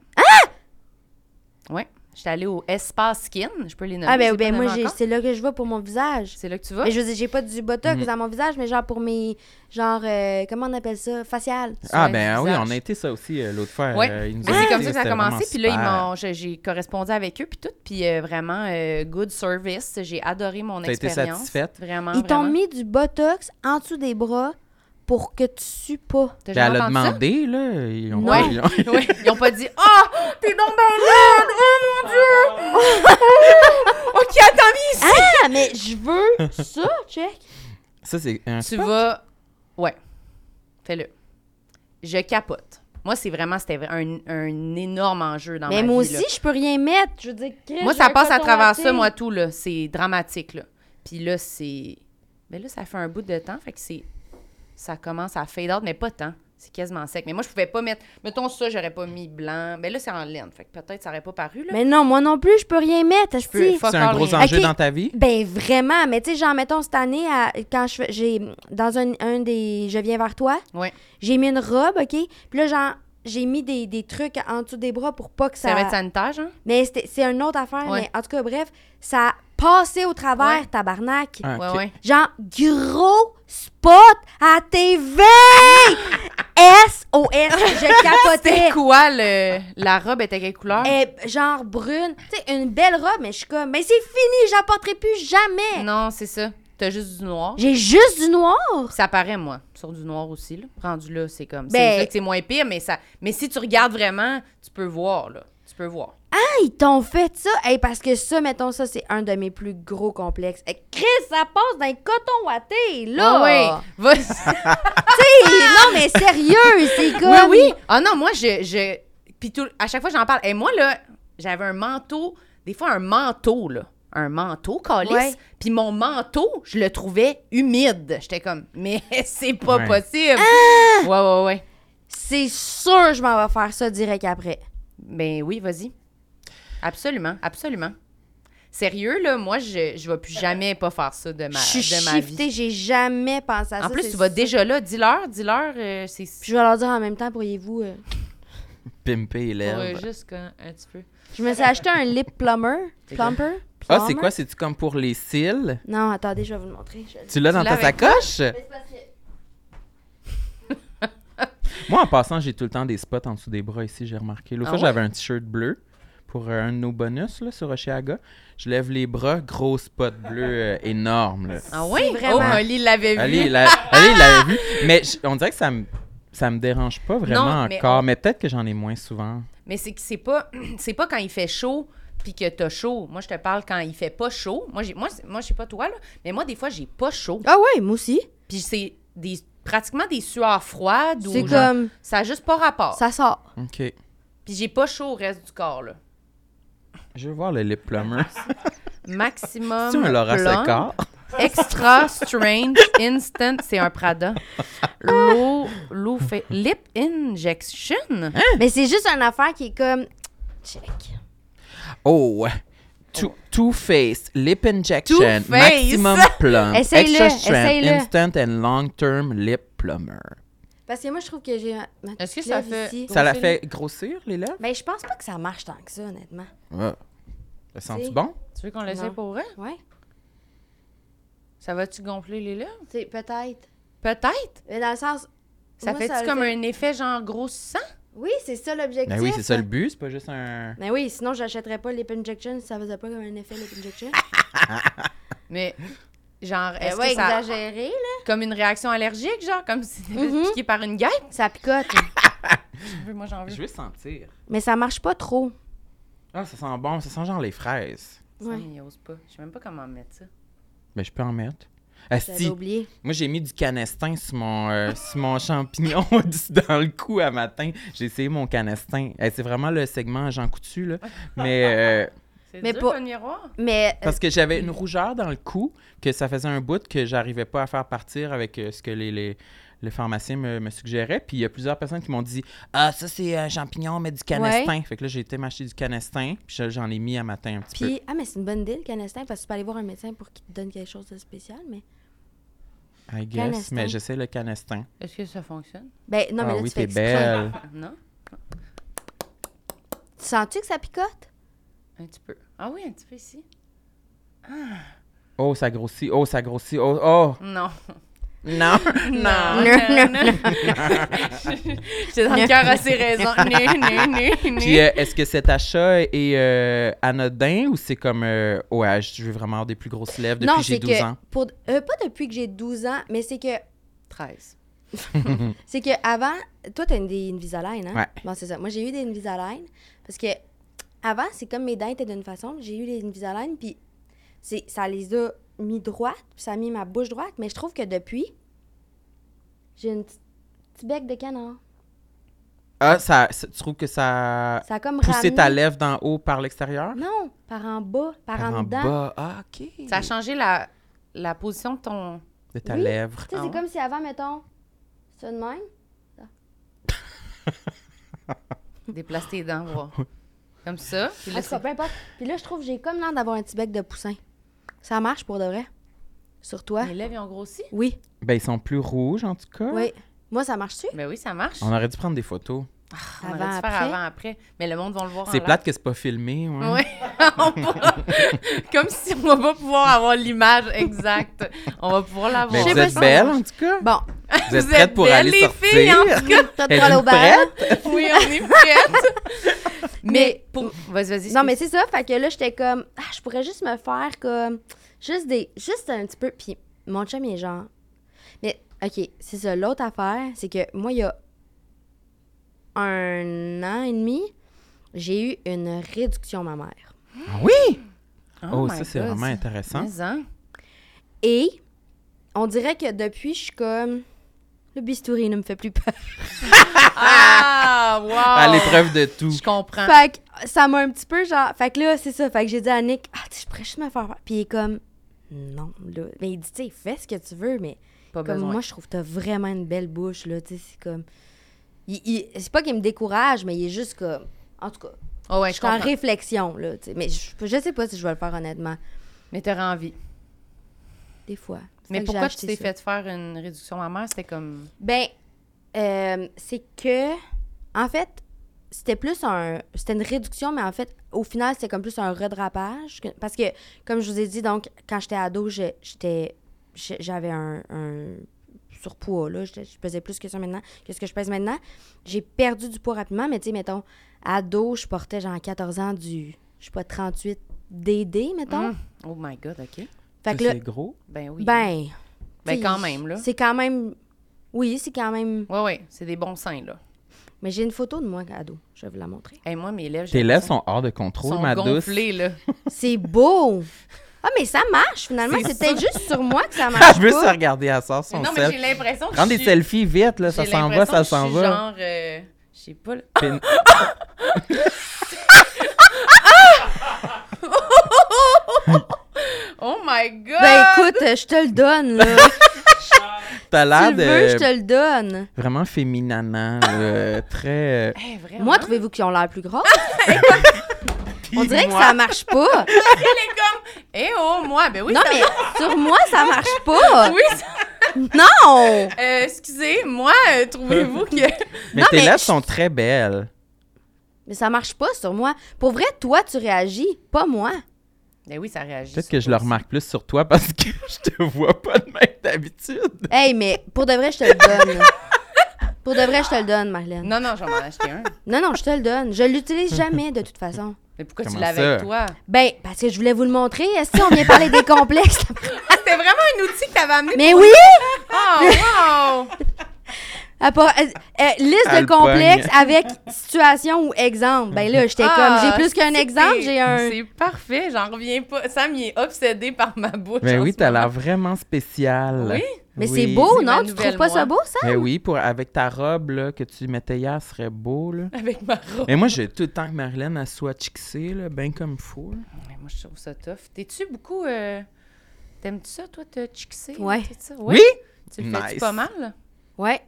Speaker 3: Ah! Ouais. J'étais allée au Espace Skin, je peux les nommer.
Speaker 4: Ah, ben,
Speaker 3: c'est
Speaker 4: ben
Speaker 3: pas
Speaker 4: moi,
Speaker 3: nommé
Speaker 4: j'ai-
Speaker 3: encore.
Speaker 4: c'est là que je vais pour mon visage.
Speaker 3: C'est là que tu vas?
Speaker 2: Euh,
Speaker 4: Mais je veux dire, j'ai pas du botox
Speaker 3: Mhm.
Speaker 2: Mm.
Speaker 4: dans mon visage, mais genre pour mes. Genre, euh, comment on appelle ça? Facial.
Speaker 2: Ah, ben
Speaker 3: Soin du
Speaker 2: ah oui,
Speaker 3: visage.
Speaker 2: on a été ça aussi euh, l'autre fois.
Speaker 3: Ouais.
Speaker 2: euh, ils nous
Speaker 3: Mais
Speaker 2: ont
Speaker 3: c'est
Speaker 2: dit
Speaker 3: comme ça que ça a
Speaker 2: c'était vraiment
Speaker 3: commencé. Puis là, ils
Speaker 2: super.
Speaker 3: m'ont, j'ai- j'ai correspondu avec eux, puis tout. Puis euh, vraiment, euh, good service. J'ai adoré mon
Speaker 2: T'as été
Speaker 3: expérience.
Speaker 2: satisfaite?
Speaker 3: Vraiment,
Speaker 4: Ils t'ont
Speaker 3: vraiment.
Speaker 4: mis du botox en dessous des bras pour que tu sues pas.
Speaker 3: T'as
Speaker 2: Ben,
Speaker 3: jamais
Speaker 2: elle a
Speaker 3: entendu ça?
Speaker 2: demandé, là. Ils ont
Speaker 3: Non.
Speaker 2: pas- ils ont-
Speaker 3: [laughs] Oui, ils ont pas dit Ah, t'es donc ben laide! Oh mon
Speaker 4: [laughs]
Speaker 3: dieu! ok, attends, mais
Speaker 4: Ah, mais
Speaker 3: [laughs]
Speaker 4: je veux ça, check.
Speaker 2: ça, c'est un
Speaker 3: Tu vas. Ouais. Fais-le. Je capote. Moi, c'est vraiment, c'était un, un énorme enjeu dans
Speaker 4: mais
Speaker 3: ma
Speaker 4: moi
Speaker 3: vie. là.
Speaker 4: aussi, je peux rien mettre. Je veux dire, Chris,
Speaker 3: Moi,
Speaker 4: j'ai
Speaker 3: ça
Speaker 4: un
Speaker 3: passe à
Speaker 4: coton
Speaker 3: travers
Speaker 4: laté.
Speaker 3: ça, moi, tout, là. C'est dramatique, là. Puis là, c'est. Mais là, ça fait un bout de temps, fait que c'est. Ça commence à fade out, mais pas tant. C'est quasiment sec. Mais moi, je pouvais pas mettre. Mettons ça, j'aurais pas mis blanc. Mais là, c'est en laine, fait que peut-être ça aurait pas paru, là.
Speaker 4: Mais non, moi non plus, je peux rien mettre. Je
Speaker 3: peux- fuck
Speaker 2: C'est un
Speaker 3: all
Speaker 2: gros
Speaker 3: rien.
Speaker 2: enjeu
Speaker 4: Ok.
Speaker 2: dans ta vie?
Speaker 4: Ben vraiment, mais tu sais, genre, mettons, cette année, à- quand je fais- j'ai dans un, un des Je viens vers toi,
Speaker 3: Ouais.
Speaker 4: j'ai mis une robe, OK? Puis là, genre, j'ai mis des, des trucs en dessous des bras pour pas que
Speaker 3: Ça
Speaker 4: ça.
Speaker 3: va être sanitaire, hein? genre?
Speaker 4: Mais c'était- c'est une autre affaire,
Speaker 3: Ouais.
Speaker 4: mais en tout cas, bref, ça a passé au travers,
Speaker 3: Ouais.
Speaker 4: tabarnak.
Speaker 2: Ah,
Speaker 3: Ouais,
Speaker 2: ok.
Speaker 3: ouais.
Speaker 4: Genre, gros spot à TV! S-O-S,
Speaker 3: [laughs]
Speaker 4: je capotais.
Speaker 3: C'était hein? quoi, le... la robe était quelle couleur?
Speaker 4: Et genre brune, tu sais, une belle robe, mais je suis comme, mais c'est fini, j'apporterai plus jamais.
Speaker 3: Non, c'est ça. T'as juste du noir.
Speaker 4: J'ai juste du noir.
Speaker 3: Ça paraît, moi, sur du noir aussi. Là. Rendu là, c'est comme.
Speaker 4: Ben-
Speaker 3: C'est vrai que c'est moins pire, mais, ça... mais si tu regardes vraiment, tu peux voir, là. Tu peux voir.
Speaker 4: Ils t'ont fait ça. Hey, parce que ça, mettons ça, c'est un de mes plus gros complexes. Hey, Chris, ça passe d'un coton watté, là.
Speaker 3: Ah oui. Vas-y. [laughs]
Speaker 4: T'sais, non, mais sérieux, c'est comme.
Speaker 3: Oui, oui. Ah non, moi, je. je... Puis tout- à chaque fois, j'en parle. Et moi, là, j'avais un manteau. Des fois, un manteau, là. Un manteau, calice.
Speaker 4: Ouais.
Speaker 3: Puis mon manteau, je le trouvais humide. J'étais comme, mais [laughs] c'est pas
Speaker 2: Ouais.
Speaker 3: possible.
Speaker 4: Ah!
Speaker 3: Ouais, ouais, ouais.
Speaker 4: C'est sûr, je m'en vais faire ça direct après.
Speaker 3: Ben oui, vas-y. Absolument, absolument. Sérieux, là, moi, je ne vais plus jamais pas faire ça de ma,
Speaker 4: je suis
Speaker 3: de ma vie.
Speaker 4: shiftée, j'ai jamais pensé à ça.
Speaker 3: En plus,
Speaker 4: c'est
Speaker 3: tu vas
Speaker 4: sûr.
Speaker 3: déjà là, dis-leur, dis-leur, euh, c'est
Speaker 4: Puis je vais leur dire en même temps, pourriez-vous. euh,
Speaker 2: Pimper les
Speaker 3: pour, euh,
Speaker 2: lèvres.
Speaker 3: juste un, un petit peu.
Speaker 4: Je me suis acheté un lip plumber. Plumper?
Speaker 2: Ah, c'est
Speaker 4: Plumber?
Speaker 2: quoi? C'est-tu comme pour les cils?
Speaker 4: Non, attendez, je vais vous le montrer. Je-
Speaker 2: Tu l'as dans ta
Speaker 3: l'as avec
Speaker 2: sacoche? Moi, en passant, j'ai tout le temps des spots en dessous des bras ici, j'ai remarqué. L'autre
Speaker 3: Ah
Speaker 2: fois,
Speaker 3: ouais?
Speaker 2: j'avais un t-shirt bleu pour euh, un de nos bonus là, sur Oceaga. Je lève les bras, gros spot bleu euh,
Speaker 3: [laughs]
Speaker 2: énorme. là.
Speaker 3: Ah oui?
Speaker 4: vraiment-
Speaker 3: Oh, Oli l'avait vu.
Speaker 2: Allez, la- allez, il l'avait vu. Mais je- on dirait que ça me, ça me dérange pas vraiment
Speaker 3: Non, mais
Speaker 2: encore.
Speaker 3: on-
Speaker 2: Mais peut-être que j'en ai moins souvent.
Speaker 3: Mais c'est que c'est pas, [clears throat] c'est pas quand il fait chaud puis que t'as chaud. Moi, je te parle quand il fait pas chaud. Moi, j'ai, moi, c'est- moi, je sais pas toi, là, mais moi, des fois, j'ai pas chaud.
Speaker 4: Ah ouais, moi aussi.
Speaker 3: Puis c'est des, pratiquement des sueurs froides. ou
Speaker 4: C'est
Speaker 3: genre-
Speaker 4: comme.
Speaker 3: Ça a juste pas rapport.
Speaker 4: Ça sort.
Speaker 2: OK.
Speaker 3: Puis j'ai pas chaud au reste du corps, là.
Speaker 2: Je veux voir le lip
Speaker 3: [laughs]
Speaker 2: plumber.
Speaker 3: Maximum.
Speaker 2: C'est un Laura
Speaker 3: Blonde,
Speaker 2: Secord.
Speaker 3: Extra Strange
Speaker 2: [laughs]
Speaker 3: Instant. C'est un Prada. Low, low fa- Lip Injection.
Speaker 2: Hein?
Speaker 3: Ah.
Speaker 4: Mais c'est juste une affaire qui est comme. Check.
Speaker 2: Oh! Two- Two-Face Lip Injection
Speaker 3: Two-Face.
Speaker 4: [laughs]
Speaker 2: Maximum Plump
Speaker 4: Essaye-le,
Speaker 2: Extra Strength
Speaker 4: essaye-le.
Speaker 2: Instant and Long Term Lip Plumber.
Speaker 4: Parce que moi, je trouve que j'ai. un- ma
Speaker 3: Est-ce que
Speaker 4: petite
Speaker 3: ça
Speaker 4: lèvre
Speaker 3: fait-
Speaker 4: ici.
Speaker 2: Ça la
Speaker 3: Grossir.
Speaker 2: fait grossir, les lèvres?
Speaker 4: Ben, je pense pas que ça marche tant que ça, honnêtement.
Speaker 2: Ouais. Ça sent-tu
Speaker 4: Si.
Speaker 2: bon?
Speaker 3: Tu veux qu'on l'essaye
Speaker 4: Non.
Speaker 3: pour vrai?
Speaker 4: Ouais.
Speaker 3: Ça va-tu gonfler les lèvres?
Speaker 4: Tu sais, peut-être.
Speaker 3: Peut-être.
Speaker 4: Mais dans le sens.
Speaker 3: Ça
Speaker 4: moi,
Speaker 3: fait-tu
Speaker 4: le
Speaker 3: comme
Speaker 4: fait-
Speaker 3: un effet genre grossissant?
Speaker 4: Oui, c'est ça l'objectif.
Speaker 2: Ben oui, c'est ça le but, c'est pas juste un.
Speaker 4: Ben oui, sinon, j'achèterais pas lip injection si ça faisait pas comme un effet lip [laughs] injection.
Speaker 3: Mais genre,
Speaker 4: Ben
Speaker 3: est-ce
Speaker 4: ouais,
Speaker 3: que ça...
Speaker 4: exagéré, là.
Speaker 3: Comme une réaction allergique, genre? Comme si t'étais
Speaker 4: Mhm.
Speaker 3: piqué par une guêpe?
Speaker 4: Ça picote.
Speaker 3: Moi, j'en Mm-hmm. veux.
Speaker 2: Je veux sentir.
Speaker 4: mais ça marche pas trop.
Speaker 2: Ah, ça sent bon, ça sent genre les fraises.
Speaker 3: Ça,
Speaker 4: Ouais.
Speaker 3: il ose pas. Je sais même pas comment mettre ça.
Speaker 2: Ben, je peux en mettre.
Speaker 4: J'avais
Speaker 2: Asti,
Speaker 4: oublié.
Speaker 2: moi j'ai mis du canestin sur mon, euh, [laughs] sur mon champignon [laughs] dans le cou à matin. J'ai essayé mon canestin. Eh, c'est vraiment le segment Jean Coutu, là. Mais euh,
Speaker 3: C'est
Speaker 4: Mais
Speaker 3: dur,
Speaker 4: pour-
Speaker 3: le miroir.
Speaker 4: Mais euh,
Speaker 2: Parce que j'avais une rougeur dans le cou que ça faisait un bout que j'arrivais pas à faire partir avec euh, ce que les, les, le pharmacien me, me suggérait. Puis il y a plusieurs personnes qui m'ont dit Ah, ça c'est un champignon, mais du canestin. Fait que là, j'ai été m'acheter du canestin. Puis je- j'en ai mis à matin un petit
Speaker 4: puis ah mais c'est une bonne idée le canestin parce que tu peux aller voir un médecin pour qu'il te donne quelque chose de spécial
Speaker 2: peu.
Speaker 4: mais
Speaker 2: I guess.
Speaker 4: Canestin.
Speaker 2: Mais j'essaie le canestin.
Speaker 5: Est-ce que ça fonctionne?
Speaker 4: ben non mais
Speaker 2: ah
Speaker 4: là
Speaker 2: oui,
Speaker 4: tu fais
Speaker 2: t'es
Speaker 4: exprès.
Speaker 2: belle.
Speaker 5: Non?
Speaker 4: Tu sens-tu que ça picote
Speaker 5: Un petit peu.
Speaker 3: Ah oui, un petit peu ici.
Speaker 2: Oh, ça grossit. Oh, ça grossit. Oh, oh.
Speaker 3: Non.
Speaker 2: Non. non.
Speaker 4: [laughs] Non,
Speaker 3: [laughs]
Speaker 4: non,
Speaker 3: J'étais dans
Speaker 4: [laughs]
Speaker 3: le cœur à ses raisons. Nu, nu, nu, nu.
Speaker 2: Puis euh, est-ce que cet achat est euh, anodin ou c'est comme euh, ouais, je veux vraiment avoir des plus grosses lèvres depuis
Speaker 4: non
Speaker 2: que j'ai
Speaker 4: c'est
Speaker 2: 12
Speaker 4: que
Speaker 2: ans?
Speaker 4: pour euh, pas depuis que j'ai 12 ans mais c'est que
Speaker 5: 13.
Speaker 4: C'est que avant, toi, t'as une des Invisalign, hein?
Speaker 2: Ouais.
Speaker 4: Bon, c'est ça. Moi, j'ai eu des Invisalign parce que avant, c'est comme mes dents étaient d'une façon, j'ai eu les Invisalign, puis c'est, ça les a mis droite, puis ça a mis ma bouche droite, mais je trouve que depuis, j'ai une petite petit bec de canard.
Speaker 2: Euh, Ah, ça, ça- tu trouves que ça
Speaker 4: Ça a comme
Speaker 2: pousser
Speaker 4: ramené...
Speaker 2: ta lèvre d'en haut par l'extérieur?
Speaker 4: Non, par en bas, par,
Speaker 2: Par
Speaker 4: en,
Speaker 2: en
Speaker 4: dedans.
Speaker 2: bas. Ah, OK.
Speaker 3: Ça a changé la, la position de ton.
Speaker 2: De ta
Speaker 4: Oui.
Speaker 2: lèvre.
Speaker 4: Tu sais,
Speaker 3: Ah
Speaker 4: c'est
Speaker 3: ouais?
Speaker 4: comme si avant, mettons, ça de même.
Speaker 3: Déplace tes dents, voir.
Speaker 2: Ah
Speaker 3: Comme ça. Puis là,
Speaker 4: En tout cas, peu importe. Puis là, je trouve que j'ai comme l'air d'avoir un petit bec de poussin. Ça marche pour de vrai. Sur toi?
Speaker 3: Mes lèvres, ils ont grossi.
Speaker 4: Oui.
Speaker 2: Ben, ils sont plus rouges, en tout cas.
Speaker 4: Oui. Moi, ça marche-tu?
Speaker 3: Ben oui, ça marche.
Speaker 2: On aurait dû prendre des photos.
Speaker 3: On aurait
Speaker 4: Avant,
Speaker 3: dû faire
Speaker 4: après.
Speaker 3: avant, après. Mais le monde va le voir en
Speaker 2: C'est
Speaker 3: live.
Speaker 2: plate que c'est pas filmé. Ouais.
Speaker 3: Oui. [laughs] On pourra- Comme si on va pas pouvoir avoir l'image exacte. On va pouvoir la
Speaker 2: Mais
Speaker 3: voir.
Speaker 4: Je sais
Speaker 2: vous
Speaker 4: pas
Speaker 2: êtes
Speaker 4: si-
Speaker 2: belles, en tout
Speaker 3: [laughs]
Speaker 2: cas.
Speaker 4: [laughs] Bon,
Speaker 2: Vous êtes prêtes pour
Speaker 3: belles,
Speaker 2: aller
Speaker 3: les
Speaker 2: sortir?
Speaker 3: filles, hein. en tout cas.
Speaker 4: toi, tu
Speaker 2: Êtes-vous
Speaker 4: vas aller au bar.
Speaker 2: prêtes?
Speaker 3: Oui, on est prêtes. Mais pour... Vas-y, vas-y.
Speaker 4: Non, mais c'est ça. Fait que là, j'étais comme, ah, je pourrais juste me faire comme, juste des, juste un petit peu. Puis mon chum, il est genre. Mais, OK, c'est ça. L'autre affaire, c'est que moi, il y a un an et demi, j'ai eu une réduction mammaire.
Speaker 2: Ah Oui!
Speaker 3: explique.
Speaker 2: Oh,
Speaker 3: my
Speaker 2: ça, c'est
Speaker 3: God,
Speaker 2: vraiment
Speaker 3: ça.
Speaker 2: intéressant.
Speaker 3: Mais, hein,
Speaker 4: Et on dirait que depuis, je suis comme, le bistouri ne me fait plus peur.
Speaker 2: [laughs]
Speaker 3: Ah, wow!
Speaker 2: À l'épreuve de tout.
Speaker 3: Je comprends.
Speaker 4: Fait que ça m'a un petit peu genre. Fait que là, c'est ça. Fait que j'ai dit à Nick, ah, tu sais, je pourrais juste me faire voir. Puis il est comme, non, là. Mais il dit, tu sais, fais ce que tu veux, mais
Speaker 3: Pas
Speaker 4: comme
Speaker 3: besoin.
Speaker 4: moi, je trouve que t'as vraiment une belle bouche, là. Tu sais, c'est comme. il- il- C'est pas qu'il me décourage, mais il est juste comme. En tout cas,
Speaker 3: Oh, ouais,
Speaker 4: je
Speaker 3: je
Speaker 4: suis en
Speaker 3: comprends.
Speaker 4: réflexion, là. tu sais. Mais je, je sais pas si je vais le faire, honnêtement.
Speaker 3: Mais t'aurais envie.
Speaker 4: Des fois. C'est
Speaker 3: Mais
Speaker 4: fait que j'ai
Speaker 3: pourquoi tu
Speaker 4: acheté
Speaker 3: t'es
Speaker 4: ça.
Speaker 3: fait faire une réduction mammaire? C'était comme...
Speaker 4: Ben, euh, c'est que, en fait, c'était plus un. C'était une réduction, mais en fait, au final, c'était comme plus un redrapage. que- parce que, comme je vous ai dit, donc, quand j'étais ado, je- j'étais. je- J'avais un, un surpoids, là. J'étais- Je pesais plus que ça maintenant, que ce que je pèse maintenant. J'ai perdu du poids rapidement, mais tu sais, mettons, ado, je portais genre 14 ans du. Je sais pas, 38 DD, mettons.
Speaker 3: Hum. Oh my God, OK.
Speaker 4: Fait
Speaker 2: Ça,
Speaker 4: que là,
Speaker 2: C'est gros.
Speaker 3: Ben oui.
Speaker 4: Hein? ben.
Speaker 3: Ben,
Speaker 4: tu sais,
Speaker 3: quand même, là.
Speaker 4: C'est quand même. Oui, c'est quand même.
Speaker 3: Ouais, ouais. C'est des bons seins, là.
Speaker 4: Mais j'ai une photo de moi ado, je vais vous la montrer.
Speaker 3: Hey, moi, mes lèvres, j'ai
Speaker 2: Tes lèvres
Speaker 3: l'impression
Speaker 2: sont hors de
Speaker 3: qu'elles
Speaker 2: contrôle,
Speaker 3: sont
Speaker 2: ma [laughs]
Speaker 3: gonflées, là.
Speaker 4: C'est beau! Ah, mais ça marche finalement.
Speaker 3: C'est Ah,
Speaker 4: C'est peut-être juste sur moi
Speaker 3: [laughs]
Speaker 4: que ça
Speaker 2: douce.
Speaker 4: marche.
Speaker 2: Je veux
Speaker 4: pas.
Speaker 2: se regarder à ça, son
Speaker 3: non, mais j'ai
Speaker 2: sel.
Speaker 3: l'impression que
Speaker 2: Prends
Speaker 3: je
Speaker 2: des
Speaker 3: suis-
Speaker 2: selfies vite, là. Ça
Speaker 3: j'ai
Speaker 2: s'en va,
Speaker 3: l'impression
Speaker 2: ça
Speaker 3: que je
Speaker 2: s'en
Speaker 3: suis
Speaker 2: va.
Speaker 3: genre... euh, Je sais pas, là.
Speaker 2: Pin-
Speaker 3: Oh my God!
Speaker 4: Ben écoute, euh, je te le donne, là.
Speaker 2: T'as
Speaker 3: [laughs]
Speaker 4: tu
Speaker 2: l'air
Speaker 4: le veux, je
Speaker 2: de
Speaker 4: te le donne.
Speaker 2: vraiment féminana,
Speaker 3: [laughs]
Speaker 2: euh, très. euh,
Speaker 3: Eh, vraiment?
Speaker 4: Moi, trouvez-vous qu'ils ont l'air
Speaker 3: [laughs]
Speaker 4: plus gras? On dirait que
Speaker 2: moi.
Speaker 4: ça marche pas.
Speaker 3: Elle est comme... Eh oh, moi, ben oui,
Speaker 4: Non,
Speaker 3: ça-
Speaker 4: mais sur moi, ça marche
Speaker 3: [laughs]
Speaker 4: pas.
Speaker 3: Oui, ça-
Speaker 4: Non!
Speaker 3: Euh, excusez, moi, euh, trouvez-vous que...
Speaker 2: Mais [laughs]
Speaker 4: Non,
Speaker 2: tes
Speaker 4: mais
Speaker 2: lèvres
Speaker 4: je-
Speaker 2: sont très belles.
Speaker 4: Mais ça marche pas sur moi. Pour vrai, toi, tu réagis, pas moi.
Speaker 3: Ben oui, ça réagit.
Speaker 2: Peut-être
Speaker 3: sur
Speaker 2: que je
Speaker 3: toi
Speaker 2: le
Speaker 3: aussi.
Speaker 2: remarque plus sur toi parce que [laughs] je te vois pas de même d'habitude.
Speaker 4: Hey, mais pour de vrai, je te le donne. là. Pour de vrai, je te le donne, Marlène.
Speaker 3: Non, non, j'en ai acheté un.
Speaker 4: Non, non, je te le donne. Je l'utilise jamais, de toute façon.
Speaker 3: Mais pourquoi
Speaker 2: Comment
Speaker 3: tu l'avais avec
Speaker 2: ça?
Speaker 3: toi?
Speaker 4: Ben, parce que je voulais vous le montrer. Est-ce qu'on vient parler des complexes?
Speaker 5: Oh,
Speaker 3: Ah, c'était vraiment un outil que t'avais amené.
Speaker 4: Mais oui!
Speaker 3: Oh, wow!
Speaker 4: Elle part- elle- elle- liste
Speaker 2: Elle
Speaker 4: de complexes avec situation ou exemple. Ben là, j'étais
Speaker 3: Ah,
Speaker 4: comme, j'ai plus qu'un
Speaker 3: c'est-
Speaker 4: exemple, j'ai un...
Speaker 3: C'est parfait, j'en reviens pas. Sam, il est obsédé par ma bouche.
Speaker 2: Ben
Speaker 3: en
Speaker 2: oui,
Speaker 3: ce
Speaker 2: t'as l'air
Speaker 3: moment.
Speaker 2: vraiment spéciale.
Speaker 3: Oui?
Speaker 4: Mais
Speaker 2: Oui.
Speaker 4: c'est beau,
Speaker 5: C'est ma
Speaker 4: non? Tu
Speaker 5: nouvelle
Speaker 4: trouves pas ça
Speaker 5: moi.
Speaker 4: beau, ça?
Speaker 2: Ben oui, pour, avec ta robe là, que tu mettais hier, ce serait beau. Là.
Speaker 3: Avec ma robe.
Speaker 2: Mais moi, j'ai tout le temps que Marilyn, elle soit chixée, là, ben comme fou.
Speaker 5: Ouais, moi, je trouve ça tough. T'es-tu beaucoup. euh, T'aimes-tu ça, toi, te chixer?
Speaker 4: Ouais.
Speaker 5: tout ça?
Speaker 2: Oui?
Speaker 5: Tu le fais-tu
Speaker 2: Nice.
Speaker 5: pas mal?
Speaker 4: Ouais.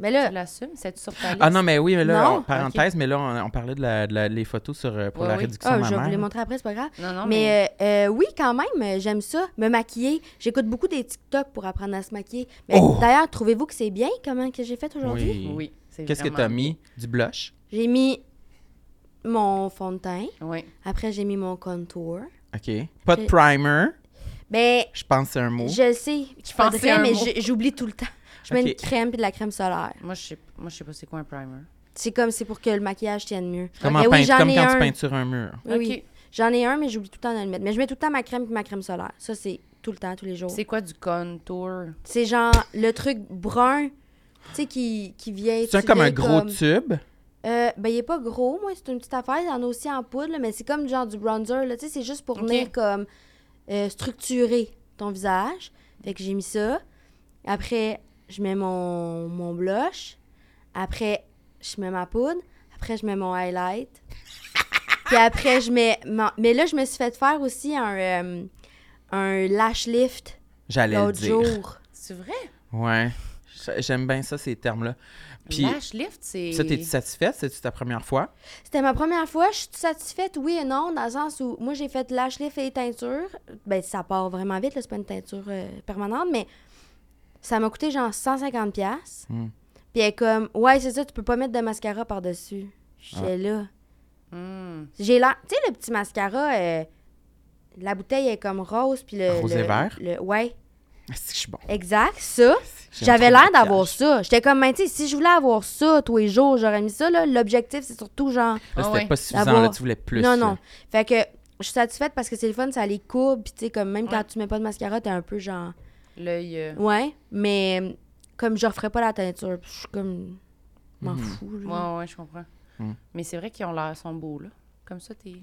Speaker 4: Mais
Speaker 5: Tu
Speaker 4: là,
Speaker 5: l'assumes? C'est-tu sur ta liste?
Speaker 2: Ah non, mais oui, mais là,
Speaker 4: Non?
Speaker 2: on- parenthèse, mais là, on, on parlait de la, de la- les photos sur, euh, pour
Speaker 5: Ouais,
Speaker 2: la
Speaker 5: oui.
Speaker 2: réduction
Speaker 4: ah, je vais vous les
Speaker 2: mammaire.
Speaker 4: montrer après, c'est pas grave.
Speaker 5: Non, non, mais.
Speaker 4: Mais euh, euh, oui, quand même, euh, j'aime ça, me maquiller. J'écoute beaucoup des TikTok pour apprendre à se maquiller. Mais
Speaker 2: Oh!
Speaker 4: d'ailleurs, trouvez-vous que c'est bien comment que j'ai fait aujourd'hui?
Speaker 5: Oui. c'est
Speaker 2: Qu'est-ce que
Speaker 5: vraiment
Speaker 2: t'as mis? Du blush?
Speaker 4: J'ai mis mon fond de teint.
Speaker 5: bien. Oui.
Speaker 4: Après, j'ai mis mon contour.
Speaker 2: OK. Pas de
Speaker 4: J'ai-
Speaker 2: primer,
Speaker 4: Ben,
Speaker 2: je pense que c'est un mot.
Speaker 4: je le sais, je
Speaker 3: pensais à un
Speaker 4: mais
Speaker 3: mot.
Speaker 4: j'ai- j'oublie tout le temps. Je mets
Speaker 2: Ok.
Speaker 4: une crème puis de la crème solaire.
Speaker 5: Moi, je sais, moi, je sais pas c'est quoi un primer.
Speaker 4: C'est comme, c'est pour que le maquillage tienne mieux.
Speaker 2: Comme,
Speaker 4: Mais
Speaker 2: en
Speaker 4: Eh oui,
Speaker 2: peint-
Speaker 4: j'en
Speaker 2: comme
Speaker 4: ai
Speaker 2: quand
Speaker 4: un.
Speaker 2: tu peintures un mur.
Speaker 4: Oui,
Speaker 5: OK.
Speaker 4: oui. J'en ai un, mais j'oublie tout le temps de le mettre. Mais je mets tout le temps ma crème puis ma crème solaire. Ça, c'est tout le temps, tous les jours.
Speaker 5: C'est quoi du contour?
Speaker 4: C'est genre le truc brun, tu sais, qui, qui vient...
Speaker 2: C'est
Speaker 4: tu
Speaker 2: comme un
Speaker 4: viens
Speaker 2: gros
Speaker 4: comme-
Speaker 2: tube.
Speaker 4: Euh, ben, il est pas gros, moi, c'est une petite affaire. Il y en a aussi en poudre, là, mais c'est comme genre du bronzer, là. Tu sais, c'est juste pour
Speaker 5: Ok.
Speaker 4: venir comme euh, structurer ton visage. Fait que j'ai mis ça. Après, je mets mon, mon blush. Après, je mets ma poudre. Après, je mets mon highlight. Puis après, je mets. mon- Mais là, je me suis fait faire aussi un, euh, un lash lift
Speaker 2: J'allais le
Speaker 4: l'autre
Speaker 2: dire.
Speaker 4: jour.
Speaker 5: C'est vrai?
Speaker 2: Ouais. J- J'aime bien ça, ces termes-là. Puis,
Speaker 5: Lash lift, c'est.
Speaker 2: ça, t'es-tu satisfaite? C'est-tu ta première fois? [laughs]
Speaker 4: C'était ma première fois. Je suis satisfaite, oui et non, dans le sens où moi, j'ai fait lash lift et teinture. Ben, ça part vraiment vite, là, c'est pas une teinture euh, permanente, mais ça m'a coûté genre 150$. pièces
Speaker 2: Mm.
Speaker 4: Puis elle est comme, ouais, c'est ça, tu peux pas mettre de mascara par-dessus. J'étais là.
Speaker 5: Hmm.
Speaker 4: J'ai l'air. Tu sais, le petit mascara, euh, la bouteille est comme rose, puis le.
Speaker 2: Rose
Speaker 4: le-
Speaker 2: et vert?
Speaker 4: le- ouais,
Speaker 2: Est-ce que je suis bon?
Speaker 4: exact, ça.
Speaker 2: J'aime
Speaker 4: J'avais
Speaker 2: trop
Speaker 4: l'air
Speaker 2: le
Speaker 4: d'avoir
Speaker 2: maquillage.
Speaker 4: ça. J'étais comme, mais tu sais, si je voulais avoir ça tous les jours, j'aurais mis ça, là. L'objectif, c'est surtout genre.
Speaker 2: Là,
Speaker 5: Ah
Speaker 2: c'était
Speaker 5: ouais.
Speaker 2: pas suffisant,
Speaker 4: D'avoir-
Speaker 2: là, tu voulais plus.
Speaker 4: Non,
Speaker 2: là.
Speaker 4: non. Fait que je suis satisfaite parce que c'est le fun, ça les courbe. Puis, tu sais, comme même quand tu mets pas de mascara, t'es un peu genre.
Speaker 5: L'œil. euh,
Speaker 4: Ouais, mais euh, comme je referais pas la teinture, je suis comme. je M'en
Speaker 2: Mhm.
Speaker 4: fous. là.
Speaker 5: Ouais, ouais, je comprends.
Speaker 2: Hmm.
Speaker 5: Mais c'est vrai qu'ils ont l'air, sont beaux, là. Comme ça, t'es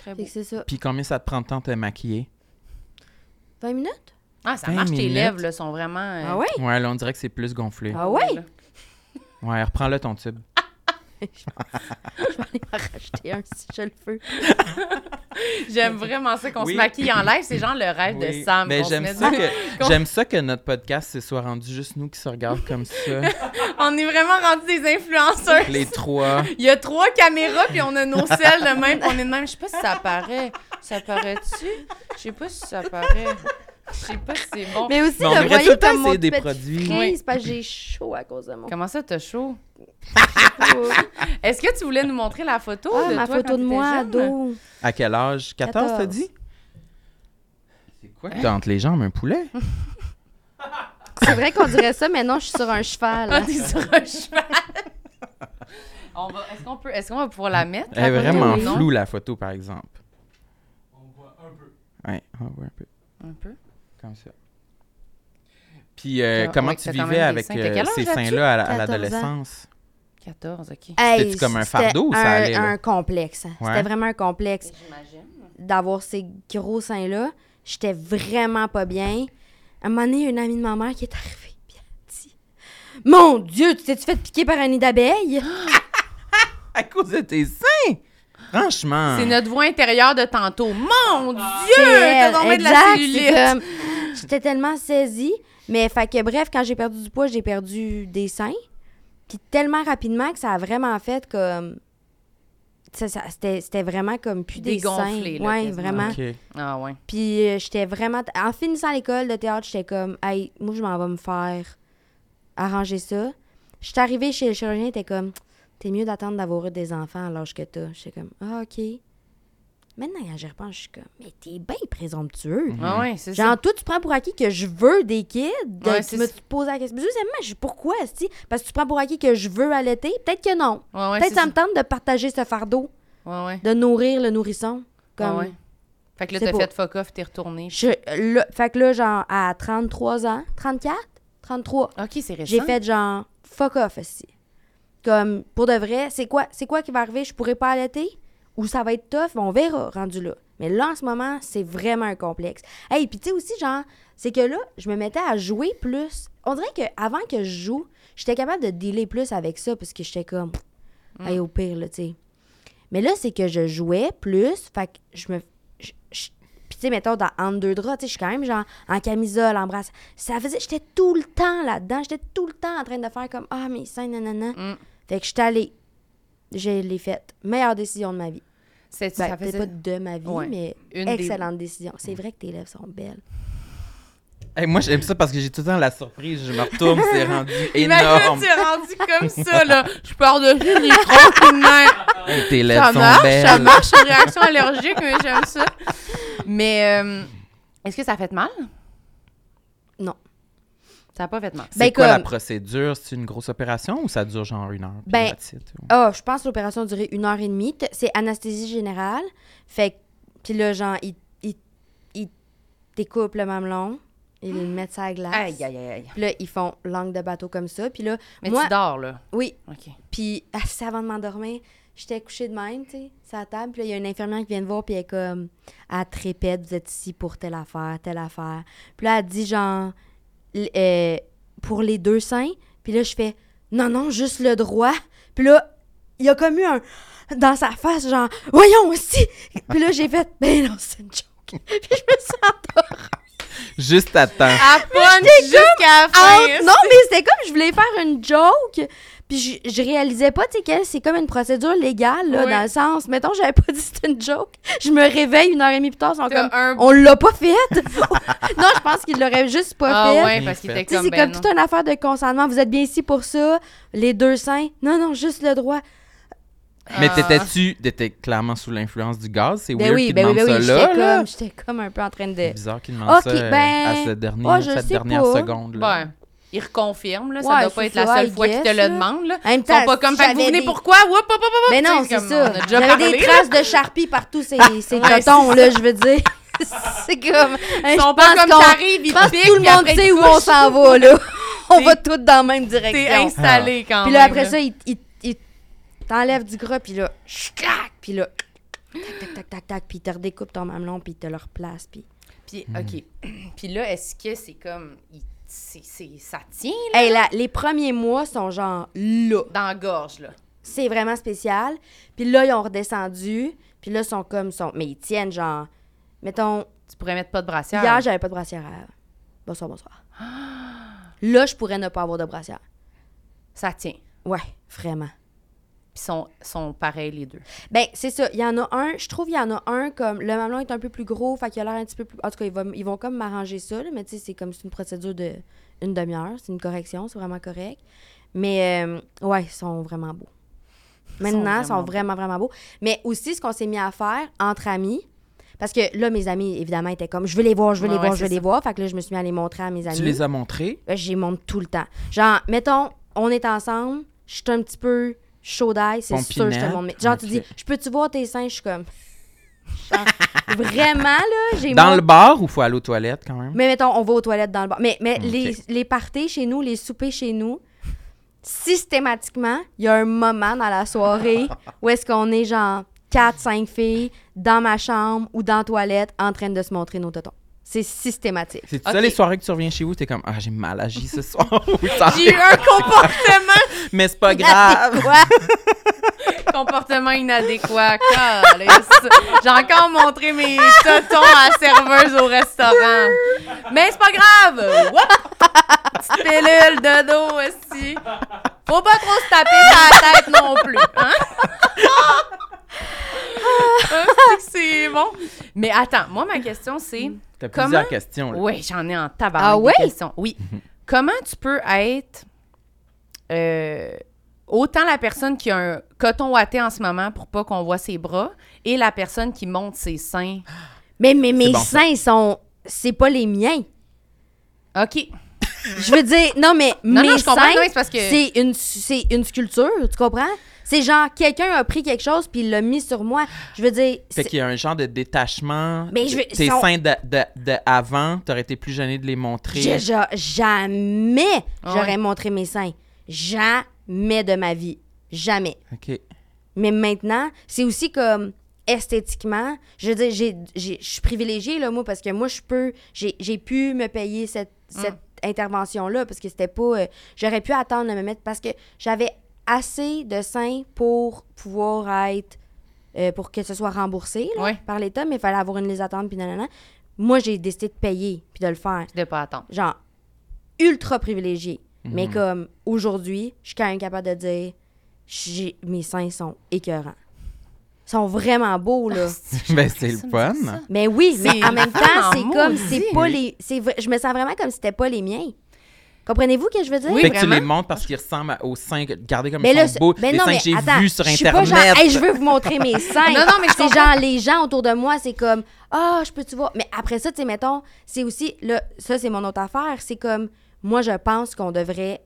Speaker 5: très
Speaker 4: Fait
Speaker 5: beau.
Speaker 4: que c'est ça.
Speaker 2: Puis combien ça te prend de temps de te maquiller?
Speaker 4: 20 minutes?
Speaker 5: Ah, ça
Speaker 2: 20
Speaker 5: marche, tes
Speaker 2: minutes.
Speaker 5: lèvres, là, sont vraiment. euh,
Speaker 4: Ah ouais?
Speaker 2: Ouais, là, on dirait que c'est plus gonflé.
Speaker 4: Ah ouais? [laughs]
Speaker 5: là.
Speaker 2: Ouais, reprends-le ton tube.
Speaker 4: Je vais aller en racheter un si je le veux. [laughs]
Speaker 3: J'aime vraiment ça qu'on
Speaker 2: Oui.
Speaker 3: se maquille en live. C'est genre le rêve de Sam.
Speaker 2: Mais
Speaker 3: qu'on se
Speaker 2: j'aime
Speaker 3: mette-
Speaker 2: ça, que, j'aime ça que notre podcast se soit rendu juste nous qui se regardent
Speaker 4: [laughs]
Speaker 2: comme ça.
Speaker 3: On est vraiment rendus des
Speaker 2: [laughs]
Speaker 3: influenceurs.
Speaker 2: les trois.
Speaker 3: Il y a trois caméras, puis on a nos selles de même.
Speaker 5: Puis On est de même. Je sais pas si ça apparaît. Ça paraît-tu? Je sais pas si ça apparaît. Je sais pas si c'est bon.
Speaker 4: Mais aussi,
Speaker 2: Mais on
Speaker 4: le
Speaker 2: devrait
Speaker 4: voyez
Speaker 2: tout le temps
Speaker 4: comme mon
Speaker 2: essayer des
Speaker 4: petit
Speaker 2: produits.
Speaker 4: frise, parce que j'ai chaud à cause de mon.
Speaker 5: Comment ça, t'as chaud?
Speaker 4: cou.
Speaker 3: Est-ce que tu voulais nous montrer la photo
Speaker 4: Ah,
Speaker 3: de
Speaker 4: ma
Speaker 3: toi
Speaker 4: photo
Speaker 3: quand
Speaker 4: de
Speaker 3: t'étais
Speaker 4: moi,
Speaker 3: jeune?
Speaker 4: ado.
Speaker 2: À quel âge? 14, t'as
Speaker 4: 14.
Speaker 2: dit? C'est quoi? T'as entre les jambes un poulet?
Speaker 4: C'est vrai qu'on dirait ça, mais non, je suis sur un cheval.
Speaker 3: [laughs] Ah, t'es sur un cheval.
Speaker 5: On va- Est-ce qu'on peut... Est qu'on va pouvoir la
Speaker 3: Ah,
Speaker 5: mettre?
Speaker 2: Elle est
Speaker 5: la photo,
Speaker 2: vraiment
Speaker 5: ou non?
Speaker 2: floue, la photo, par exemple. On voit un peu. Ouais, on voit un peu.
Speaker 5: Un peu.
Speaker 2: Comme ça. Puis, euh,
Speaker 5: Ah,
Speaker 2: comment
Speaker 5: ouais,
Speaker 2: tu
Speaker 5: t'as quand
Speaker 2: vivais
Speaker 5: même des
Speaker 2: avec
Speaker 5: seins. T'as
Speaker 2: euh,
Speaker 5: quel âge
Speaker 2: ces
Speaker 5: là-dessus?
Speaker 2: seins-là à la- à
Speaker 4: 14 ans.
Speaker 2: l'adolescence?
Speaker 5: 14, OK.
Speaker 2: C'était-tu comme un
Speaker 4: c'était
Speaker 2: fardeau ou ça
Speaker 4: un-
Speaker 2: allait, là?
Speaker 4: Un complexe.
Speaker 2: Ouais.
Speaker 4: C'était vraiment un complexe.
Speaker 5: J'imagine.
Speaker 4: d'avoir ces gros seins-là. J'étais vraiment pas bien. À un moment donné, une amie de ma mère qui est arrivée, puis elle a dit Mon Dieu, tu t'es-tu fait piquer par un
Speaker 5: [gasps]
Speaker 4: nid d'abeille?
Speaker 2: À cause de tes seins? Franchement.
Speaker 3: C'est notre voix intérieure de tantôt. Mon Dieu!
Speaker 4: C'est
Speaker 3: T'as
Speaker 4: elle.
Speaker 3: tombé de la
Speaker 4: Exact,
Speaker 3: cellulite.
Speaker 4: c'est comme- J'étais tellement saisie. Mais fait que bref, quand j'ai perdu du poids, j'ai perdu des seins. Puis tellement rapidement que ça a vraiment fait comme. ça- ça- C'était c'était vraiment comme plus des
Speaker 5: Dégonflé,
Speaker 4: seins.
Speaker 5: là,
Speaker 4: Ouais,
Speaker 5: quasiment.
Speaker 4: vraiment.
Speaker 2: Ok.
Speaker 5: Ah ouais.
Speaker 4: Puis euh, j'étais vraiment. En finissant l'école de théâtre, j'étais comme, hey, moi, je m'en vais me faire arranger ça. J'étais arrivée chez le chirurgien, il était comme, t'es mieux d'attendre d'avoir eu des enfants à l'âge que t'as. J'étais comme, ah, OK. Maintenant, quand j'y repense, je suis comme, mais t'es bien présomptueux.
Speaker 5: Ah ouais, c'est ça.
Speaker 4: Hmm. Genre, toi, tu prends pour acquis que je veux des kids. De-
Speaker 5: Ouais,
Speaker 4: tu
Speaker 5: c'est
Speaker 4: me
Speaker 5: ça.
Speaker 4: poses la question. Deuxièmement, je- pourquoi, si? Parce que tu prends pour acquis que je veux allaiter? Peut-être que non.
Speaker 5: Ouais,
Speaker 3: Ah,
Speaker 5: ouais,
Speaker 4: Peut-être
Speaker 5: c'est
Speaker 4: ça me tente de partager ce fardeau,
Speaker 5: Ouais, ouais.
Speaker 4: de nourrir le nourrisson.
Speaker 5: Ah
Speaker 4: Comme,
Speaker 5: ouais. Fait que là,
Speaker 4: C'est
Speaker 5: t'as
Speaker 4: pas-
Speaker 5: fait fuck off, t'es retourné.
Speaker 4: Je- là, fait que là, genre, à 33 ans, 34, 33.
Speaker 3: OK, c'est récent.
Speaker 4: J'ai fait genre fuck off aussi. Comme pour de vrai, c'est quoi c'est quoi qui va arriver, je pourrais pas allaiter ou ça va être tough, on verra rendu là. Mais là en ce moment, c'est vraiment un complexe. Hey, puis tu sais aussi genre c'est que là, je me mettais à jouer plus. On dirait que avant que je joue, j'étais capable de dealer plus avec ça parce que j'étais comme hey, au pire là, tu sais. Mais là, c'est que je jouais plus, fait que je me je- je- puis tu sais, mettons, dans entre deux draps, tu sais, je suis quand même genre en camisole, en brasse. Ça faisait, j'étais tout le temps là-dedans, j'étais tout le temps en train de faire comme ah mais ça nanana.
Speaker 3: Mm.
Speaker 4: Fait que j'étais allée, je l'ai faite. Meilleure décision de ma vie.
Speaker 3: C'est-
Speaker 4: Ben,
Speaker 3: ça
Speaker 4: peut-être
Speaker 3: faisait-
Speaker 4: pas de ma vie,
Speaker 3: Ouais.
Speaker 4: mais
Speaker 3: Une des-
Speaker 4: excellente décision. C'est vrai que tes lèvres sont belles.
Speaker 2: Hey, moi, j'aime ça parce que j'ai tout le temps la surprise. Je me retourne, c'est rendu
Speaker 3: Imagine,
Speaker 2: énorme.
Speaker 3: tu es rendu comme ça, là. Je pars de les troncs de même.
Speaker 4: [laughs]
Speaker 2: Hey, Tes lèvres
Speaker 3: Ça
Speaker 2: sont
Speaker 3: marche,
Speaker 2: belles.
Speaker 3: ça marche. c'est Une réaction allergique, mais j'aime ça. Mais euh, est-ce que ça a fait mal?
Speaker 4: Non.
Speaker 3: Ça n'a pas fait mal.
Speaker 2: C'est
Speaker 4: Ben,
Speaker 2: quoi la
Speaker 4: comme-
Speaker 2: procédure? C'est une grosse opération ou ça dure genre une heure? puis
Speaker 4: Ben,
Speaker 2: that's it?
Speaker 4: Ah, je pense que l'opération durait une heure et demie. T- C'est anesthésie générale. Fait que, puis là, genre, ils il, il découpent le mamelon, ils le mettent sur la glace.
Speaker 3: Ah! Aïe, aïe, aïe, aïe.
Speaker 4: Puis là, ils font langue de bateau comme ça. Puis là,
Speaker 3: Mais
Speaker 4: moi,
Speaker 3: tu dors, là.
Speaker 4: oui,
Speaker 3: OK.
Speaker 4: Puis, ah, c'est avant de m'endormir, j'étais couchée de même, tu sais, sur la table. Puis là, il y a une infirmière qui vient me voir, puis elle est comme, elle te répète, vous êtes ici pour telle affaire, telle affaire. Puis là, elle dit, genre, l- euh, pour les deux seins. Puis là, je fais, non, non, juste le droit. Puis là, il y a comme eu un, dans sa face, genre, voyons aussi. Puis là, j'ai fait, ben non, c'est une joke. puis je me suis endormie.
Speaker 2: Juste à temps.
Speaker 3: À punch jusqu'à la
Speaker 4: Ah,
Speaker 3: fin.
Speaker 4: non, mais c'était comme je voulais faire une joke. Puis je, je réalisais pas, tu sais, qu'elle, c'est comme une procédure légale, là,
Speaker 3: Oui.
Speaker 4: dans le sens. Mettons, j'avais pas [laughs] dit c'était une joke. Je me réveille une heure et demie plus tard, ils sont
Speaker 3: T'as
Speaker 4: comme.
Speaker 3: un...
Speaker 4: On l'a pas faite! [laughs] non, je pense qu'ils l'auraient juste pas
Speaker 3: Ah
Speaker 4: faite.
Speaker 3: ouais, parce qu'il était
Speaker 4: Tu sais,
Speaker 3: comme...
Speaker 4: c'est
Speaker 3: ben
Speaker 4: comme
Speaker 3: non.
Speaker 4: toute une affaire de consentement. Vous êtes bien ici pour ça. Les deux seins. Non, non, juste le droit.
Speaker 2: Mais
Speaker 3: Ah.
Speaker 2: t'étais-tu t'étais clairement sous l'influence du gaz? C'est
Speaker 4: Ben
Speaker 2: weird
Speaker 4: oui,
Speaker 2: qu'il
Speaker 4: ben oui,
Speaker 2: demande
Speaker 4: ben oui.
Speaker 2: ça
Speaker 4: J'étais
Speaker 2: là. là.
Speaker 4: comme, j'étais comme un peu en train de.
Speaker 2: C'est bizarre qu'il demande
Speaker 4: Ok,
Speaker 2: ça euh,
Speaker 4: ben,
Speaker 2: à cette dernière,
Speaker 4: oh, je
Speaker 2: cette
Speaker 4: sais
Speaker 2: dernière
Speaker 4: pas.
Speaker 2: seconde. Là.
Speaker 3: Ben, il reconfirme, là. Ça
Speaker 4: Ouais,
Speaker 3: doit pas
Speaker 4: c'est
Speaker 3: être la
Speaker 4: ça,
Speaker 3: seule
Speaker 4: I
Speaker 3: fois qu'il te
Speaker 4: guess,
Speaker 3: le
Speaker 4: là.
Speaker 3: demande, là.
Speaker 4: En même
Speaker 3: Ils sont
Speaker 4: temps,
Speaker 3: pas comme...
Speaker 4: si
Speaker 3: Fait que vous
Speaker 4: j'avais
Speaker 3: venez
Speaker 4: des-
Speaker 3: pourquoi? Whoop, hop, hop, hop, hop.
Speaker 4: Mais Ben non,
Speaker 3: Tu sais,
Speaker 4: c'est
Speaker 3: comme,
Speaker 4: ça.
Speaker 3: On a déjà
Speaker 4: J'avais
Speaker 3: parlé.
Speaker 4: des traces de charpie partout, ces, ces cotons, là, je
Speaker 3: [laughs]
Speaker 4: veux dire. c'est comme.
Speaker 3: Ils
Speaker 4: je
Speaker 3: sont pas
Speaker 4: pense
Speaker 3: comme
Speaker 4: qu'on-
Speaker 3: t'arrives, ils
Speaker 4: Je pense que
Speaker 3: piquent,
Speaker 4: tout le
Speaker 3: puis
Speaker 4: monde
Speaker 3: après,
Speaker 4: sait
Speaker 3: ils
Speaker 4: où on
Speaker 3: couchent.
Speaker 4: s'en
Speaker 3: [laughs]
Speaker 4: va, là. on
Speaker 3: T'es-
Speaker 4: va tous dans la même
Speaker 3: T'es
Speaker 4: direction.
Speaker 2: Ah.
Speaker 3: installé quand même.
Speaker 4: Puis là, après ça, ils il, il t'enlèvent du gras, puis là, clac, puis là, tac, tac, tac, tac, tac, puis ils te redécoupent ton mamelon, puis ils te le replacent, puis...
Speaker 3: Puis, OK. [clears throat] Puis là, est-ce que c'est comme... il- c'est- c'est- Ça tient, là,
Speaker 4: Hey, là, les premiers mois sont genre là.
Speaker 3: dans la gorge, là.
Speaker 4: C'est vraiment spécial. Puis là, ils ont redescendu, puis là, ils sont comme... Sont... Mais ils tiennent, genre... Mettons,
Speaker 3: Tu pourrais mettre pas de brassière.
Speaker 4: Hier, j'avais pas de brassière. à- Bonsoir, bonsoir. [gasps] Là, je pourrais ne pas avoir de brassière.
Speaker 3: Ça tient. Puis
Speaker 4: Ouais, vraiment.
Speaker 3: sont, sont pareils les deux.
Speaker 4: Ben, c'est ça. Il y en a un, je trouve, il y en a un comme le mamelon est un peu plus gros, fait qu'il a l'air un petit peu plus. En tout cas, ils, vont- ils vont comme m'arranger ça, là, mais tu sais, c'est comme c'est une procédure de une demi-heure, c'est une correction, c'est vraiment correct. Mais euh, ouais, ils sont vraiment beaux. Maintenant, ils sont,
Speaker 3: vraiment
Speaker 4: vraiment, vraiment beaux. Mais aussi, ce qu'on s'est mis à faire entre amis, parce que là, mes amis, évidemment, étaient comme je veux les voir, je veux
Speaker 3: Ouais,
Speaker 4: les voir,
Speaker 3: ouais,
Speaker 4: je veux
Speaker 3: c'est
Speaker 4: les
Speaker 3: ça.
Speaker 4: voir. Fait que là, je me suis mis à les montrer à mes amis.
Speaker 2: Tu les as montrés?
Speaker 4: Ben, j'y monte tout le temps. Genre, mettons, on est ensemble, je suis un petit peu chaud d'ail, c'est sûr que je te
Speaker 2: Pompinette,
Speaker 4: montre. mes- Genre,
Speaker 2: ok.
Speaker 4: tu dis, je peux-tu voir tes seins? Je suis comme. Genre, vraiment, là, j'ai
Speaker 2: Dans
Speaker 4: mon-
Speaker 2: le bar ou faut aller aux toilettes quand même?
Speaker 4: Mais mettons, on va aux toilettes dans le bar. Mais, mais
Speaker 2: Ok.
Speaker 4: les, les parties chez nous, les soupers chez nous, systématiquement, il y a un moment dans
Speaker 2: [laughs]
Speaker 4: la soirée où est-ce qu'on est genre 4-5 filles dans ma chambre ou dans la toilette en train de se montrer nos tontons. C'est systématique.
Speaker 2: C'est
Speaker 3: Ok.
Speaker 2: ça les soirées que tu reviens chez vous, t'es comme Ah, j'ai mal agi
Speaker 4: [laughs]
Speaker 2: ce soir. Ou ça-
Speaker 3: J'ai eu un comportement,
Speaker 2: [laughs] Mais c'est pas
Speaker 4: [laughs]
Speaker 2: grave.
Speaker 4: Quoi?
Speaker 3: comportement inadéquat. Calisse. J'ai encore montré mes totons à la serveuse au restaurant. Mais c'est pas grave. Whoop! Petite pilule de dos aussi. Faut pas trop se taper sur la tête non plus. Hein? Ah, c'est que c'est bon. Mais attends, moi, ma question, c'est...
Speaker 2: T'as
Speaker 3: Comment-
Speaker 2: plusieurs questions. là.
Speaker 3: Oui, j'en ai en tabac.
Speaker 4: Ah oui?
Speaker 2: [laughs]
Speaker 3: Oui. Comment tu peux être euh, autant la personne qui a un coton watté en ce moment pour pas qu'on voit ses bras et la personne qui monte ses seins?
Speaker 4: Mais, mais mes
Speaker 2: bon, ça.
Speaker 4: seins sont. C'est pas les miens.
Speaker 3: OK.
Speaker 4: Je veux dire, non, mais
Speaker 3: Non,
Speaker 4: mes
Speaker 3: non, je comprends.
Speaker 4: seins,
Speaker 3: non, c'est parce que.
Speaker 4: c'est une, c'est une sculpture, tu comprends? C'est genre, quelqu'un a pris quelque chose puis il l'a mis sur moi. Je veux dire,
Speaker 2: Fait qu'il y a un genre de détachement.
Speaker 4: Mais Ben, je veux-
Speaker 2: Tes
Speaker 4: sont-
Speaker 2: seins de, de, de avant, t'aurais été plus gêné de les montrer.
Speaker 4: Je- je- jamais
Speaker 3: Ah
Speaker 4: j'aurais
Speaker 3: ouais.
Speaker 4: montré mes seins. Jamais de ma vie. Jamais.
Speaker 2: OK.
Speaker 4: Mais maintenant, c'est aussi comme esthétiquement, je veux dire, j'ai- j'ai- je suis privilégiée, là, moi, parce que moi, je peux, j'ai j'ai pu me payer cette, cette intervention-là, parce que c'était pas, euh, j'aurais pu attendre de me mettre, parce que j'avais assez de seins pour pouvoir être, euh, pour que ce soit remboursé là,
Speaker 3: Ouais.
Speaker 4: par l'État, mais il fallait avoir une liste d'attente, puis nanana. Moi, j'ai décidé de payer, puis de le faire
Speaker 3: De pas attendre.
Speaker 4: genre ultra privilégié. Mais comme aujourd'hui, je suis quand même capable de dire j'ai- mes seins sont écœurants. Ils sont vraiment beaux, là.
Speaker 2: [laughs] ben, [laughs] c'est le fun.
Speaker 4: mais oui, mais
Speaker 3: Ah, C'est
Speaker 4: en même
Speaker 3: vraiment
Speaker 4: temps, c'est comme c'est
Speaker 3: maudit.
Speaker 4: pas les. c'est vrai- je me sens vraiment comme si c'était pas les miens. Comprenez-vous ce que je veux dire?
Speaker 3: Oui,
Speaker 2: fait que tu
Speaker 3: vraiment.
Speaker 2: les montres parce qu'ils ressemblent à- aux seins. que- Regardez comme
Speaker 4: Mais
Speaker 2: ils
Speaker 4: Ben là,
Speaker 2: sont beaux.
Speaker 4: mais
Speaker 2: les
Speaker 4: non,
Speaker 2: seins
Speaker 4: mais
Speaker 2: que j'ai
Speaker 4: attends,
Speaker 2: vus sur
Speaker 4: je suis pas
Speaker 2: Internet.
Speaker 4: genre, Hey, je veux vous montrer mes seins.
Speaker 3: [laughs] Non, non, mais je
Speaker 4: c'est genre les gens autour de moi, c'est comme ah, je peux tu voir. Mais après ça, tu sais, mettons, c'est aussi là, ça c'est mon autre affaire, c'est comme moi je pense qu'on devrait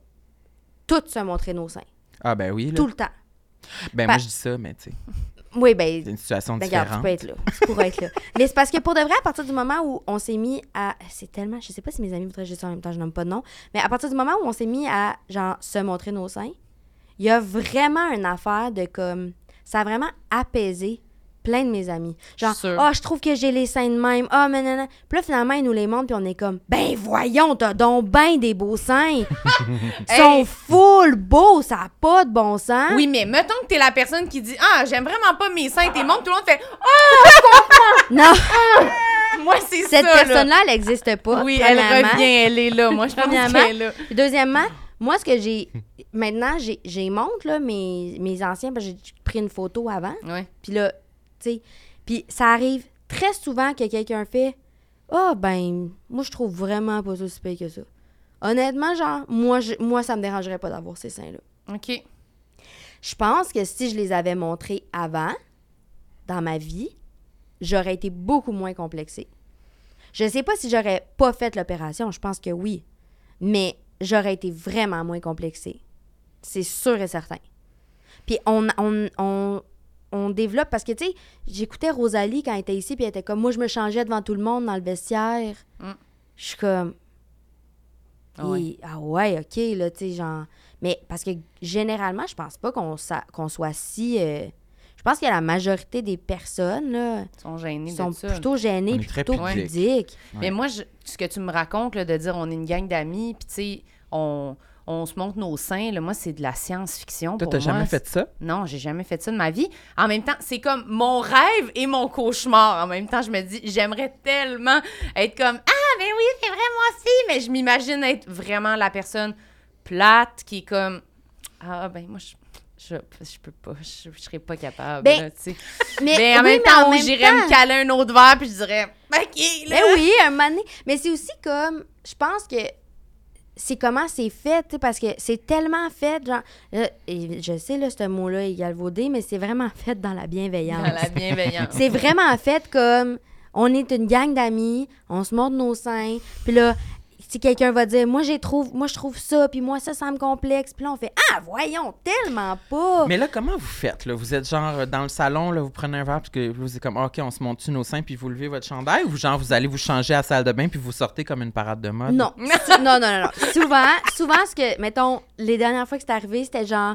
Speaker 4: toutes se montrer nos seins,
Speaker 2: Ah, ben oui. là.
Speaker 4: tout le temps.
Speaker 2: Ben, moi, je dis ça, mais tu sais,
Speaker 4: Oui, ben,
Speaker 2: c'est une situation
Speaker 4: ben, regarde, tu
Speaker 2: différente.
Speaker 4: peux être là, tu pourrais
Speaker 3: [laughs]
Speaker 4: être là. Mais c'est parce que pour de vrai, à partir du moment où on s'est mis à, c'est tellement, je sais pas si mes amis voudraient juste ça en même temps, je nomme pas de nom, mais à partir du moment où on s'est mis à genre se montrer nos seins, il y a vraiment une affaire de comme ça a vraiment apaisé plein de mes amis. Genre
Speaker 3: Sûr.
Speaker 4: "Ah, je trouve que j'ai les seins de même. Ah, mais non, non. Puis là finalement, ils nous les montrent puis on est comme "Ben voyons, t'as donc ben des
Speaker 3: [laughs]
Speaker 4: beaux seins." Ils sont
Speaker 3: Hey.
Speaker 4: full beaux, ça a pas de bon sens.
Speaker 3: Oui, mais mettons que t'es la personne qui dit Ah, j'aime vraiment pas mes seins, t'es montre, tout le monde fait
Speaker 4: Non,
Speaker 3: [laughs] Ah, moi, c'est ça.
Speaker 4: cette
Speaker 3: là.
Speaker 4: personne-là, elle n'existe pas.
Speaker 3: Oui, elle
Speaker 4: premièrement.
Speaker 3: revient, elle est là. Moi, je pense
Speaker 4: Premièrement.
Speaker 3: qu'elle est là.
Speaker 4: Puis deuxièmement, moi, ce que j'ai. Maintenant, j'ai- j'ai montre, là, mes, mes anciens, parce que j'ai pris une photo avant.
Speaker 3: Ouais.
Speaker 4: Puis là, tu sais. Puis ça arrive très souvent que quelqu'un fait Ah, ben, moi, je trouve vraiment pas ça si pire que ça. Honnêtement, genre, moi, je- moi ça me dérangerait pas d'avoir ces seins-là.
Speaker 3: OK.
Speaker 4: Je pense que si je les avais montrés avant, dans ma vie, j'aurais été beaucoup moins complexée. Je sais pas si j'aurais pas fait l'opération, je pense que oui, mais j'aurais été vraiment moins complexée. C'est sûr et certain. Puis on, on, on, on développe, parce que tu sais, j'écoutais Rosalie quand elle était ici, puis elle était comme, moi je me changeais devant tout le monde dans le vestiaire.
Speaker 3: Mm.
Speaker 4: Je suis comme...
Speaker 3: Ah ouais.
Speaker 4: Et- ah ouais, ok, là, tu sais, genre... Mais parce que généralement, je pense pas qu'on sa- qu'on soit si. euh, je pense que la majorité des personnes là,
Speaker 3: Ils sont gênés
Speaker 4: sont
Speaker 3: de ça.
Speaker 4: plutôt
Speaker 2: On
Speaker 4: gênées,
Speaker 2: est
Speaker 4: puis
Speaker 2: très
Speaker 4: plutôt
Speaker 2: pudiques.
Speaker 4: pudiques.
Speaker 2: Ouais.
Speaker 3: Mais moi, je- ce que tu me racontes, là, de dire on est une gang d'amis, puis tu sais, on, on se montre nos seins, là, moi, c'est de la science-fiction.
Speaker 2: Toi,
Speaker 3: pour
Speaker 2: t'as
Speaker 3: moi.
Speaker 2: jamais fait ça?
Speaker 3: Non, j'ai jamais fait ça de ma vie. En même temps, c'est comme mon rêve et mon cauchemar. En même temps, je me dis, j'aimerais tellement être comme Ah, ben oui, c'est vrai, moi aussi. Mais je m'imagine être vraiment la personne plate qui est comme Ah, ben moi, je, je, je peux pas, je, je serais pas capable.
Speaker 4: Ben,
Speaker 3: là, tu sais.
Speaker 4: Mais,
Speaker 3: Ben, en
Speaker 4: oui,
Speaker 3: même
Speaker 4: mais
Speaker 3: temps,
Speaker 4: en
Speaker 3: où
Speaker 4: même
Speaker 3: j'irais me
Speaker 4: temps-
Speaker 3: caler un autre verre puis je dirais OK, là.
Speaker 4: Ben oui, un moment donné. Mais c'est aussi comme, je pense que c'est comment c'est fait, tu sais, parce que c'est tellement fait, genre, là, et je sais, là, ce mot-là est galvaudé, mais c'est vraiment fait dans la bienveillance.
Speaker 3: Dans la bienveillance.
Speaker 4: [laughs] C'est vraiment fait comme on est une gang d'amis, on se montre nos seins, puis là si quelqu'un va dire moi j'ai trouve moi je trouve ça puis moi ça ça me complexe puis là on fait ah voyons tellement pas
Speaker 2: Mais là, comment vous faites? Là? Vous êtes genre euh, dans le salon, là, vous prenez un verre, puis que vous êtes comme, OK, on se monte nos seins, puis vous levez votre chandail, ou genre, vous allez vous changer à la salle de bain, puis vous sortez comme une parade de mode? [laughs]
Speaker 4: non Sou- non non non, non. souvent souvent ce que mettons les dernières fois que c'est arrivé c'était genre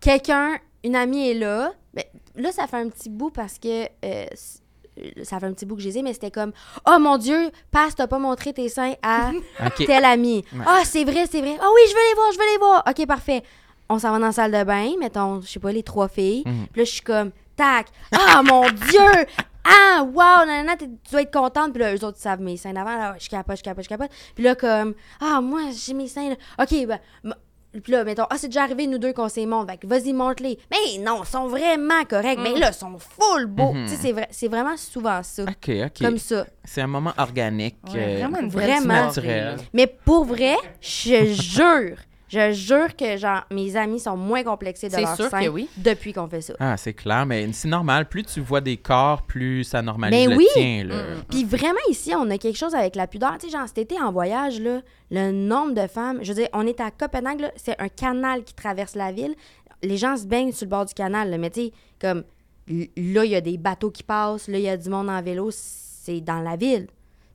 Speaker 4: quelqu'un une amie est là ben, là ça fait un petit bout parce que euh, c- euh, ça fait un petit bout que j'ai dit mais c'était comme oh mon dieu passe t'as pas montré tes seins à
Speaker 2: OK.
Speaker 4: tel ami. Ah,
Speaker 2: Ouais.
Speaker 4: c'est vrai, c'est vrai. Ah oui, je veux les voir, je veux les voir. OK, parfait. On s'en va dans la salle de bain, mettons, je sais pas, les trois filles.
Speaker 2: Mhm.
Speaker 4: Puis là, je suis comme, tac. Ah, mon [laughs] Dieu! Ah, wow, nanana, t'es- tu dois être contente. Puis là, eux autres, ils savent mes seins d'avant. Là, je capote, je capote, je capote. Puis là, comme, ah, moi, j'ai mes seins. là. OK, ben. m- puis là, mettons, ah, c'est déjà arrivé, nous deux, qu'on s'est montre. Fait que vas-y, montre-les. Mais non, ils sont vraiment corrects. Mais là, ils sont full beaux.
Speaker 2: Mhm.
Speaker 4: Tu sais, c'est vrai- c'est vraiment souvent ça.
Speaker 2: OK, OK.
Speaker 4: Comme ça.
Speaker 2: C'est un moment organique.
Speaker 3: Ouais,
Speaker 2: euh,
Speaker 3: vraiment une
Speaker 4: vraiment.
Speaker 3: vraiment.
Speaker 2: Naturel.
Speaker 4: Mais pour vrai, je jure, je jure que genre mes amis sont moins complexés de
Speaker 3: C'est
Speaker 4: leur
Speaker 3: sûr
Speaker 4: sein
Speaker 3: que oui.
Speaker 4: depuis qu'on fait ça.
Speaker 2: Ah, c'est clair, mais c'est normal. Plus tu vois des corps, plus ça normalise
Speaker 4: Ben
Speaker 2: le
Speaker 4: oui!
Speaker 2: tien. Là.
Speaker 4: Puis vraiment ici, on a quelque chose avec la pudeur. Tu sais, genre cet été en voyage, là, le nombre de femmes, je veux dire, on est à Copenhague, là, c'est un canal qui traverse la ville. les gens se baignent sur le bord du canal, là, mais tu sais, comme l- là, il y a des bateaux qui passent, là, il y a du monde en vélo, c'est dans la ville.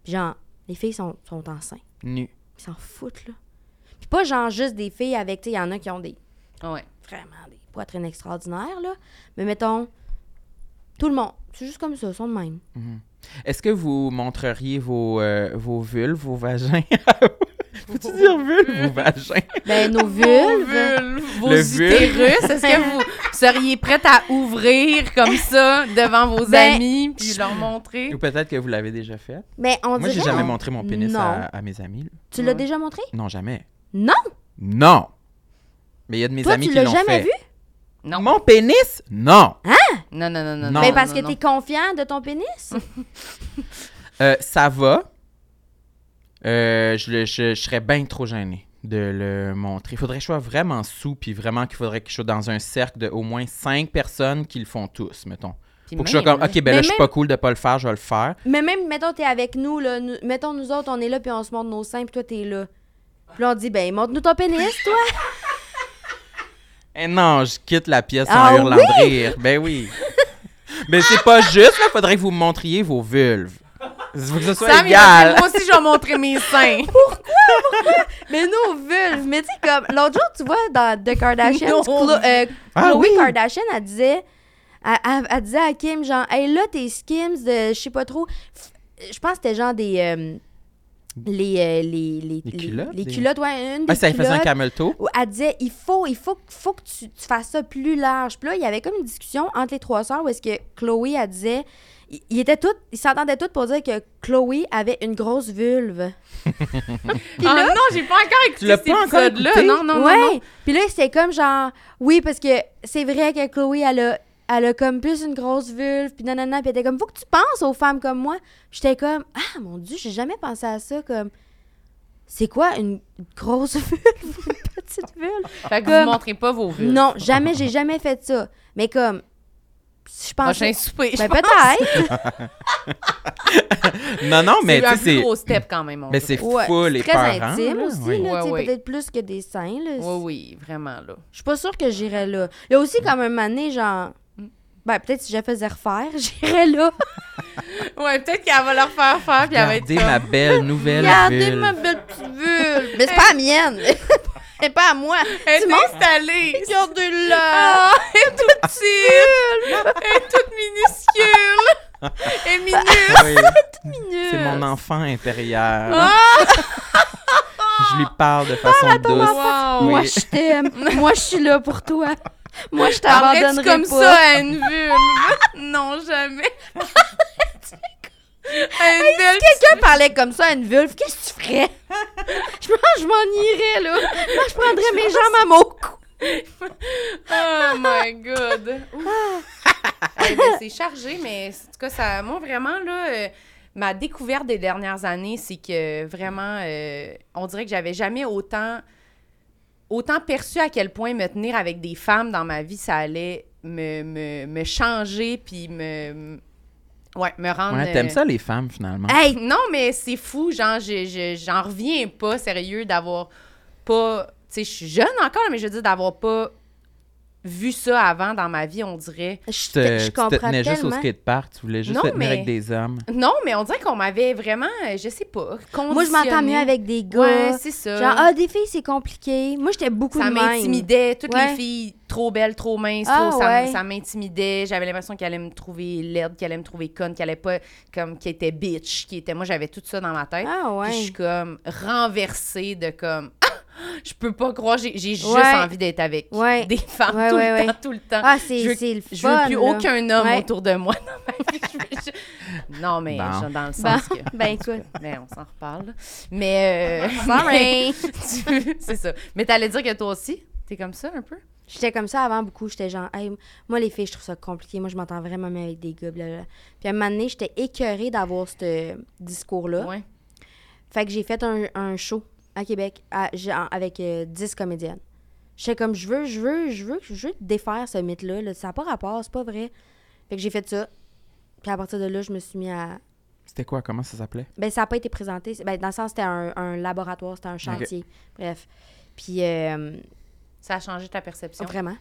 Speaker 4: Puis genre, les filles sont, sont enceintes.
Speaker 2: Nu.
Speaker 4: Ils s'en foutent, là. Puis pas genre juste des filles avec, tu sais, il y en a qui ont des
Speaker 5: Ouais.
Speaker 4: vraiment des poitrines extraordinaires, là. Mais mettons, tout le monde. C'est juste comme ça, ils sont de même.
Speaker 2: Est-ce que vous montreriez vos, euh, vos vulves, vos vagins? [laughs] à- Faut-tu dire vulves, vos vagins?
Speaker 4: [laughs] Ben, nos vulves.
Speaker 3: Vos
Speaker 2: Le
Speaker 3: utérus, est-ce que vous seriez prête à ouvrir comme ça devant vos
Speaker 4: Ben,
Speaker 3: amis puis leur montrer?
Speaker 2: Ou peut-être que vous l'avez déjà fait?
Speaker 4: Mais Ben,
Speaker 2: Moi,
Speaker 4: on dirait.
Speaker 2: j'ai jamais
Speaker 4: on-
Speaker 2: montré mon pénis
Speaker 4: Non.
Speaker 2: à, à mes amis. là.
Speaker 4: Tu l'as déjà montré?
Speaker 2: Non, jamais.
Speaker 4: Non!
Speaker 2: Non! Mais il y a de mes
Speaker 4: Toi,
Speaker 2: amis
Speaker 4: tu
Speaker 2: qui
Speaker 4: l'as
Speaker 2: l'ont
Speaker 4: jamais
Speaker 2: fait.
Speaker 4: vu? Ah.
Speaker 5: Non.
Speaker 2: Mon pénis? Non!
Speaker 5: Non, non, non, non.
Speaker 2: Non.
Speaker 4: Mais Ben, parce
Speaker 5: non,
Speaker 4: que
Speaker 5: non.
Speaker 4: t'es confiant de ton pénis?
Speaker 2: Euh, ça va. Euh, je, le- je- je serais bien trop gênée de le montrer. Il faudrait que je sois vraiment sous, puis vraiment qu'il faudrait que je sois dans un cercle de au moins cinq personnes qui le font tous, mettons.
Speaker 5: Puis
Speaker 2: Pour que je sois
Speaker 5: même,
Speaker 2: comme, OK, ben
Speaker 4: Mais
Speaker 2: là, je suis
Speaker 4: même-
Speaker 2: pas cool de pas le faire, je vais le faire.
Speaker 4: Mais même, mettons, t'es avec nous, là. nous- mettons, nous autres, on est là, puis on se montre nos seins, puis toi, t'es là. Puis là, on dit, ben, montre-nous ton pénis, toi.
Speaker 2: Et Eh non, je quitte la pièce
Speaker 4: Ah
Speaker 2: en hurlant de rire. Ben oui. Mais c'est pas juste, là. Faudrait que vous me montriez vos vulves. Faut que ce soit
Speaker 3: Sam, il va dire,
Speaker 2: égal.
Speaker 3: moi aussi, je vais montrer mes seins.
Speaker 2: [laughs]
Speaker 4: mais nos vulves. Mais tu sais, comme, l'autre jour, tu vois, dans The Kardashians,
Speaker 3: Non.
Speaker 4: Chlo- euh,
Speaker 2: Ah
Speaker 4: Khloé
Speaker 2: oui.
Speaker 4: Kardashian, elle disait, elle, elle- elle disait à Kim, genre, hey, là, tes skims de, je sais pas trop, f- je pense que c'était genre des. euh, les, euh, les, les,
Speaker 2: Des culottes,
Speaker 4: les,
Speaker 2: des-
Speaker 4: culottes, ouais, une des
Speaker 2: Ah, ça il faisait un
Speaker 4: culottes.
Speaker 2: camel toe.
Speaker 4: Où elle disait il faut il faut faut que tu, tu fasses ça plus large. Puis là, il y avait comme une discussion entre les trois sœurs où est-ce que Chloé elle disait ils ils étaient toutes ils s'entendaient toutes pour dire que Chloé avait une grosse vulve. Puis
Speaker 3: Ah
Speaker 4: là-
Speaker 3: non, j'ai pas encore écouté
Speaker 2: Tu l'as
Speaker 3: cet
Speaker 2: pas encore
Speaker 3: épisode-là.
Speaker 2: écouté?
Speaker 3: Non, non,
Speaker 4: ouais.
Speaker 3: non, non.
Speaker 4: Puis là, c'était comme genre oui parce que c'est vrai que Chloé elle a elle a comme plus une grosse vulve puis nanana puis elle était comme faut que tu penses aux femmes comme moi. J'étais comme ah mon dieu, j'ai jamais pensé à ça comme c'est quoi une grosse [laughs] vulve, une petite vulve
Speaker 5: Fait que
Speaker 4: Comme-
Speaker 5: vous montrez pas vos vulves.
Speaker 4: Non, jamais, j'ai jamais fait ça. Mais comme, je pense.
Speaker 5: Prochain souper. je
Speaker 4: Ben
Speaker 5: pense.
Speaker 4: peut-être.
Speaker 2: Non, non, mais
Speaker 5: C'est
Speaker 2: tu
Speaker 5: un
Speaker 2: sais,
Speaker 5: plus
Speaker 2: c'est.
Speaker 5: gros step quand même. on
Speaker 2: Mais
Speaker 5: dirait.
Speaker 2: c'est [laughs]
Speaker 4: Ouais,
Speaker 2: fou, les
Speaker 4: c'est très
Speaker 2: parents.
Speaker 4: intime
Speaker 2: là,
Speaker 4: aussi,
Speaker 2: ouais.
Speaker 4: là,
Speaker 5: Ouais,
Speaker 4: tu sais,
Speaker 5: ouais.
Speaker 4: peut-être plus que des seins. Là.
Speaker 5: Oui, oui, vraiment, là.
Speaker 4: Je suis pas sûre que j'irais là. Il y a aussi comme un mané, genre. Ben, peut-être si je la faisais refaire, [laughs] j'irais là.
Speaker 3: Ouais, peut-être qu'elle va leur faire faire puis elle va être
Speaker 2: Regardez ma belle nouvelle
Speaker 4: Regardez
Speaker 2: vulve.
Speaker 4: ma belle petite vulve. Mais c'est pas la mienne.
Speaker 3: [laughs]
Speaker 4: Et pas à moi.
Speaker 3: Elle
Speaker 4: Tu
Speaker 3: est
Speaker 4: montres-
Speaker 3: installée.
Speaker 4: Regardez là.
Speaker 3: Ah, elle est toute petite. Elle est toute minuscule.
Speaker 4: [laughs]
Speaker 3: Elle est minuscule.
Speaker 2: Oui. C'est mon enfant intérieur. Je lui parle de façon douce.
Speaker 3: Wow.
Speaker 2: Oui.
Speaker 4: Moi, je t'aime. moi, je suis là pour toi. Moi, je
Speaker 3: T'arrêtes
Speaker 4: t'abandonnerai pas.
Speaker 3: comme ça à une vulve? non, jamais. [laughs] À une belle
Speaker 4: quelqu'un parlait comme ça à une vulve, qu'est-ce que tu ferais? Je pense que je m'en irais, là. Moi, je prendrais mes jambes à mon cou.
Speaker 3: Oh my god! Ouf. [laughs] Eh ben, c'est chargé, mais en tout cas, ça, moi vraiment, là, euh, ma découverte des dernières années, c'est que vraiment, euh, on dirait que j'avais jamais autant, autant perçu à quel point me tenir avec des femmes dans ma vie, ça allait me, me, me changer puis me. Ouais, me rendre.
Speaker 2: Ouais, T'aimes
Speaker 3: euh,
Speaker 2: ça, les femmes, finalement?
Speaker 4: Hey,
Speaker 3: non, mais c'est fou, genre, je- je- j'en reviens pas, sérieux, d'avoir pas. Tu sais, je suis jeune encore, mais je veux dire, d'avoir pas vu ça avant dans ma vie, on dirait.
Speaker 4: je,
Speaker 2: Tu te-
Speaker 4: te- je
Speaker 2: tu te
Speaker 4: comprends
Speaker 2: tenais juste au
Speaker 4: tellement.
Speaker 2: skatepark, tu voulais juste
Speaker 3: Non,
Speaker 2: te tenir
Speaker 3: mais-
Speaker 2: avec des hommes.
Speaker 3: Non, mais on dirait qu'on m'avait vraiment, euh, je sais pas, conditionnée.
Speaker 4: Moi, je m'entends mieux avec des gars.
Speaker 3: Ouais, c'est ça.
Speaker 4: Genre, ah, des filles, c'est compliqué. Moi, j'étais beaucoup
Speaker 3: ça
Speaker 4: de même.
Speaker 3: m'intimidait. Toutes
Speaker 4: Ouais.
Speaker 3: les filles trop belles, trop minces,
Speaker 4: Ah,
Speaker 3: trop, ça m-
Speaker 4: ouais.
Speaker 3: ça m'intimidait. J'avais l'impression qu'elle allait me trouver laide, qu'elle allait me trouver conne, qu'elle allait pas, comme, qu'elle était bitch, qui était. Moi, j'avais tout ça dans ma tête.
Speaker 4: Ah,
Speaker 3: Puis je
Speaker 4: ouais.
Speaker 3: suis comme renversée de comme ah, je peux pas croire j'ai j'ai juste
Speaker 4: Ouais.
Speaker 3: envie d'être avec
Speaker 4: Ouais.
Speaker 3: des femmes
Speaker 4: Ouais,
Speaker 3: tout
Speaker 4: ouais,
Speaker 3: le
Speaker 4: ouais.
Speaker 3: temps tout le temps.
Speaker 4: Ah,
Speaker 3: Je
Speaker 4: c'est
Speaker 3: veux-
Speaker 4: c'est le fun.
Speaker 3: je veux plus
Speaker 4: là.
Speaker 3: aucun homme
Speaker 4: Ouais.
Speaker 3: autour de moi dans ma vie. Je veux juste- [laughs] Non mais
Speaker 2: Bon.
Speaker 3: genre, dans le
Speaker 4: Bon.
Speaker 3: sens que
Speaker 4: [laughs] Ben, écoute.
Speaker 3: [laughs] mais on s'en reparle. là. Mais
Speaker 4: [laughs]
Speaker 3: euh,
Speaker 4: Sorry.
Speaker 3: [laughs] tu- c'est ça. Mais t'allais dire que toi aussi t'es comme ça un peu.
Speaker 4: J'étais comme ça avant beaucoup. J'étais genre, hey, moi, les filles, je trouve ça compliqué. Moi, je m'entends vraiment mieux avec des gars. blablabla. Puis à un moment donné, j'étais écœurée d'avoir ce discours-là.
Speaker 3: Ouais.
Speaker 4: Fait que j'ai fait un, un show à Québec à- j'ai- en- avec euh, 10 comédiennes. J'étais comme, je veux, je veux, je veux, je veux défaire ce mythe-là. là. Ça n'a pas rapport, c'est pas vrai. Fait que j'ai fait ça. Puis à partir de là, je me suis mis à.
Speaker 2: C'était quoi? Comment ça s'appelait?
Speaker 4: Ben, ça n'a pas été présenté. C'est- Ben, dans le sens, c'était un, un laboratoire, c'était un chantier. Bref. Puis, euh,
Speaker 3: Ça a changé ta perception.
Speaker 4: vraiment.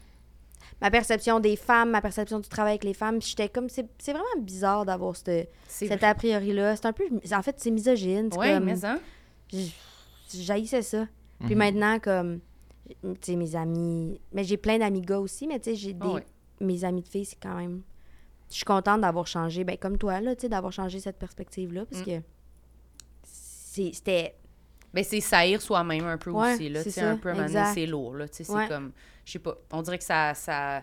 Speaker 4: ma perception des femmes, ma perception du travail avec les femmes. Puis j'étais comme, c'est c'est vraiment bizarre d'avoir cette-
Speaker 3: C'est
Speaker 4: cet a priori-là. C'est un peu, en fait, c'est misogyne. c'est
Speaker 3: Ouais,
Speaker 4: comme-
Speaker 3: mais ça.
Speaker 4: j- j'haïssais ça.
Speaker 2: Mhm.
Speaker 4: Puis maintenant, comme, tu sais, mes amis, mais j'ai plein d'amis gars aussi, mais tu sais, j'ai des,
Speaker 3: ouais.
Speaker 4: mes amis de filles, c'est quand même, je suis contente d'avoir changé, ben comme toi, là, tu sais, d'avoir changé cette perspective-là,
Speaker 3: Mm.
Speaker 4: parce que c'est- c'était,
Speaker 3: Ben, c'est saillir soi-même un peu
Speaker 4: Ouais,
Speaker 3: aussi, là. Tu
Speaker 4: c'est
Speaker 3: sais,
Speaker 4: ça,
Speaker 3: un peu, à un moment donné,
Speaker 4: exact.
Speaker 3: c'est lourd, là. Tu sais, c'est
Speaker 4: Ouais.
Speaker 3: comme, je sais pas, on dirait que ça, ça...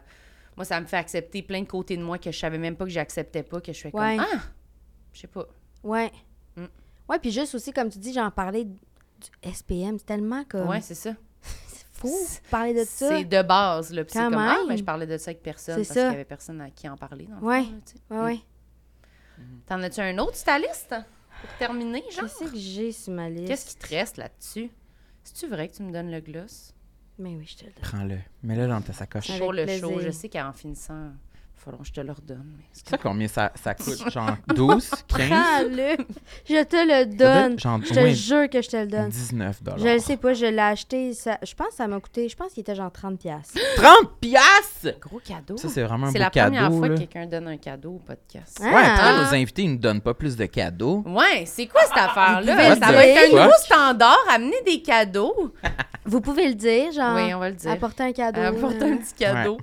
Speaker 3: Moi, ça me fait accepter plein de côtés de moi que je savais même pas que j'acceptais pas, que je fais comme,
Speaker 4: Ouais.
Speaker 3: ah! Je sais pas.
Speaker 4: ouais.
Speaker 3: Mm.
Speaker 4: Ouais, puis juste aussi, comme tu dis, j'en parlais du SPM, c'est tellement comme,
Speaker 3: Ouais, c'est ça.
Speaker 4: c'est fou parler de ça.
Speaker 3: C'est de base, là. Puis c'est
Speaker 4: Quand
Speaker 3: comme, ah,
Speaker 4: même.
Speaker 3: mais je parlais de ça avec personne
Speaker 4: C'est
Speaker 3: parce qu'il
Speaker 4: ça.
Speaker 3: y avait personne à qui en parler, dans le
Speaker 4: Ouais.
Speaker 3: fond, là, tu sais.
Speaker 4: Ouais, ouais.
Speaker 3: T'en as-tu un autre sur ta liste pour terminer, genre?
Speaker 4: Qu'est-ce que j'ai sur ma liste?
Speaker 3: Qu'est-ce qui te reste là-dessus? C'est-tu vrai que tu me donnes le gloss?
Speaker 4: Mais oui, je te le donne.
Speaker 2: Prends-le. Mets-le dans ta sacoche.
Speaker 4: Avec
Speaker 3: Pour le
Speaker 4: plaisir.
Speaker 3: show, je sais qu'en finissant, il faudra que je te le redonne. mais c'est
Speaker 2: Tu sais combien ça, ça coûte? Genre
Speaker 3: [laughs]
Speaker 2: 12, 15,
Speaker 3: Ben
Speaker 4: Prends-le! [laughs] je te le
Speaker 2: doit être
Speaker 4: donne!
Speaker 2: genre
Speaker 4: Je te
Speaker 2: oui.
Speaker 4: jure que je te le donne.
Speaker 2: 19
Speaker 4: Je le sais pas, je l'ai acheté. ça- je pense que ça m'a coûté. Je pense qu'il était genre 30$. piastres.
Speaker 2: 30 piastres!
Speaker 3: un gros cadeau.
Speaker 2: Ça, c'est vraiment un beau
Speaker 3: C'est la
Speaker 2: cadeau.
Speaker 3: première fois
Speaker 2: là.
Speaker 3: que quelqu'un donne un cadeau au podcast.
Speaker 4: Hein?
Speaker 2: Ouais, après,
Speaker 3: Ah.
Speaker 2: nos invités, ils nous donnent pas plus de cadeaux.
Speaker 3: Ouais, c'est quoi
Speaker 4: Ah,
Speaker 3: cette affaire-là?
Speaker 4: What
Speaker 3: Ça
Speaker 4: the
Speaker 3: va être un
Speaker 2: fuck?
Speaker 3: nouveau standard, amener des cadeaux. euh,
Speaker 4: Vous pouvez le dire, genre.
Speaker 3: Oui, on va le dire.
Speaker 4: Apporter un cadeau.
Speaker 3: Apporte un petit cadeau.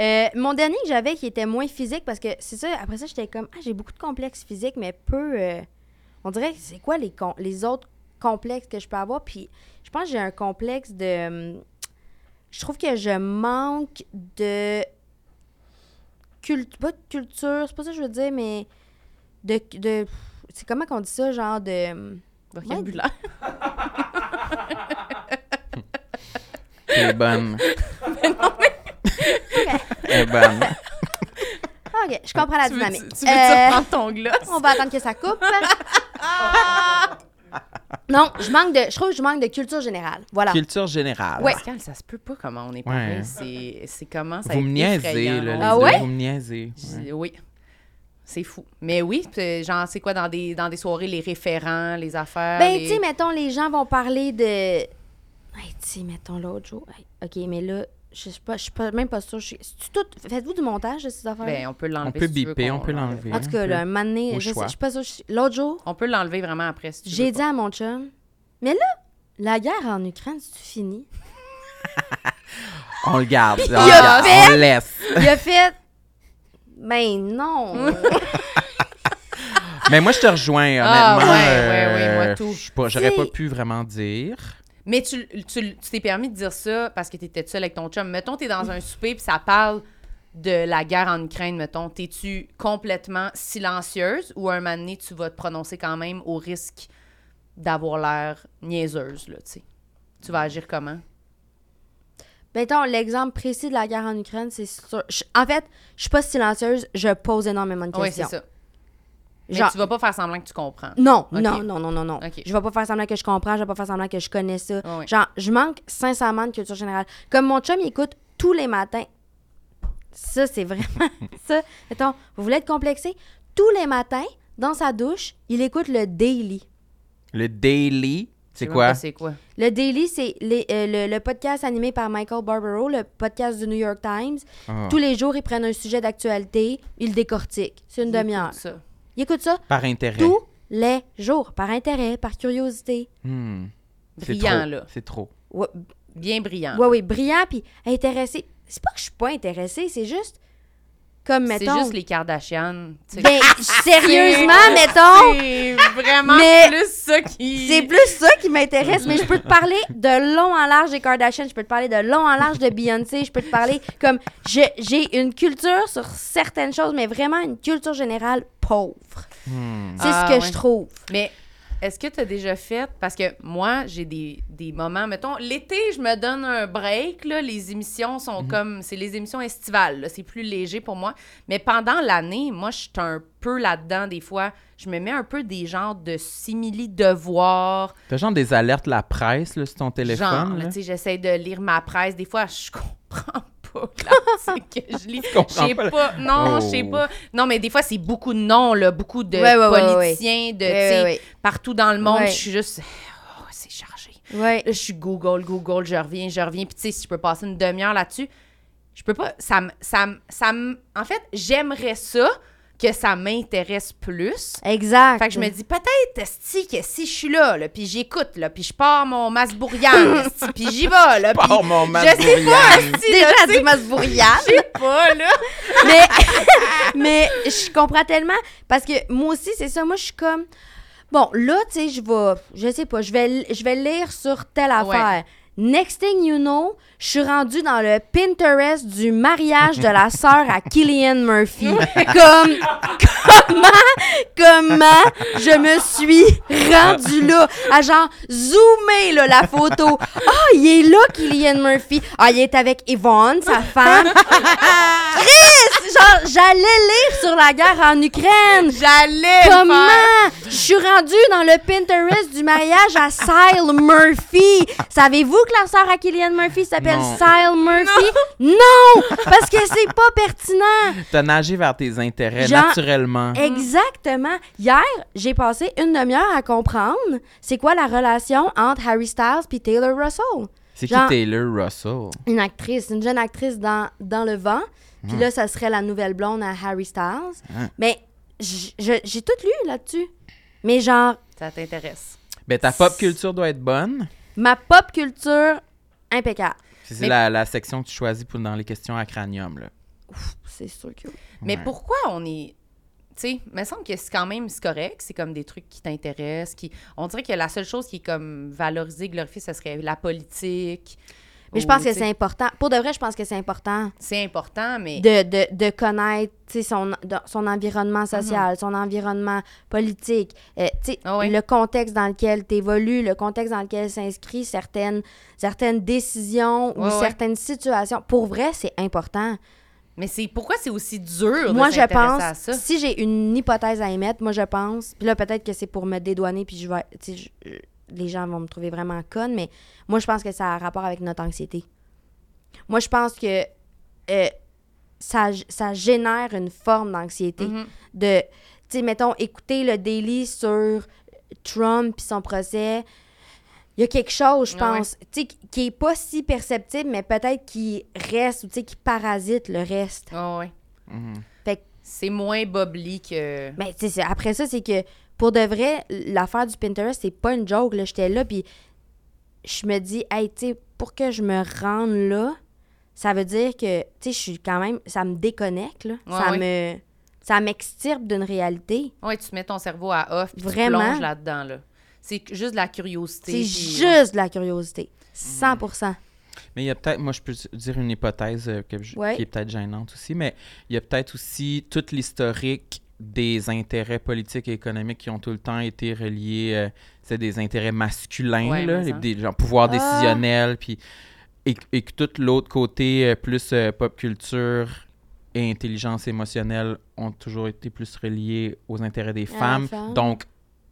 Speaker 4: Euh, mon dernier que j'avais qui était moins physique parce que c'est ça, après ça, j'étais comme Ah, j'ai beaucoup de complexes physiques, mais peu. euh, on dirait que c'est quoi les, com- les autres complexes que je peux avoir? Puis je pense que j'ai un complexe de. hum, Je trouve que je manque de. Culte, pas de culture, c'est pas ça que je veux dire, mais. De. de c'est comment qu'on dit ça, genre de. hum,
Speaker 3: Vocabulaire.
Speaker 2: T'es
Speaker 3: [laughs]
Speaker 2: bonne. [laughs] Elle est bonne.
Speaker 4: Ah, OK, je comprends la
Speaker 3: Tu veux-tu
Speaker 4: dynamique.
Speaker 3: tu veux-tu
Speaker 4: Euh,
Speaker 3: reprendre ton gloss?
Speaker 4: on va attendre que
Speaker 2: [laughs]
Speaker 4: ça coupe. non, je manque de je trouve que je manque de culture générale. Voilà.
Speaker 2: Culture générale.
Speaker 4: Ouais.
Speaker 3: Pascal, ça se peut pas comment on est
Speaker 2: Ouais.
Speaker 3: pareil. C'est- C'est comment ça a
Speaker 2: Vous me
Speaker 3: été
Speaker 2: niaisez,
Speaker 3: effrayant.
Speaker 2: là, les
Speaker 4: Ah
Speaker 2: deux,
Speaker 4: ouais?
Speaker 2: Vous me niaisez. Ouais.
Speaker 3: J- Oui. C'est fou. Mais oui, pis, genre, c'est quoi dans des, dans des soirées, les référents, les affaires?
Speaker 4: ben
Speaker 3: les-
Speaker 4: tu sais mettons les gens vont parler de Hey, tu sais mettons l'autre jour. Hey, OK, mais là je sais pas, je suis pas même pas sûre, je suis c'est tout faites-vous du montage de ces affaires
Speaker 3: Ben, on peut l'enlever.
Speaker 2: On peut
Speaker 3: si tu veux
Speaker 2: biper,
Speaker 3: qu'on
Speaker 2: on peut
Speaker 3: l'enlève.
Speaker 2: l'enlever. hein.
Speaker 4: En tout cas, là, un moment donné,
Speaker 2: Au
Speaker 4: je, sais,
Speaker 2: choix.
Speaker 4: je suis pas sûre, je suis- l'autre jour,
Speaker 3: On peut l'enlever vraiment après si tu
Speaker 4: j'ai
Speaker 3: veux.
Speaker 4: dit à mon chum "Mais là, la guerre en Ukraine, c'est fini."
Speaker 3: [laughs]
Speaker 2: On le garde. On, le
Speaker 4: a
Speaker 2: garde, on le laisse.
Speaker 4: Il a fait "Ben
Speaker 2: [laughs]
Speaker 4: non."
Speaker 2: Mais moi, je te rejoins, honnêtement.
Speaker 3: Ah, ouais,
Speaker 2: euh,
Speaker 3: ouais, ouais, moi, tout.
Speaker 2: je suis pas- J'aurais pas
Speaker 4: T'sais-
Speaker 2: pu vraiment dire.
Speaker 3: Mais tu tu- tu t'es permis de dire ça parce que t'étais seule avec ton chum. Mettons, t'es dans un souper puis ça parle de la guerre en Ukraine, mettons. T'es-tu complètement silencieuse ou à un moment donné, tu vas te prononcer quand même au risque d'avoir l'air niaiseuse, là, tu sais? Tu vas agir comment?
Speaker 4: Mettons, l'exemple précis de la guerre en Ukraine, c'est sûr. je- en fait, je suis pas silencieuse, je pose énormément de
Speaker 3: Oui, c'est
Speaker 4: questions.
Speaker 3: ça. Mais
Speaker 4: Genre-
Speaker 3: tu vas pas faire semblant que tu comprends.
Speaker 4: Non,
Speaker 3: Ok.
Speaker 4: non, non, non, non, non.
Speaker 3: Ok.
Speaker 4: Je vais pas faire semblant que je comprends, je vais pas faire semblant que je connais ça.
Speaker 3: Ah ouais.
Speaker 4: Genre, je manque sincèrement de culture générale. Comme mon chum, il écoute tous les matins. Ça, c'est vraiment ça. Mettons, vous voulez être complexé? Tous les matins, dans sa douche, il écoute le Daily.
Speaker 2: Le daily,
Speaker 3: Je sais
Speaker 2: c'est
Speaker 3: même
Speaker 2: quoi?
Speaker 3: pas C'est quoi?
Speaker 4: Le Daily, c'est les- euh, le, le podcast animé par Michael Barbaro, le podcast du New York Times.
Speaker 2: Ah.
Speaker 4: Tous les jours, ils prennent un sujet d'actualité, ils le décortiquent. C'est une demi-heure.
Speaker 3: Ça.
Speaker 4: Ils écoutent ça
Speaker 2: Par intérêt.
Speaker 4: tous les jours, par intérêt, par curiosité.
Speaker 2: Hmm. C'est
Speaker 3: Brillant,
Speaker 2: trop.
Speaker 3: là.
Speaker 2: C'est trop.
Speaker 4: Ouais,
Speaker 3: Bien brillant.
Speaker 4: ouais, ouais, brillant, puis intéressé. C'est pas que je suis pas intéressée, c'est juste comme,
Speaker 3: c'est
Speaker 4: mettons...
Speaker 3: juste les Kardashian. tu sais.
Speaker 4: Ben, sérieusement, mettons,
Speaker 3: C'est vraiment
Speaker 4: Mais-
Speaker 3: plus ça qui.
Speaker 4: c'est plus ça qui m'intéresse, mais je peux te parler de long en large des Kardashians, je peux te parler de long en large de Beyoncé, je peux te parler comme... je- J'ai une culture sur certaines choses, mais vraiment une culture générale pauvre.
Speaker 2: Hmm.
Speaker 4: C'est
Speaker 3: Ah,
Speaker 4: ce que
Speaker 3: ouais.
Speaker 4: je trouve.
Speaker 3: Mais est-ce que tu as déjà fait. Parce que moi, j'ai des, des moments. Mettons, l'été, je me donne un break. Là, les émissions sont comme. C'est les émissions estivales. là, C'est plus léger pour moi. Mais pendant l'année, moi, je suis un peu là-dedans des fois. Je me mets un peu des genres de simili-devoirs.
Speaker 2: T'as genre des alertes la presse là, sur ton téléphone.
Speaker 3: Genre,
Speaker 2: là.
Speaker 3: tu sais, j'essaie de lire ma presse. Des fois, je [laughs] comprends pas [laughs] l'article que
Speaker 2: [laughs]
Speaker 3: je lis. Je
Speaker 2: comprends
Speaker 3: sais
Speaker 2: pas la-
Speaker 3: pas. Non, je sais
Speaker 2: Oh.
Speaker 3: pas. Non, mais des fois, c'est beaucoup de noms, là, beaucoup de
Speaker 4: Ouais, ouais, ouais,
Speaker 3: politiciens, de,
Speaker 4: Ouais,
Speaker 3: tu sais,
Speaker 4: ouais,
Speaker 3: partout dans le monde.
Speaker 4: Ouais.
Speaker 3: Je suis juste, oh, c'est chargé.
Speaker 4: ouais. Ouais.
Speaker 3: Là, je suis Google, Google, je reviens, je reviens. Puis, tu sais, si je peux passer une demi-heure là-dessus, je je peux pas. Ça me. Ça me- ça me- en fait, j'aimerais ça que ça m'intéresse plus.
Speaker 4: Exact.
Speaker 3: Fait que je me dis peut-être esti, que si je suis là, là puis j'écoute là, puis je pars mon masse
Speaker 4: [laughs]
Speaker 3: bourriane, esti, puis j'y vais là, puis
Speaker 2: [laughs] Oh, mon
Speaker 3: je sais pas, esti,
Speaker 4: Déjà,
Speaker 3: là,
Speaker 4: elle dit masse bourriale.
Speaker 3: je sais pas là.
Speaker 4: mais, mais je comprends tellement parce que moi aussi, c'est ça. Moi, je suis comme. Bon, là, tu sais, je vais. Je sais pas, je vais, je vais lire sur telle affaire. Next thing you know, je suis rendue dans le Pinterest du mariage de la sœur à Killian Murphy. comme comment comment je me suis rendue là à genre zoomer là, la photo. Ah, il est là Killian Murphy. Ah, il est avec Yvonne, sa femme. Chris, genre j'allais lire sur la guerre en Ukraine.
Speaker 3: J'allais
Speaker 4: Comment
Speaker 3: faire-
Speaker 4: je suis rendue dans le Pinterest du mariage à Sile Murphy? Savez-vous que la sœur à Killian Murphy s'appelle
Speaker 2: Non.
Speaker 4: Sile Murphy? Non. parce que c'est pas pertinent.
Speaker 2: T'as nagé vers tes intérêts
Speaker 4: Genre-
Speaker 2: naturellement.
Speaker 3: eh,
Speaker 4: Exactement. Hier, j'ai passé une demi-heure à comprendre c'est quoi la relation entre Harry Styles puis Taylor Russell.
Speaker 2: C'est qui
Speaker 4: genre-
Speaker 2: Taylor Russell?
Speaker 4: Une actrice, une jeune actrice dans, dans le vent. Puis là, ça serait la nouvelle blonde à Harry Styles.
Speaker 2: Hein.
Speaker 4: Mais j- je- j'ai tout lu là-dessus. Mais genre,
Speaker 3: Ça t'intéresse.
Speaker 2: Ben, ta pop culture doit être bonne.
Speaker 4: ma pop culture impeccable.
Speaker 2: C'est
Speaker 3: Mais-
Speaker 2: la, la section que tu choisis pour, dans les questions à cranium. Là.
Speaker 4: C'est sûr que oui.
Speaker 3: Mais
Speaker 2: Ouais.
Speaker 3: pourquoi on est. Tu sais, me semble que c'est quand même c'est correct. C'est comme des trucs qui t'intéressent. Qui... On dirait que la seule chose qui est comme valorisée, glorifiée, ce serait la politique.
Speaker 4: Mais je
Speaker 3: ou,
Speaker 4: pense
Speaker 3: tu
Speaker 4: que
Speaker 3: sais,
Speaker 4: c'est important. Pour de vrai, je pense que c'est important
Speaker 3: C'est important, mais.
Speaker 4: de, de, de connaître tu sais, son, de- son environnement social, son environnement politique, euh, tu sais,
Speaker 3: Mhm. Ah ouais.
Speaker 4: le contexte dans lequel tu évolues, le contexte dans lequel s'inscrit certaines, certaines décisions ou
Speaker 3: Ouais, ouais.
Speaker 4: certaines situations. Pour vrai, c'est important.
Speaker 3: Mais c'est pourquoi c'est aussi dur
Speaker 4: moi,
Speaker 3: de
Speaker 4: je
Speaker 3: s'intéresser
Speaker 4: pense,
Speaker 3: à ça.
Speaker 4: si j'ai une hypothèse à émettre, moi, je pense, puis là, peut-être que c'est pour me dédouaner, puis je vais, tu sais, je- les gens vont me trouver vraiment conne, mais moi, je pense que ça a rapport avec notre anxiété. Moi, je pense que euh, ça, g- ça génère une forme d'anxiété.
Speaker 3: Mm-hmm.
Speaker 4: De, tu sais, mettons, écouter le délit sur Trump puis son procès, il y a quelque chose, je
Speaker 3: Ah ouais.
Speaker 4: pense, tu sais, qui- qui est pas si perceptible, mais peut-être qui reste ou, tu sais, qui parasite le reste.
Speaker 3: Ah ouais.
Speaker 4: Mm-hmm.
Speaker 2: Mhm.
Speaker 3: C'est moins bobli que.
Speaker 4: Mais Ben, tu sais, c'est- après ça, c'est que pour de vrai, l'affaire du Pinterest, c'est pas une joke. Là. J'étais là, puis je me dis, hey, tu sais, pour que je me rende là, ça veut dire que, tu sais, je suis quand même, ça me déconnecte, là. ça
Speaker 3: ouais.
Speaker 4: me. Ça m'extirpe d'une réalité.
Speaker 3: Ouais, tu mets ton cerveau à off puis
Speaker 4: Vraiment.
Speaker 3: tu plonges là-dedans. Là. C'est juste de la curiosité.
Speaker 4: C'est
Speaker 3: puis-
Speaker 4: juste de la curiosité. 100
Speaker 2: Mais il y a peut-être, moi je peux dire une hypothèse euh, que je-
Speaker 4: Ouais.
Speaker 2: qui est peut-être gênante aussi, mais il y a peut-être aussi tout l'historique des intérêts politiques et économiques qui ont tout le temps été reliés, euh, c'est des intérêts masculins,
Speaker 3: Ouais,
Speaker 2: là,
Speaker 3: mais ça.
Speaker 2: des genre, pouvoir
Speaker 4: Ah.
Speaker 2: décisionnel, puis et, et que tout l'autre côté euh, plus euh, pop culture et intelligence émotionnelle ont toujours été plus reliés aux intérêts des
Speaker 4: la
Speaker 2: femmes,
Speaker 4: femme.
Speaker 2: donc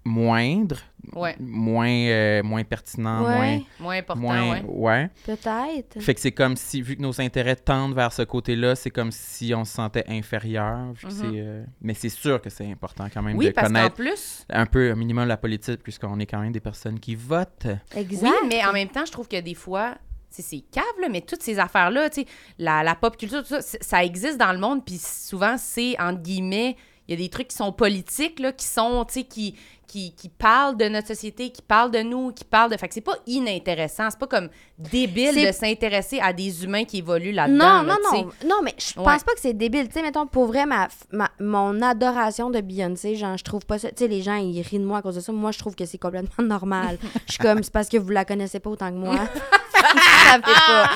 Speaker 2: moindres,
Speaker 3: Ouais.
Speaker 2: moins euh, moins pertinents,
Speaker 4: Ouais,
Speaker 3: Moins important,
Speaker 2: moins,
Speaker 3: ouais.
Speaker 2: moins ouais.
Speaker 4: peut-être.
Speaker 2: Fait que c'est comme si, vu que nos intérêts tendent vers ce côté-là, c'est comme si on se sentait inférieur. vu que
Speaker 3: Mhm.
Speaker 2: c'est, euh, Mais c'est sûr que c'est important quand même de
Speaker 3: Oui, parce qu'en
Speaker 2: connaître
Speaker 3: plus,
Speaker 2: un peu, un minimum, la politique, puisqu'on est quand même des personnes qui votent.
Speaker 4: Exact.
Speaker 3: oui, mais en même temps, je trouve que des fois, tu sais, c'est cave, là, mais toutes ces affaires-là, tu sais, la, la pop culture, tout ça, c- ça existe dans le monde, puis souvent, c'est, entre guillemets, il y a des trucs qui sont politiques, là, qui sont, tu sais, qui, qui, qui parlent de notre société, qui parlent de nous, qui parlent de... Fait que c'est pas inintéressant, c'est pas comme débile
Speaker 4: C'est-
Speaker 3: de s'intéresser à des humains qui évoluent
Speaker 4: Non,
Speaker 3: là-dedans.
Speaker 4: non,
Speaker 3: là, tu sais.
Speaker 4: non. Non, mais je pense
Speaker 3: Ouais.
Speaker 4: pas que c'est débile. Tu sais, mettons, pour vrai, ma, ma- mon adoration de Beyoncé, genre, je trouve pas ça. Tu sais, les gens, ils rient de moi à cause de ça. Moi, je trouve que c'est complètement [laughs] normal. Je suis comme, c'est parce que vous la connaissez pas autant
Speaker 3: [laughs]
Speaker 4: que moi. ça fait pas.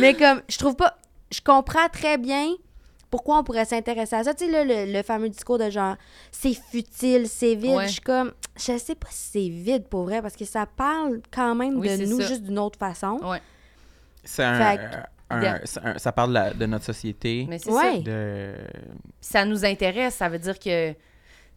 Speaker 4: Mais comme, je trouve pas. Je comprends très bien pourquoi on pourrait s'intéresser à ça. Tu sais, là, le, le fameux discours de genre, c'est futile, c'est vide.
Speaker 3: Ouais.
Speaker 4: Je suis comme, je sais pas si c'est vide pour vrai, parce que ça parle quand même
Speaker 3: Oui,
Speaker 4: de
Speaker 3: c'est
Speaker 4: nous
Speaker 3: ça.
Speaker 4: juste d'une autre façon.
Speaker 3: Ouais.
Speaker 2: C'est un-
Speaker 4: Fait que-
Speaker 2: euh, un-
Speaker 3: Yeah.
Speaker 2: c'est un- ça parle de, la- de notre société.
Speaker 3: Mais c'est ça.
Speaker 4: Ouais.
Speaker 2: De...
Speaker 3: Puis ça nous intéresse, ça veut dire que tu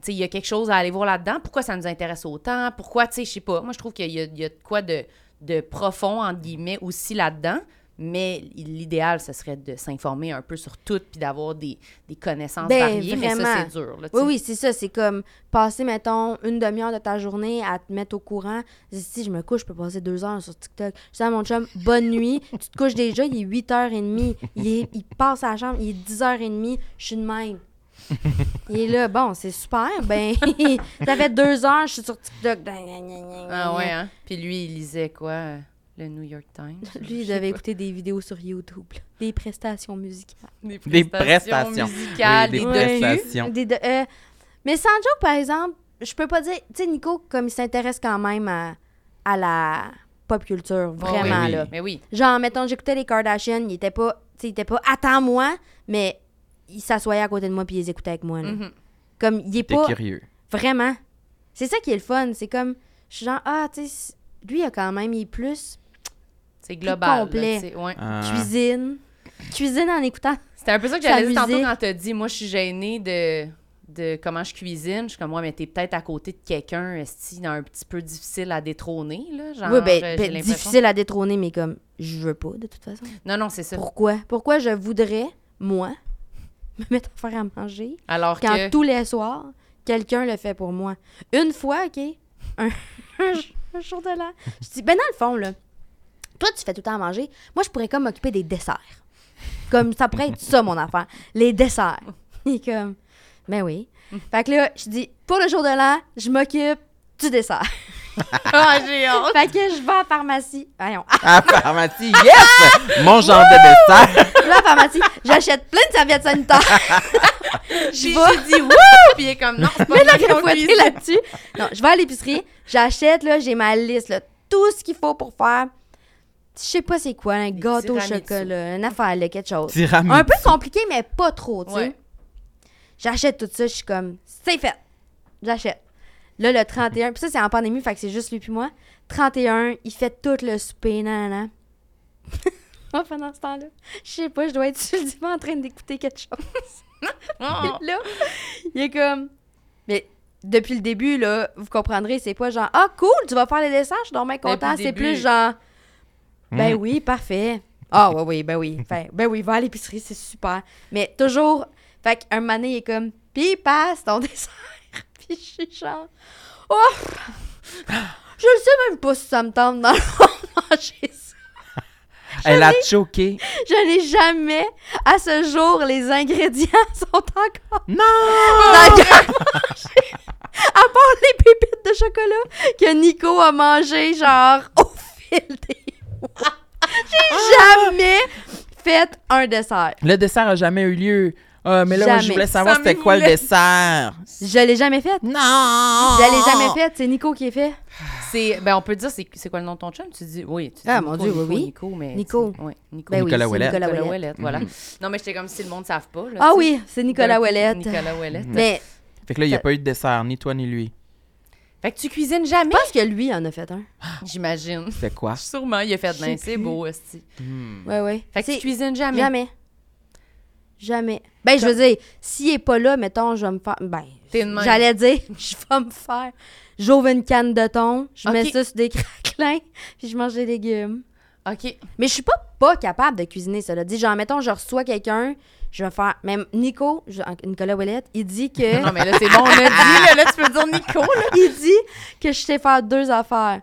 Speaker 3: sais, il y a quelque chose à aller voir là-dedans. Pourquoi ça nous intéresse autant? Pourquoi, tu sais, je sais pas. Moi, je trouve qu'il y, a- il y a de quoi de, de profond, entre guillemets, aussi là-dedans.
Speaker 5: Mais l'idéal, ce serait de s'informer un peu sur tout puis d'avoir des, des connaissances
Speaker 4: Ben,
Speaker 5: variées. Mais ça,
Speaker 4: vraiment.
Speaker 5: c'est dur. Là, tu
Speaker 4: Oui,
Speaker 5: sais.
Speaker 4: oui, c'est ça. C'est comme passer, mettons, une demi-heure de ta journée à te mettre au courant. Si je me couche, je peux passer deux heures sur TikTok. Je dis à mon chum, bonne nuit. [laughs] Tu te couches déjà, il est 8h30. Il, est- il passe à la chambre, il est 10h30. Je suis
Speaker 5: [laughs]
Speaker 4: de même. il est là, bon, c'est super. Ben, [laughs] ça fait deux heures, je suis sur TikTok.
Speaker 5: Ah ouais, hein? Puis lui, il lisait quoi? euh, Le New York Times?
Speaker 4: Lui, il devait écouter des vidéos sur YouTube, là. des prestations musicales.
Speaker 2: Des prestations.
Speaker 5: musicales,
Speaker 2: Oui,
Speaker 5: des
Speaker 2: des
Speaker 5: docus.
Speaker 2: prestations.
Speaker 4: Des de- euh, mais Sanjo, par exemple, je peux pas dire. Tu sais, Nico, comme il s'intéresse quand même à, à la pop culture, vraiment,
Speaker 2: Ben oui.
Speaker 4: là.
Speaker 5: Mais oui,
Speaker 4: Genre, mettons, j'écoutais les Kardashians, il était pas. Tu sais, il était pas attends-moi, mais il s'assoyait à côté de moi puis il les écoutait avec moi, là.
Speaker 5: Mm-hmm.
Speaker 3: Mhm.
Speaker 4: Comme, il est
Speaker 2: Mm-hmm. T'es
Speaker 4: pas.
Speaker 2: curieux.
Speaker 4: Vraiment. C'est ça qui est le fun. C'est comme. Je suis genre, ah, tu sais, lui, il a quand même, il est plus
Speaker 5: c'est global. là,
Speaker 4: complet.
Speaker 5: tu sais, ouais.
Speaker 2: Ah. [laughs]
Speaker 4: cuisine. Cuisine en écoutant.
Speaker 5: C'était un peu ça que
Speaker 4: Sa
Speaker 5: j'allais dire tantôt
Speaker 4: musique.
Speaker 5: quand t'as dit, moi, je suis gênée de, de comment je cuisine. Je suis comme, moi, mais t'es peut-être à côté de quelqu'un, est un petit peu difficile à détrôner, là? Genre,
Speaker 4: oui, ben,
Speaker 5: euh, j'ai
Speaker 4: ben,
Speaker 5: l'impression-
Speaker 4: difficile à détrôner, mais comme, je veux pas, de toute façon.
Speaker 5: Non, non, c'est ça.
Speaker 4: Pourquoi? Pourquoi je voudrais, moi, [laughs] me mettre à faire à manger
Speaker 5: Alors
Speaker 4: quand
Speaker 5: que... [laughs]
Speaker 4: tous les soirs, quelqu'un le fait pour moi? Une fois, OK? [laughs] Un, un jour- un jour de l'an. Je dis, ben dans le fond, là, toi, tu fais tout le temps à manger. Moi, je pourrais comme m'occuper des desserts. Comme, ça pourrait être ça, mon affaire. Les desserts. [laughs] Et comme, ben oui. Fait que là, je dis, pour le jour de l'an, je m'occupe du dessert.
Speaker 3: Ah,
Speaker 4: [laughs]
Speaker 3: j'ai honte.
Speaker 4: fait que je vais à la pharmacie. Voyons, [laughs]
Speaker 2: Ah, pharmacie, yes! Mon genre de dessert. [laughs]
Speaker 4: Je vais à la pharmacie, j'achète plein de serviettes sanitaires. [laughs]
Speaker 3: J'ai
Speaker 4: je vais.
Speaker 3: dit wouh! Puis il est comme
Speaker 4: [laughs]
Speaker 3: non, c'est pas
Speaker 4: Mais là,
Speaker 3: lui qu'on
Speaker 4: faut être
Speaker 3: cuisine.
Speaker 4: là-dessus. Non, je vais à l'épicerie, j'achète, là, j'ai ma liste, là, tout ce qu'il faut pour faire. Je sais pas c'est quoi, un gâteau au
Speaker 5: tiramisu.
Speaker 4: chocolat, une affaire, là, quelque chose.
Speaker 2: Tiramisu.
Speaker 4: Un peu compliqué, mais pas trop, tu sais.
Speaker 5: Ouais.
Speaker 4: J'achète tout ça, je suis comme, c'est fait. J'achète. Là, le 31, puis ça, c'est en pandémie, fait que c'est juste lui puis moi. 31, il fait tout le souper, nanana. [laughs] moi, pendant ce temps-là, je sais pas, je dois être sur le divan en train d'écouter quelque chose.
Speaker 5: [laughs]
Speaker 3: Oh.
Speaker 4: Là, il est comme, mais depuis le début, là, vous comprendrez, c'est pas genre, ah, cool, tu vas faire les dessins, je suis donc bien
Speaker 5: Depuis
Speaker 4: content.
Speaker 5: Ben, le
Speaker 4: C'est
Speaker 5: début.
Speaker 4: plus genre, ben
Speaker 2: Mm.
Speaker 4: oui, parfait. Ah, ouais, oui, ben oui. Fait, ben oui, va à l'épicerie, c'est super. Mais toujours, fait qu'un moment donné, il est comme, pis passe ton [laughs] dessert. Puis je suis genre, oh, je le sais même pas si ça me tente dans le fond de manger ça.
Speaker 2: Elle a choqué.
Speaker 4: Je n'ai jamais, à ce jour, les ingrédients [laughs] sont encore
Speaker 2: Non!
Speaker 4: dans
Speaker 5: Oh!
Speaker 4: le garage. À part les pépites de chocolat que Nico a mangé, genre, au fil des mois.
Speaker 5: Ah!
Speaker 4: J'ai jamais fait un dessert.
Speaker 2: Le dessert a jamais eu lieu. Ah, mais là, moi, je
Speaker 4: Jamais.
Speaker 2: voulais savoir
Speaker 3: Ça
Speaker 2: c'était
Speaker 3: me
Speaker 2: quoi le
Speaker 3: voulait-
Speaker 2: dessert.
Speaker 4: Je l'ai jamais fait.
Speaker 2: Non!
Speaker 4: Je l'ai
Speaker 5: Ah!
Speaker 4: jamais fait. C'est Nico qui est fait.
Speaker 5: C'est, ben, on peut dire, c'est, c'est quoi le nom de ton chum? Tu dis, oui. Tu dis
Speaker 4: Ah, mon
Speaker 5: Nico,
Speaker 4: Dieu,
Speaker 5: Nico,
Speaker 4: oui, oui.
Speaker 5: Nico, mais.
Speaker 4: Nico.
Speaker 5: tu- ouais, Nico.
Speaker 4: Ben oui,
Speaker 2: Nicolas
Speaker 4: c'est
Speaker 2: Ouellet.
Speaker 4: Nicolas
Speaker 5: Nicolas
Speaker 4: Ouellet.
Speaker 5: Ouellet, voilà. Non, mais j'étais comme si le monde ne savent pas. là, tu
Speaker 4: Ah
Speaker 5: sais.
Speaker 4: oui, c'est Nicolas Mhm.
Speaker 5: D'un coup,
Speaker 4: Ouellet.
Speaker 5: Nicolas Ouellet.
Speaker 4: Mais
Speaker 2: Fait que là, il n'y a
Speaker 4: Ça-
Speaker 2: pas eu de dessert, ni toi ni lui.
Speaker 5: Fait que tu cuisines jamais,
Speaker 4: je pense que lui en a fait un.
Speaker 5: j'imagine.
Speaker 2: C'était quoi?
Speaker 5: Sûrement, il a fait,
Speaker 4: Je
Speaker 5: ben,
Speaker 4: sais
Speaker 5: c'est
Speaker 4: plus.
Speaker 5: beau, aussi.
Speaker 4: Ouais, ouais.
Speaker 5: Fait que
Speaker 4: C'est-
Speaker 5: tu cuisines jamais.
Speaker 4: Jamais. Jamais. Ben, je veux dire, s'il est pas là, mettons, je vais me faire. Ben,
Speaker 5: T'es de même.
Speaker 4: j'allais dire, [laughs] je vais me faire. J'ouvre une canne de thon, je mets
Speaker 5: Ok.
Speaker 4: ça sur des [laughs] craquelins, puis je mange des légumes.
Speaker 5: OK.
Speaker 4: Mais je suis pas pas capable de cuisiner, cela dit. Genre, mettons, je reçois quelqu'un, je vais faire. Même Nico, je- Nicolas Ouellet, il dit que.
Speaker 5: [laughs] Non, mais là, c'est bon, on a dit, là, là, tu peux dire Nico, là.
Speaker 4: [laughs] il dit que je sais faire deux affaires.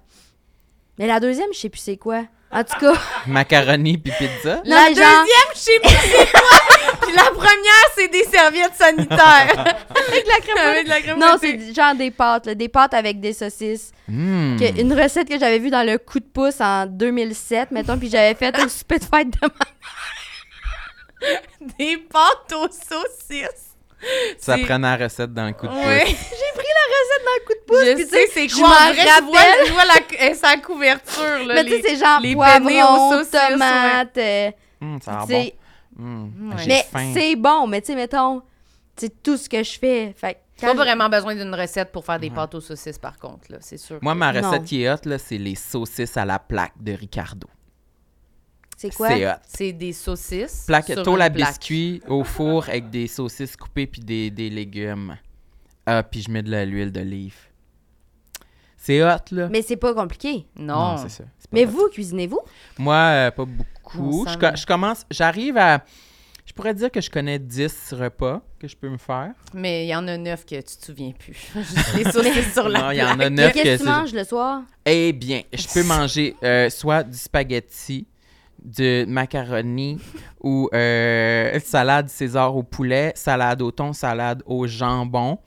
Speaker 4: Mais la deuxième, je sais plus c'est quoi. En tout cas,
Speaker 2: Macaroni puis pizza?
Speaker 4: [laughs] non,
Speaker 3: La
Speaker 4: mais
Speaker 3: deuxième, je sais plus c'est quoi. Puis la première, c'est des serviettes sanitaires. Avec de la crème Avec de la crème
Speaker 4: Non, c'est genre des pâtes, là, des pâtes avec des saucisses.
Speaker 2: Hmm.
Speaker 4: Que- une recette que j'avais vue dans le coup de pouce en 2007, mettons, puis j'avais fait un souper de fête de ma-
Speaker 3: des pâtes aux saucisses.
Speaker 2: Ça
Speaker 3: c'est-
Speaker 2: prenait la recette dans le coup de pouce.
Speaker 3: Oui.
Speaker 4: pouce,
Speaker 3: Je
Speaker 4: puis tu
Speaker 3: sais c'est
Speaker 4: je
Speaker 3: quoi.
Speaker 4: m'en
Speaker 3: En vrai, je vois,
Speaker 4: rappelle.
Speaker 3: je vois la, euh, sa couverture. Là,
Speaker 4: Mais tu sais,
Speaker 3: les-
Speaker 4: c'est genre
Speaker 3: les penne aux
Speaker 4: poivrons,
Speaker 3: saucisses,
Speaker 4: tomates, euh,
Speaker 2: Hmm, ça a
Speaker 4: tu
Speaker 2: l'air
Speaker 4: sais.
Speaker 2: bon. Hmm,
Speaker 5: Ouais.
Speaker 2: J'ai
Speaker 4: Mais
Speaker 2: faim.
Speaker 4: c'est bon, mais tu sais, mettons, c'est tout ce que je fais. Fait que
Speaker 5: T'as
Speaker 4: quand
Speaker 5: pas vraiment besoin d'une recette pour faire des pâtes aux saucisses, par contre, là, c'est sûr.
Speaker 2: Moi, ma
Speaker 4: Non.
Speaker 2: recette qui est hot, là, c'est les saucisses à la plaque de Ricardo.
Speaker 4: je- C'est quoi?
Speaker 2: C'est euh, hot.
Speaker 5: C'est des saucisses.
Speaker 2: Plaque,
Speaker 5: sur
Speaker 2: tôle
Speaker 5: une
Speaker 2: à
Speaker 5: plaque.
Speaker 2: biscuit au four avec des saucisses coupées puis des, des légumes. Ah, puis je mets de la- l'huile d'olive. C'est hot, là.
Speaker 4: Mais c'est pas compliqué.
Speaker 3: Non.
Speaker 2: c'est ça. C'est pas
Speaker 4: Mais
Speaker 2: hot.
Speaker 4: vous, cuisinez-vous?
Speaker 2: Moi, euh, pas
Speaker 3: Mon
Speaker 2: beaucoup. Je,
Speaker 3: sang.
Speaker 2: co- je commence, j'arrive à. Je pourrais dire que je connais 10 repas que je peux me faire.
Speaker 3: Mais il y en a neuf que tu te souviens plus. [laughs] Juste les saucisses sur la
Speaker 2: non, il y en a
Speaker 3: plaque.
Speaker 2: 9 que
Speaker 4: Qu'est-ce que tu
Speaker 2: c'est-
Speaker 4: manges le soir?
Speaker 2: Eh bien, je peux manger euh, soit du spaghetti, de macaroni [laughs] ou euh, salade César au poulet, salade au thon, salade au jambon.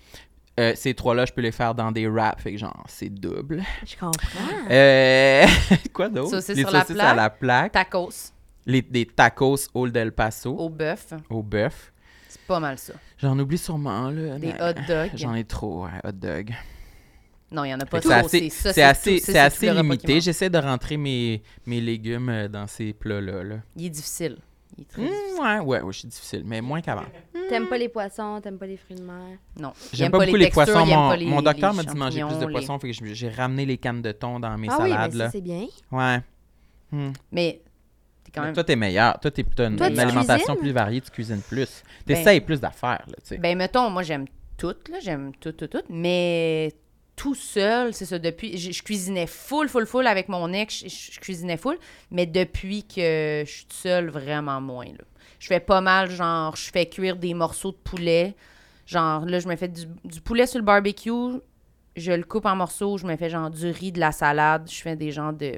Speaker 2: Euh, ces trois-là, je peux les faire dans des wraps, fait que genre, c'est double.
Speaker 4: Je comprends.
Speaker 2: Euh, [laughs] quoi d'autre?
Speaker 3: Saucisses
Speaker 2: les
Speaker 3: sur la
Speaker 2: saucisses à
Speaker 3: plaque.
Speaker 2: la plaque.
Speaker 3: Tacos
Speaker 2: Les, des tacos au del paso,
Speaker 3: au bœuf.
Speaker 2: au bœuf.
Speaker 3: C'est pas mal ça.
Speaker 2: J'en oublie sûrement, là.
Speaker 3: Des
Speaker 2: mais-
Speaker 3: hot dogs.
Speaker 2: J'en ai trop, ouais, hot dog.
Speaker 3: Non, il y en a pas
Speaker 2: Fait que
Speaker 3: trop.
Speaker 2: C'est assez,
Speaker 3: ça,
Speaker 2: c'est assez,
Speaker 3: tout,
Speaker 2: c'est
Speaker 3: ça,
Speaker 2: assez
Speaker 3: tout le repas qui
Speaker 2: limité.
Speaker 3: manque.
Speaker 2: J'essaie de rentrer mes, mes légumes euh, dans ces plats-là. là.
Speaker 3: Il est difficile. Il est très
Speaker 2: Mm,
Speaker 3: difficile.
Speaker 2: ouais, ouais, ouais, je suis difficile, mais moins qu'avant.
Speaker 4: Hmm. T'aimes pas les poissons, t'aimes pas les fruits de mer.
Speaker 3: Non. Il
Speaker 2: J'aime
Speaker 3: aime
Speaker 2: pas, beaucoup les,
Speaker 3: textures,
Speaker 2: poissons.
Speaker 3: il aime
Speaker 2: Mon,
Speaker 3: pas les-
Speaker 2: mon docteur
Speaker 3: les
Speaker 2: m'a dit de manger plus de
Speaker 3: champignons, les-
Speaker 2: poissons, fait que j'ai- j'ai ramené les cannes de thon dans mes
Speaker 4: Ah oui, mais
Speaker 2: salades.
Speaker 4: ça, c'est bien.
Speaker 2: là. Ouais. Hmm.
Speaker 3: Mais t'es quand
Speaker 2: Mais
Speaker 3: même.
Speaker 2: Toi, t'es meilleur. Toi, t'es t'as une,
Speaker 4: Toi,
Speaker 2: une
Speaker 4: tu
Speaker 2: alimentation
Speaker 4: cuisines?
Speaker 2: plus variée, tu cuisines plus. T'essayes plus d'affaires, là, tu sais.
Speaker 3: Ben, mettons, moi, j'aime tout, là. J'aime tout, tout, tout. Mais tout seul, c'est ça. Depuis, je, je cuisinais full, full, full avec mon ex. Je, je- je cuisinais full. Mais depuis que je suis toute seule, vraiment moins, là. Je fais pas mal, genre, je fais cuire des morceaux de poulet. Genre, là, je me fais du, du poulet sur le barbecue. Je le coupe en morceaux. Je me fais, genre, du riz, de la salade. Je fais des genres de.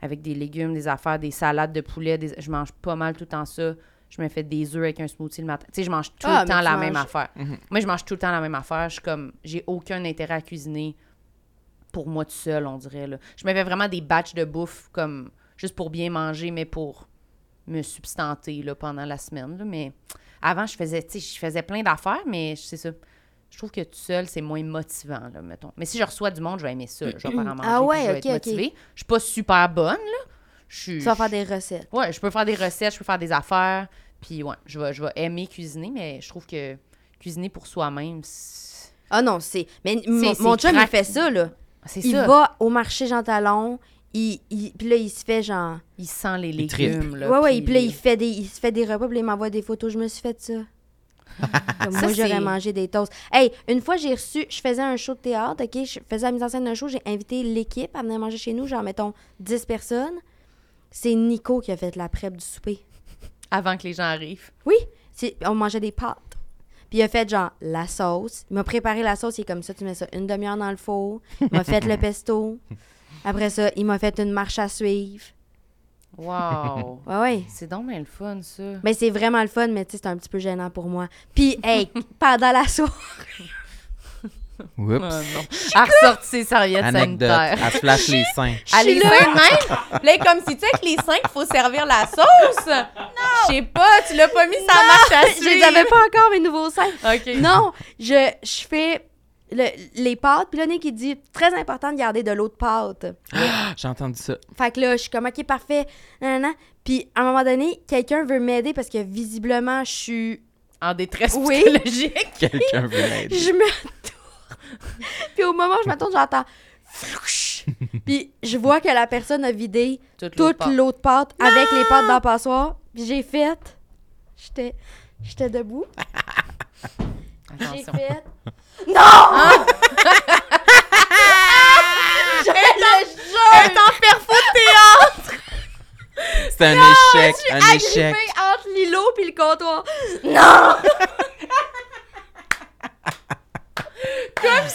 Speaker 3: avec des légumes, des affaires, des salades de poulet. des- je mange pas mal tout le temps ça. Je me fais des œufs avec un smoothie le matin. Tu sais, je mange tout
Speaker 4: Ah,
Speaker 3: le
Speaker 4: mais
Speaker 3: temps
Speaker 4: tu
Speaker 3: la
Speaker 4: manges-
Speaker 3: même affaire. Moi, je mange tout le temps la même affaire. Je suis comme, j'ai aucun intérêt à cuisiner pour moi tout seul, on dirait. Là. Je me fais vraiment des batchs de bouffe, comme, juste pour bien manger, mais pour me substanter là, pendant la semaine. là. Mais avant, je faisais, tu sais, je faisais plein d'affaires, mais c'est ça. Je trouve que tout seul, c'est moins motivant, là, mettons. Mais si je reçois du monde, je vais aimer ça. là. Je vais faire à manger,
Speaker 4: Ah
Speaker 3: puis
Speaker 4: ouais,
Speaker 3: je vais
Speaker 4: ok,
Speaker 3: être
Speaker 4: ok.
Speaker 3: motivée. Je suis pas super bonne, là. Je suis...
Speaker 4: Tu vas faire des recettes.
Speaker 3: Ouais, je peux faire des recettes, je peux faire des affaires. Puis ouais, je vais, je vais aimer cuisiner, mais je trouve que cuisiner pour soi-même, c'est
Speaker 4: Ah non, c'est. Mais mon,
Speaker 3: c'est
Speaker 4: mon chum, il
Speaker 3: craque.
Speaker 4: fait ça, là.
Speaker 3: c'est
Speaker 4: Il
Speaker 3: ça.
Speaker 4: va au marché Jean Talon, il, il, puis là, il se fait genre.
Speaker 3: Il sent les
Speaker 2: Il tripe.
Speaker 3: légumes. Là,
Speaker 4: ouais, ouais,
Speaker 3: puis
Speaker 4: puis là,
Speaker 3: les-
Speaker 4: il, fait des, il se fait des repas, puis là, il m'envoie des photos. Je me suis
Speaker 3: [laughs]
Speaker 4: fait ça. Comme
Speaker 3: Ça,
Speaker 4: moi, j'aurais
Speaker 3: c'est-
Speaker 4: mangé des toasts. Hey, une fois, j'ai reçu, je faisais un show de théâtre, OK? Je faisais la mise en scène d'un show, j'ai invité l'équipe à venir manger chez nous, genre, mettons, 10 personnes. C'est Nico qui a fait la prep du souper.
Speaker 3: Avant que les gens arrivent.
Speaker 4: Oui, c'est- on mangeait des pâtes. Puis il a fait genre la sauce. Il m'a préparé la sauce, il est comme ça, tu mets ça une demi-heure dans le four. Il m'a fait
Speaker 3: [laughs]
Speaker 4: le pesto. Après ça, il m'a fait une marche à suivre.
Speaker 2: [laughs]
Speaker 3: Wow!
Speaker 4: Ouais, ouais.
Speaker 3: c'est donc bien le fun, ça.
Speaker 4: Mais Ben, c'est vraiment le fun, mais tu sais, c'est un petit peu gênant pour moi. Puis, [laughs] hey, pendant la soirée,
Speaker 2: Oups.
Speaker 3: Ah, non. Elle ressortit ses serviettes
Speaker 2: Anecdote. Ah,
Speaker 3: sanitaires.
Speaker 2: Elle flash les seins.
Speaker 3: Allez, là. même. Là, comme si tu sais, avec les seins, il faut servir la sauce. Non! Je sais pas, tu l'as pas mis ça marche à
Speaker 4: [laughs] je les avais pas encore, mes nouveaux seins.
Speaker 3: OK.
Speaker 4: Non, je, je fais le- les pâtes. Puis là, Nick, il dit, très important de garder de l'eau de [gasps] pâte.
Speaker 2: J'ai entendu ça.
Speaker 4: Fait que là, je suis comme, OK, parfait. nan, nan, nan. Puis, à un moment donné, quelqu'un veut m'aider parce que visiblement, je suis.
Speaker 3: En détresse
Speaker 4: Oui.
Speaker 3: psychologique.
Speaker 2: Quelqu'un veut m'aider.
Speaker 4: Je me tourne. [laughs] Puis, au moment où je me tourne, [laughs] j'entends. Flouch! Puis, je vois que la personne a vidé
Speaker 3: Toute l'eau de
Speaker 4: toute
Speaker 3: pâte.
Speaker 4: l'eau de pâte avec les pâtes dans le passoire. Puis, j'ai fait. J'étais. J'étais debout. J'ai
Speaker 3: Attention. [laughs]
Speaker 4: fait. Non!
Speaker 3: Ah!
Speaker 4: [laughs] je le jure!
Speaker 2: C'est un échec. Un échec.
Speaker 4: Agrippée entre l'îlot puis le comptoir.
Speaker 3: [laughs]
Speaker 4: Non!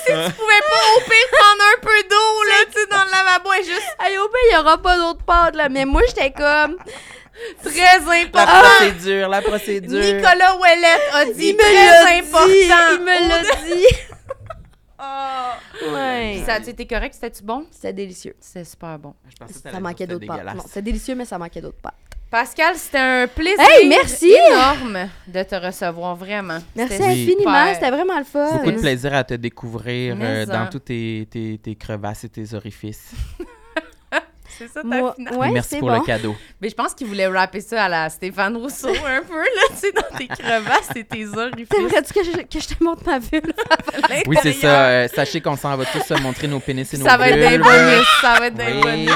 Speaker 3: Tu pouvais pas, au pire, prendre un peu d'eau, là, tu sais, dans le lavabo et juste
Speaker 4: Hey, au pire, il n'y aura pas d'autres pâtes, là. Mais moi, j'étais comme.
Speaker 3: très important.
Speaker 2: La procédure, la procédure.
Speaker 3: Nicolas Ouellet a dit
Speaker 4: Il me l'a
Speaker 3: très
Speaker 4: dit!
Speaker 3: important.
Speaker 4: Il me l'a
Speaker 3: [laughs]
Speaker 4: dit! ouais.
Speaker 3: Ça a été correct, c'était-tu bon?
Speaker 4: C'était délicieux.
Speaker 3: Oh. C'est super bon.
Speaker 2: Je pensais que t'allais
Speaker 4: Ça
Speaker 2: dire
Speaker 4: manquait
Speaker 2: que c'était
Speaker 4: d'autres pâtes. Non,
Speaker 2: dégueulasse.
Speaker 4: c'était délicieux, mais ça manquait d'autres pâtes.
Speaker 3: Pascal, c'était un plaisir
Speaker 4: Hey, merci!
Speaker 3: énorme de te recevoir, vraiment.
Speaker 4: Merci
Speaker 3: C'était
Speaker 2: Oui.
Speaker 4: infiniment,
Speaker 3: super.
Speaker 4: c'était vraiment le fun.
Speaker 2: Beaucoup de plaisir à te découvrir euh,
Speaker 3: Mais ça.
Speaker 2: dans tous tes, tes, tes crevasses et tes orifices.
Speaker 3: C'est ça ta
Speaker 4: Moi-
Speaker 3: finale.
Speaker 2: Et
Speaker 4: ouais,
Speaker 2: merci
Speaker 4: c'est
Speaker 2: pour
Speaker 4: bon.
Speaker 2: le cadeau.
Speaker 3: [laughs] Mais je pense qu'il voulait rapper ça à la
Speaker 2: [laughs]
Speaker 3: Stéphane Rousseau un peu, là, tu sais, dans tes crevasses et tes orifices.
Speaker 4: T'aimerais-tu que je, que je te montre ma vulve?
Speaker 2: Oui, c'est ça. euh, sachez qu'on s'en va tous se montrer nos pénis et nos
Speaker 3: Ça va être des
Speaker 2: vulves.
Speaker 3: bonus, ça va être des
Speaker 2: Oui.
Speaker 3: bonus.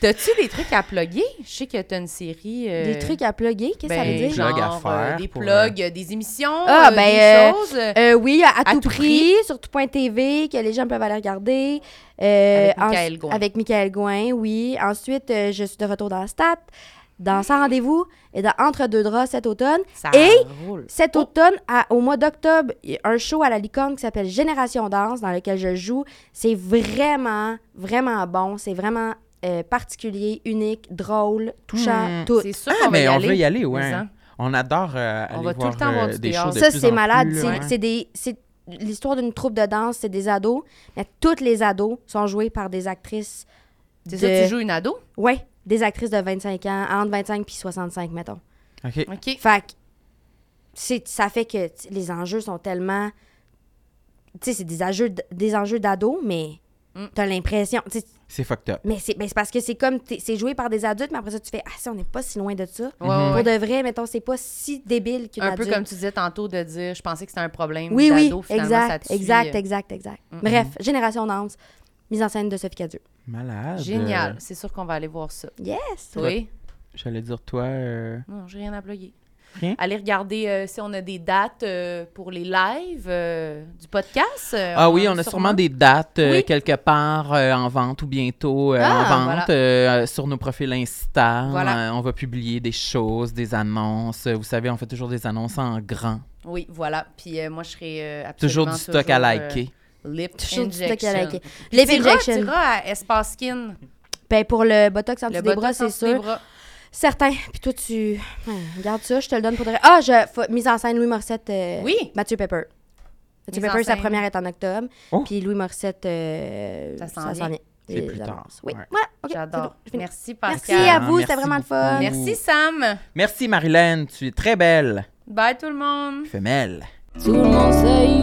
Speaker 3: T'as-tu des trucs à plugger? Je sais que t'as une série. euh,
Speaker 4: Des trucs à plugger, qu'est-ce que ça
Speaker 3: ben,
Speaker 4: veut dire?
Speaker 2: Des plugs à
Speaker 3: genre,
Speaker 2: faire
Speaker 3: euh, des
Speaker 2: pour,
Speaker 3: plugs, euh, des émissions,
Speaker 4: Ah,
Speaker 3: euh,
Speaker 4: ben,
Speaker 3: des
Speaker 4: euh,
Speaker 3: choses.
Speaker 4: Euh, oui, à, à
Speaker 3: À
Speaker 4: tout,
Speaker 3: tout
Speaker 4: prix, sur tout.tv, que les gens peuvent aller regarder. Euh,
Speaker 3: Avec Michael
Speaker 4: ens-
Speaker 3: Gouin.
Speaker 4: Avec Michael Gouin, oui. Ensuite, euh, je suis de retour dans Stat, dans Sans rendez-vous et dans Entre deux draps cet automne.
Speaker 3: ça
Speaker 4: et-
Speaker 3: roule.
Speaker 4: Cet
Speaker 2: Oh.
Speaker 4: automne, à- au mois d'octobre, il y a un show à la licorne qui s'appelle Génération Danse, dans lequel je joue. C'est vraiment, vraiment bon. C'est vraiment euh, particulier, unique, drôle, touchant,
Speaker 2: Hmm.
Speaker 4: tout.
Speaker 3: C'est sûr
Speaker 2: Ah,
Speaker 3: qu'on
Speaker 2: mais
Speaker 3: va
Speaker 2: on
Speaker 3: y aller.
Speaker 2: veut y aller, ouais.
Speaker 3: Mais ça.
Speaker 2: On adore euh,
Speaker 3: On
Speaker 2: aller
Speaker 3: va tout
Speaker 2: voir
Speaker 3: le temps voir
Speaker 2: euh,
Speaker 3: du
Speaker 2: des
Speaker 3: théâtre.
Speaker 2: choses de
Speaker 4: Ça,
Speaker 2: plus
Speaker 4: c'est
Speaker 2: en
Speaker 4: malade.
Speaker 2: plus,
Speaker 4: C'est
Speaker 2: ouais.
Speaker 4: c'est des. C'est l'histoire d'une troupe de danse, c'est des ados. Mais toutes les ados sont jouées par des actrices.
Speaker 3: C'est
Speaker 4: de-
Speaker 3: ça, tu joues une ado?
Speaker 4: Ouais, des actrices de 25 ans, entre 25 puis 65, mettons.
Speaker 2: OK.
Speaker 3: OK.
Speaker 4: Fait que c'est- ça fait que t- les enjeux sont tellement. Tu sais, c'est des enjeux, d- des enjeux d'ados, mais
Speaker 3: Mm.
Speaker 4: t'as l'impression. tu sais,
Speaker 2: C'est fucked up.
Speaker 4: Mais c'est mais c'est parce que c'est comme. t'es- C'est joué par des adultes, mais après ça, tu fais Ah, si, on n'est pas si loin de ça.
Speaker 3: Ouais, ouais,
Speaker 4: Pour
Speaker 3: ouais.
Speaker 4: de vrai, mettons, c'est pas si débile qu'une
Speaker 3: Un peu
Speaker 4: adulte.
Speaker 3: comme tu disais tantôt de dire, je pensais que c'était un problème
Speaker 4: Oui, oui,
Speaker 3: d'ado, finalement, ça
Speaker 4: exact,
Speaker 3: te suit. euh. Mm.
Speaker 4: exact, exact, exact. Bref, Génération Danse, mise en scène de Sophie Cadieux.
Speaker 2: Malade.
Speaker 3: Génial.
Speaker 2: Euh,
Speaker 3: C'est sûr qu'on va aller voir ça.
Speaker 4: Yes!
Speaker 3: Oui.
Speaker 2: J'allais dire, toi. euh,
Speaker 3: Non, j'ai rien à bloguer.
Speaker 2: Rien?
Speaker 3: Allez regarder euh, si on a des dates euh, pour les lives euh, du podcast. euh,
Speaker 2: Ah oui, on a sûrement des dates euh,
Speaker 3: Oui.
Speaker 2: quelque part euh, en vente ou bientôt euh,
Speaker 3: Ah,
Speaker 2: en vente
Speaker 3: voilà.
Speaker 2: euh, euh, sur nos profils Insta.
Speaker 3: Voilà.
Speaker 2: Euh, on va publier des choses, des annonces. Euh, Vous savez, on fait toujours des annonces en grand.
Speaker 3: Oui, voilà. Puis euh, moi, je serai euh, absolument
Speaker 2: Toujours du stock à
Speaker 3: toujours, euh,
Speaker 2: liker.
Speaker 3: lip
Speaker 4: Toujours du stock
Speaker 3: injection.
Speaker 4: à liker.
Speaker 3: Les
Speaker 4: Lip injection.
Speaker 3: à Espace Skin.
Speaker 4: Ben, pour le Botox en
Speaker 3: Le
Speaker 4: dessous des bras,
Speaker 3: botox en
Speaker 4: c'est
Speaker 3: dessous des
Speaker 4: sûr.
Speaker 3: bras.
Speaker 4: Certain. Puis toi, tu... Ouais, regarde ça, je te le donne pour... de vrai. Ah, je... fa- mise en scène Louis Morissette. euh,
Speaker 3: Oui.
Speaker 4: Mathieu Pepper. Mathieu
Speaker 3: Mise en
Speaker 4: Pepper, sa
Speaker 3: scène.
Speaker 4: première est en octobre.
Speaker 2: Oh.
Speaker 4: Puis Louis Morissette, euh,
Speaker 3: Ça s'en vient.
Speaker 2: C'est
Speaker 4: Les
Speaker 2: plus tard,
Speaker 4: annonces. Oui.
Speaker 2: ouais.
Speaker 4: Voilà, OK, c'est
Speaker 3: J'adore.
Speaker 4: bon, je finis.
Speaker 3: Merci,
Speaker 4: Merci
Speaker 3: Pascal.
Speaker 4: à
Speaker 2: Pascal.
Speaker 4: vous, c'était
Speaker 2: Merci
Speaker 4: vraiment le fun.
Speaker 2: beaucoup.
Speaker 3: Merci, Sam.
Speaker 2: Merci, Marilyn. Tu es très belle.
Speaker 3: Bye, tout le monde.
Speaker 2: Femelle.
Speaker 1: Tout le monde sait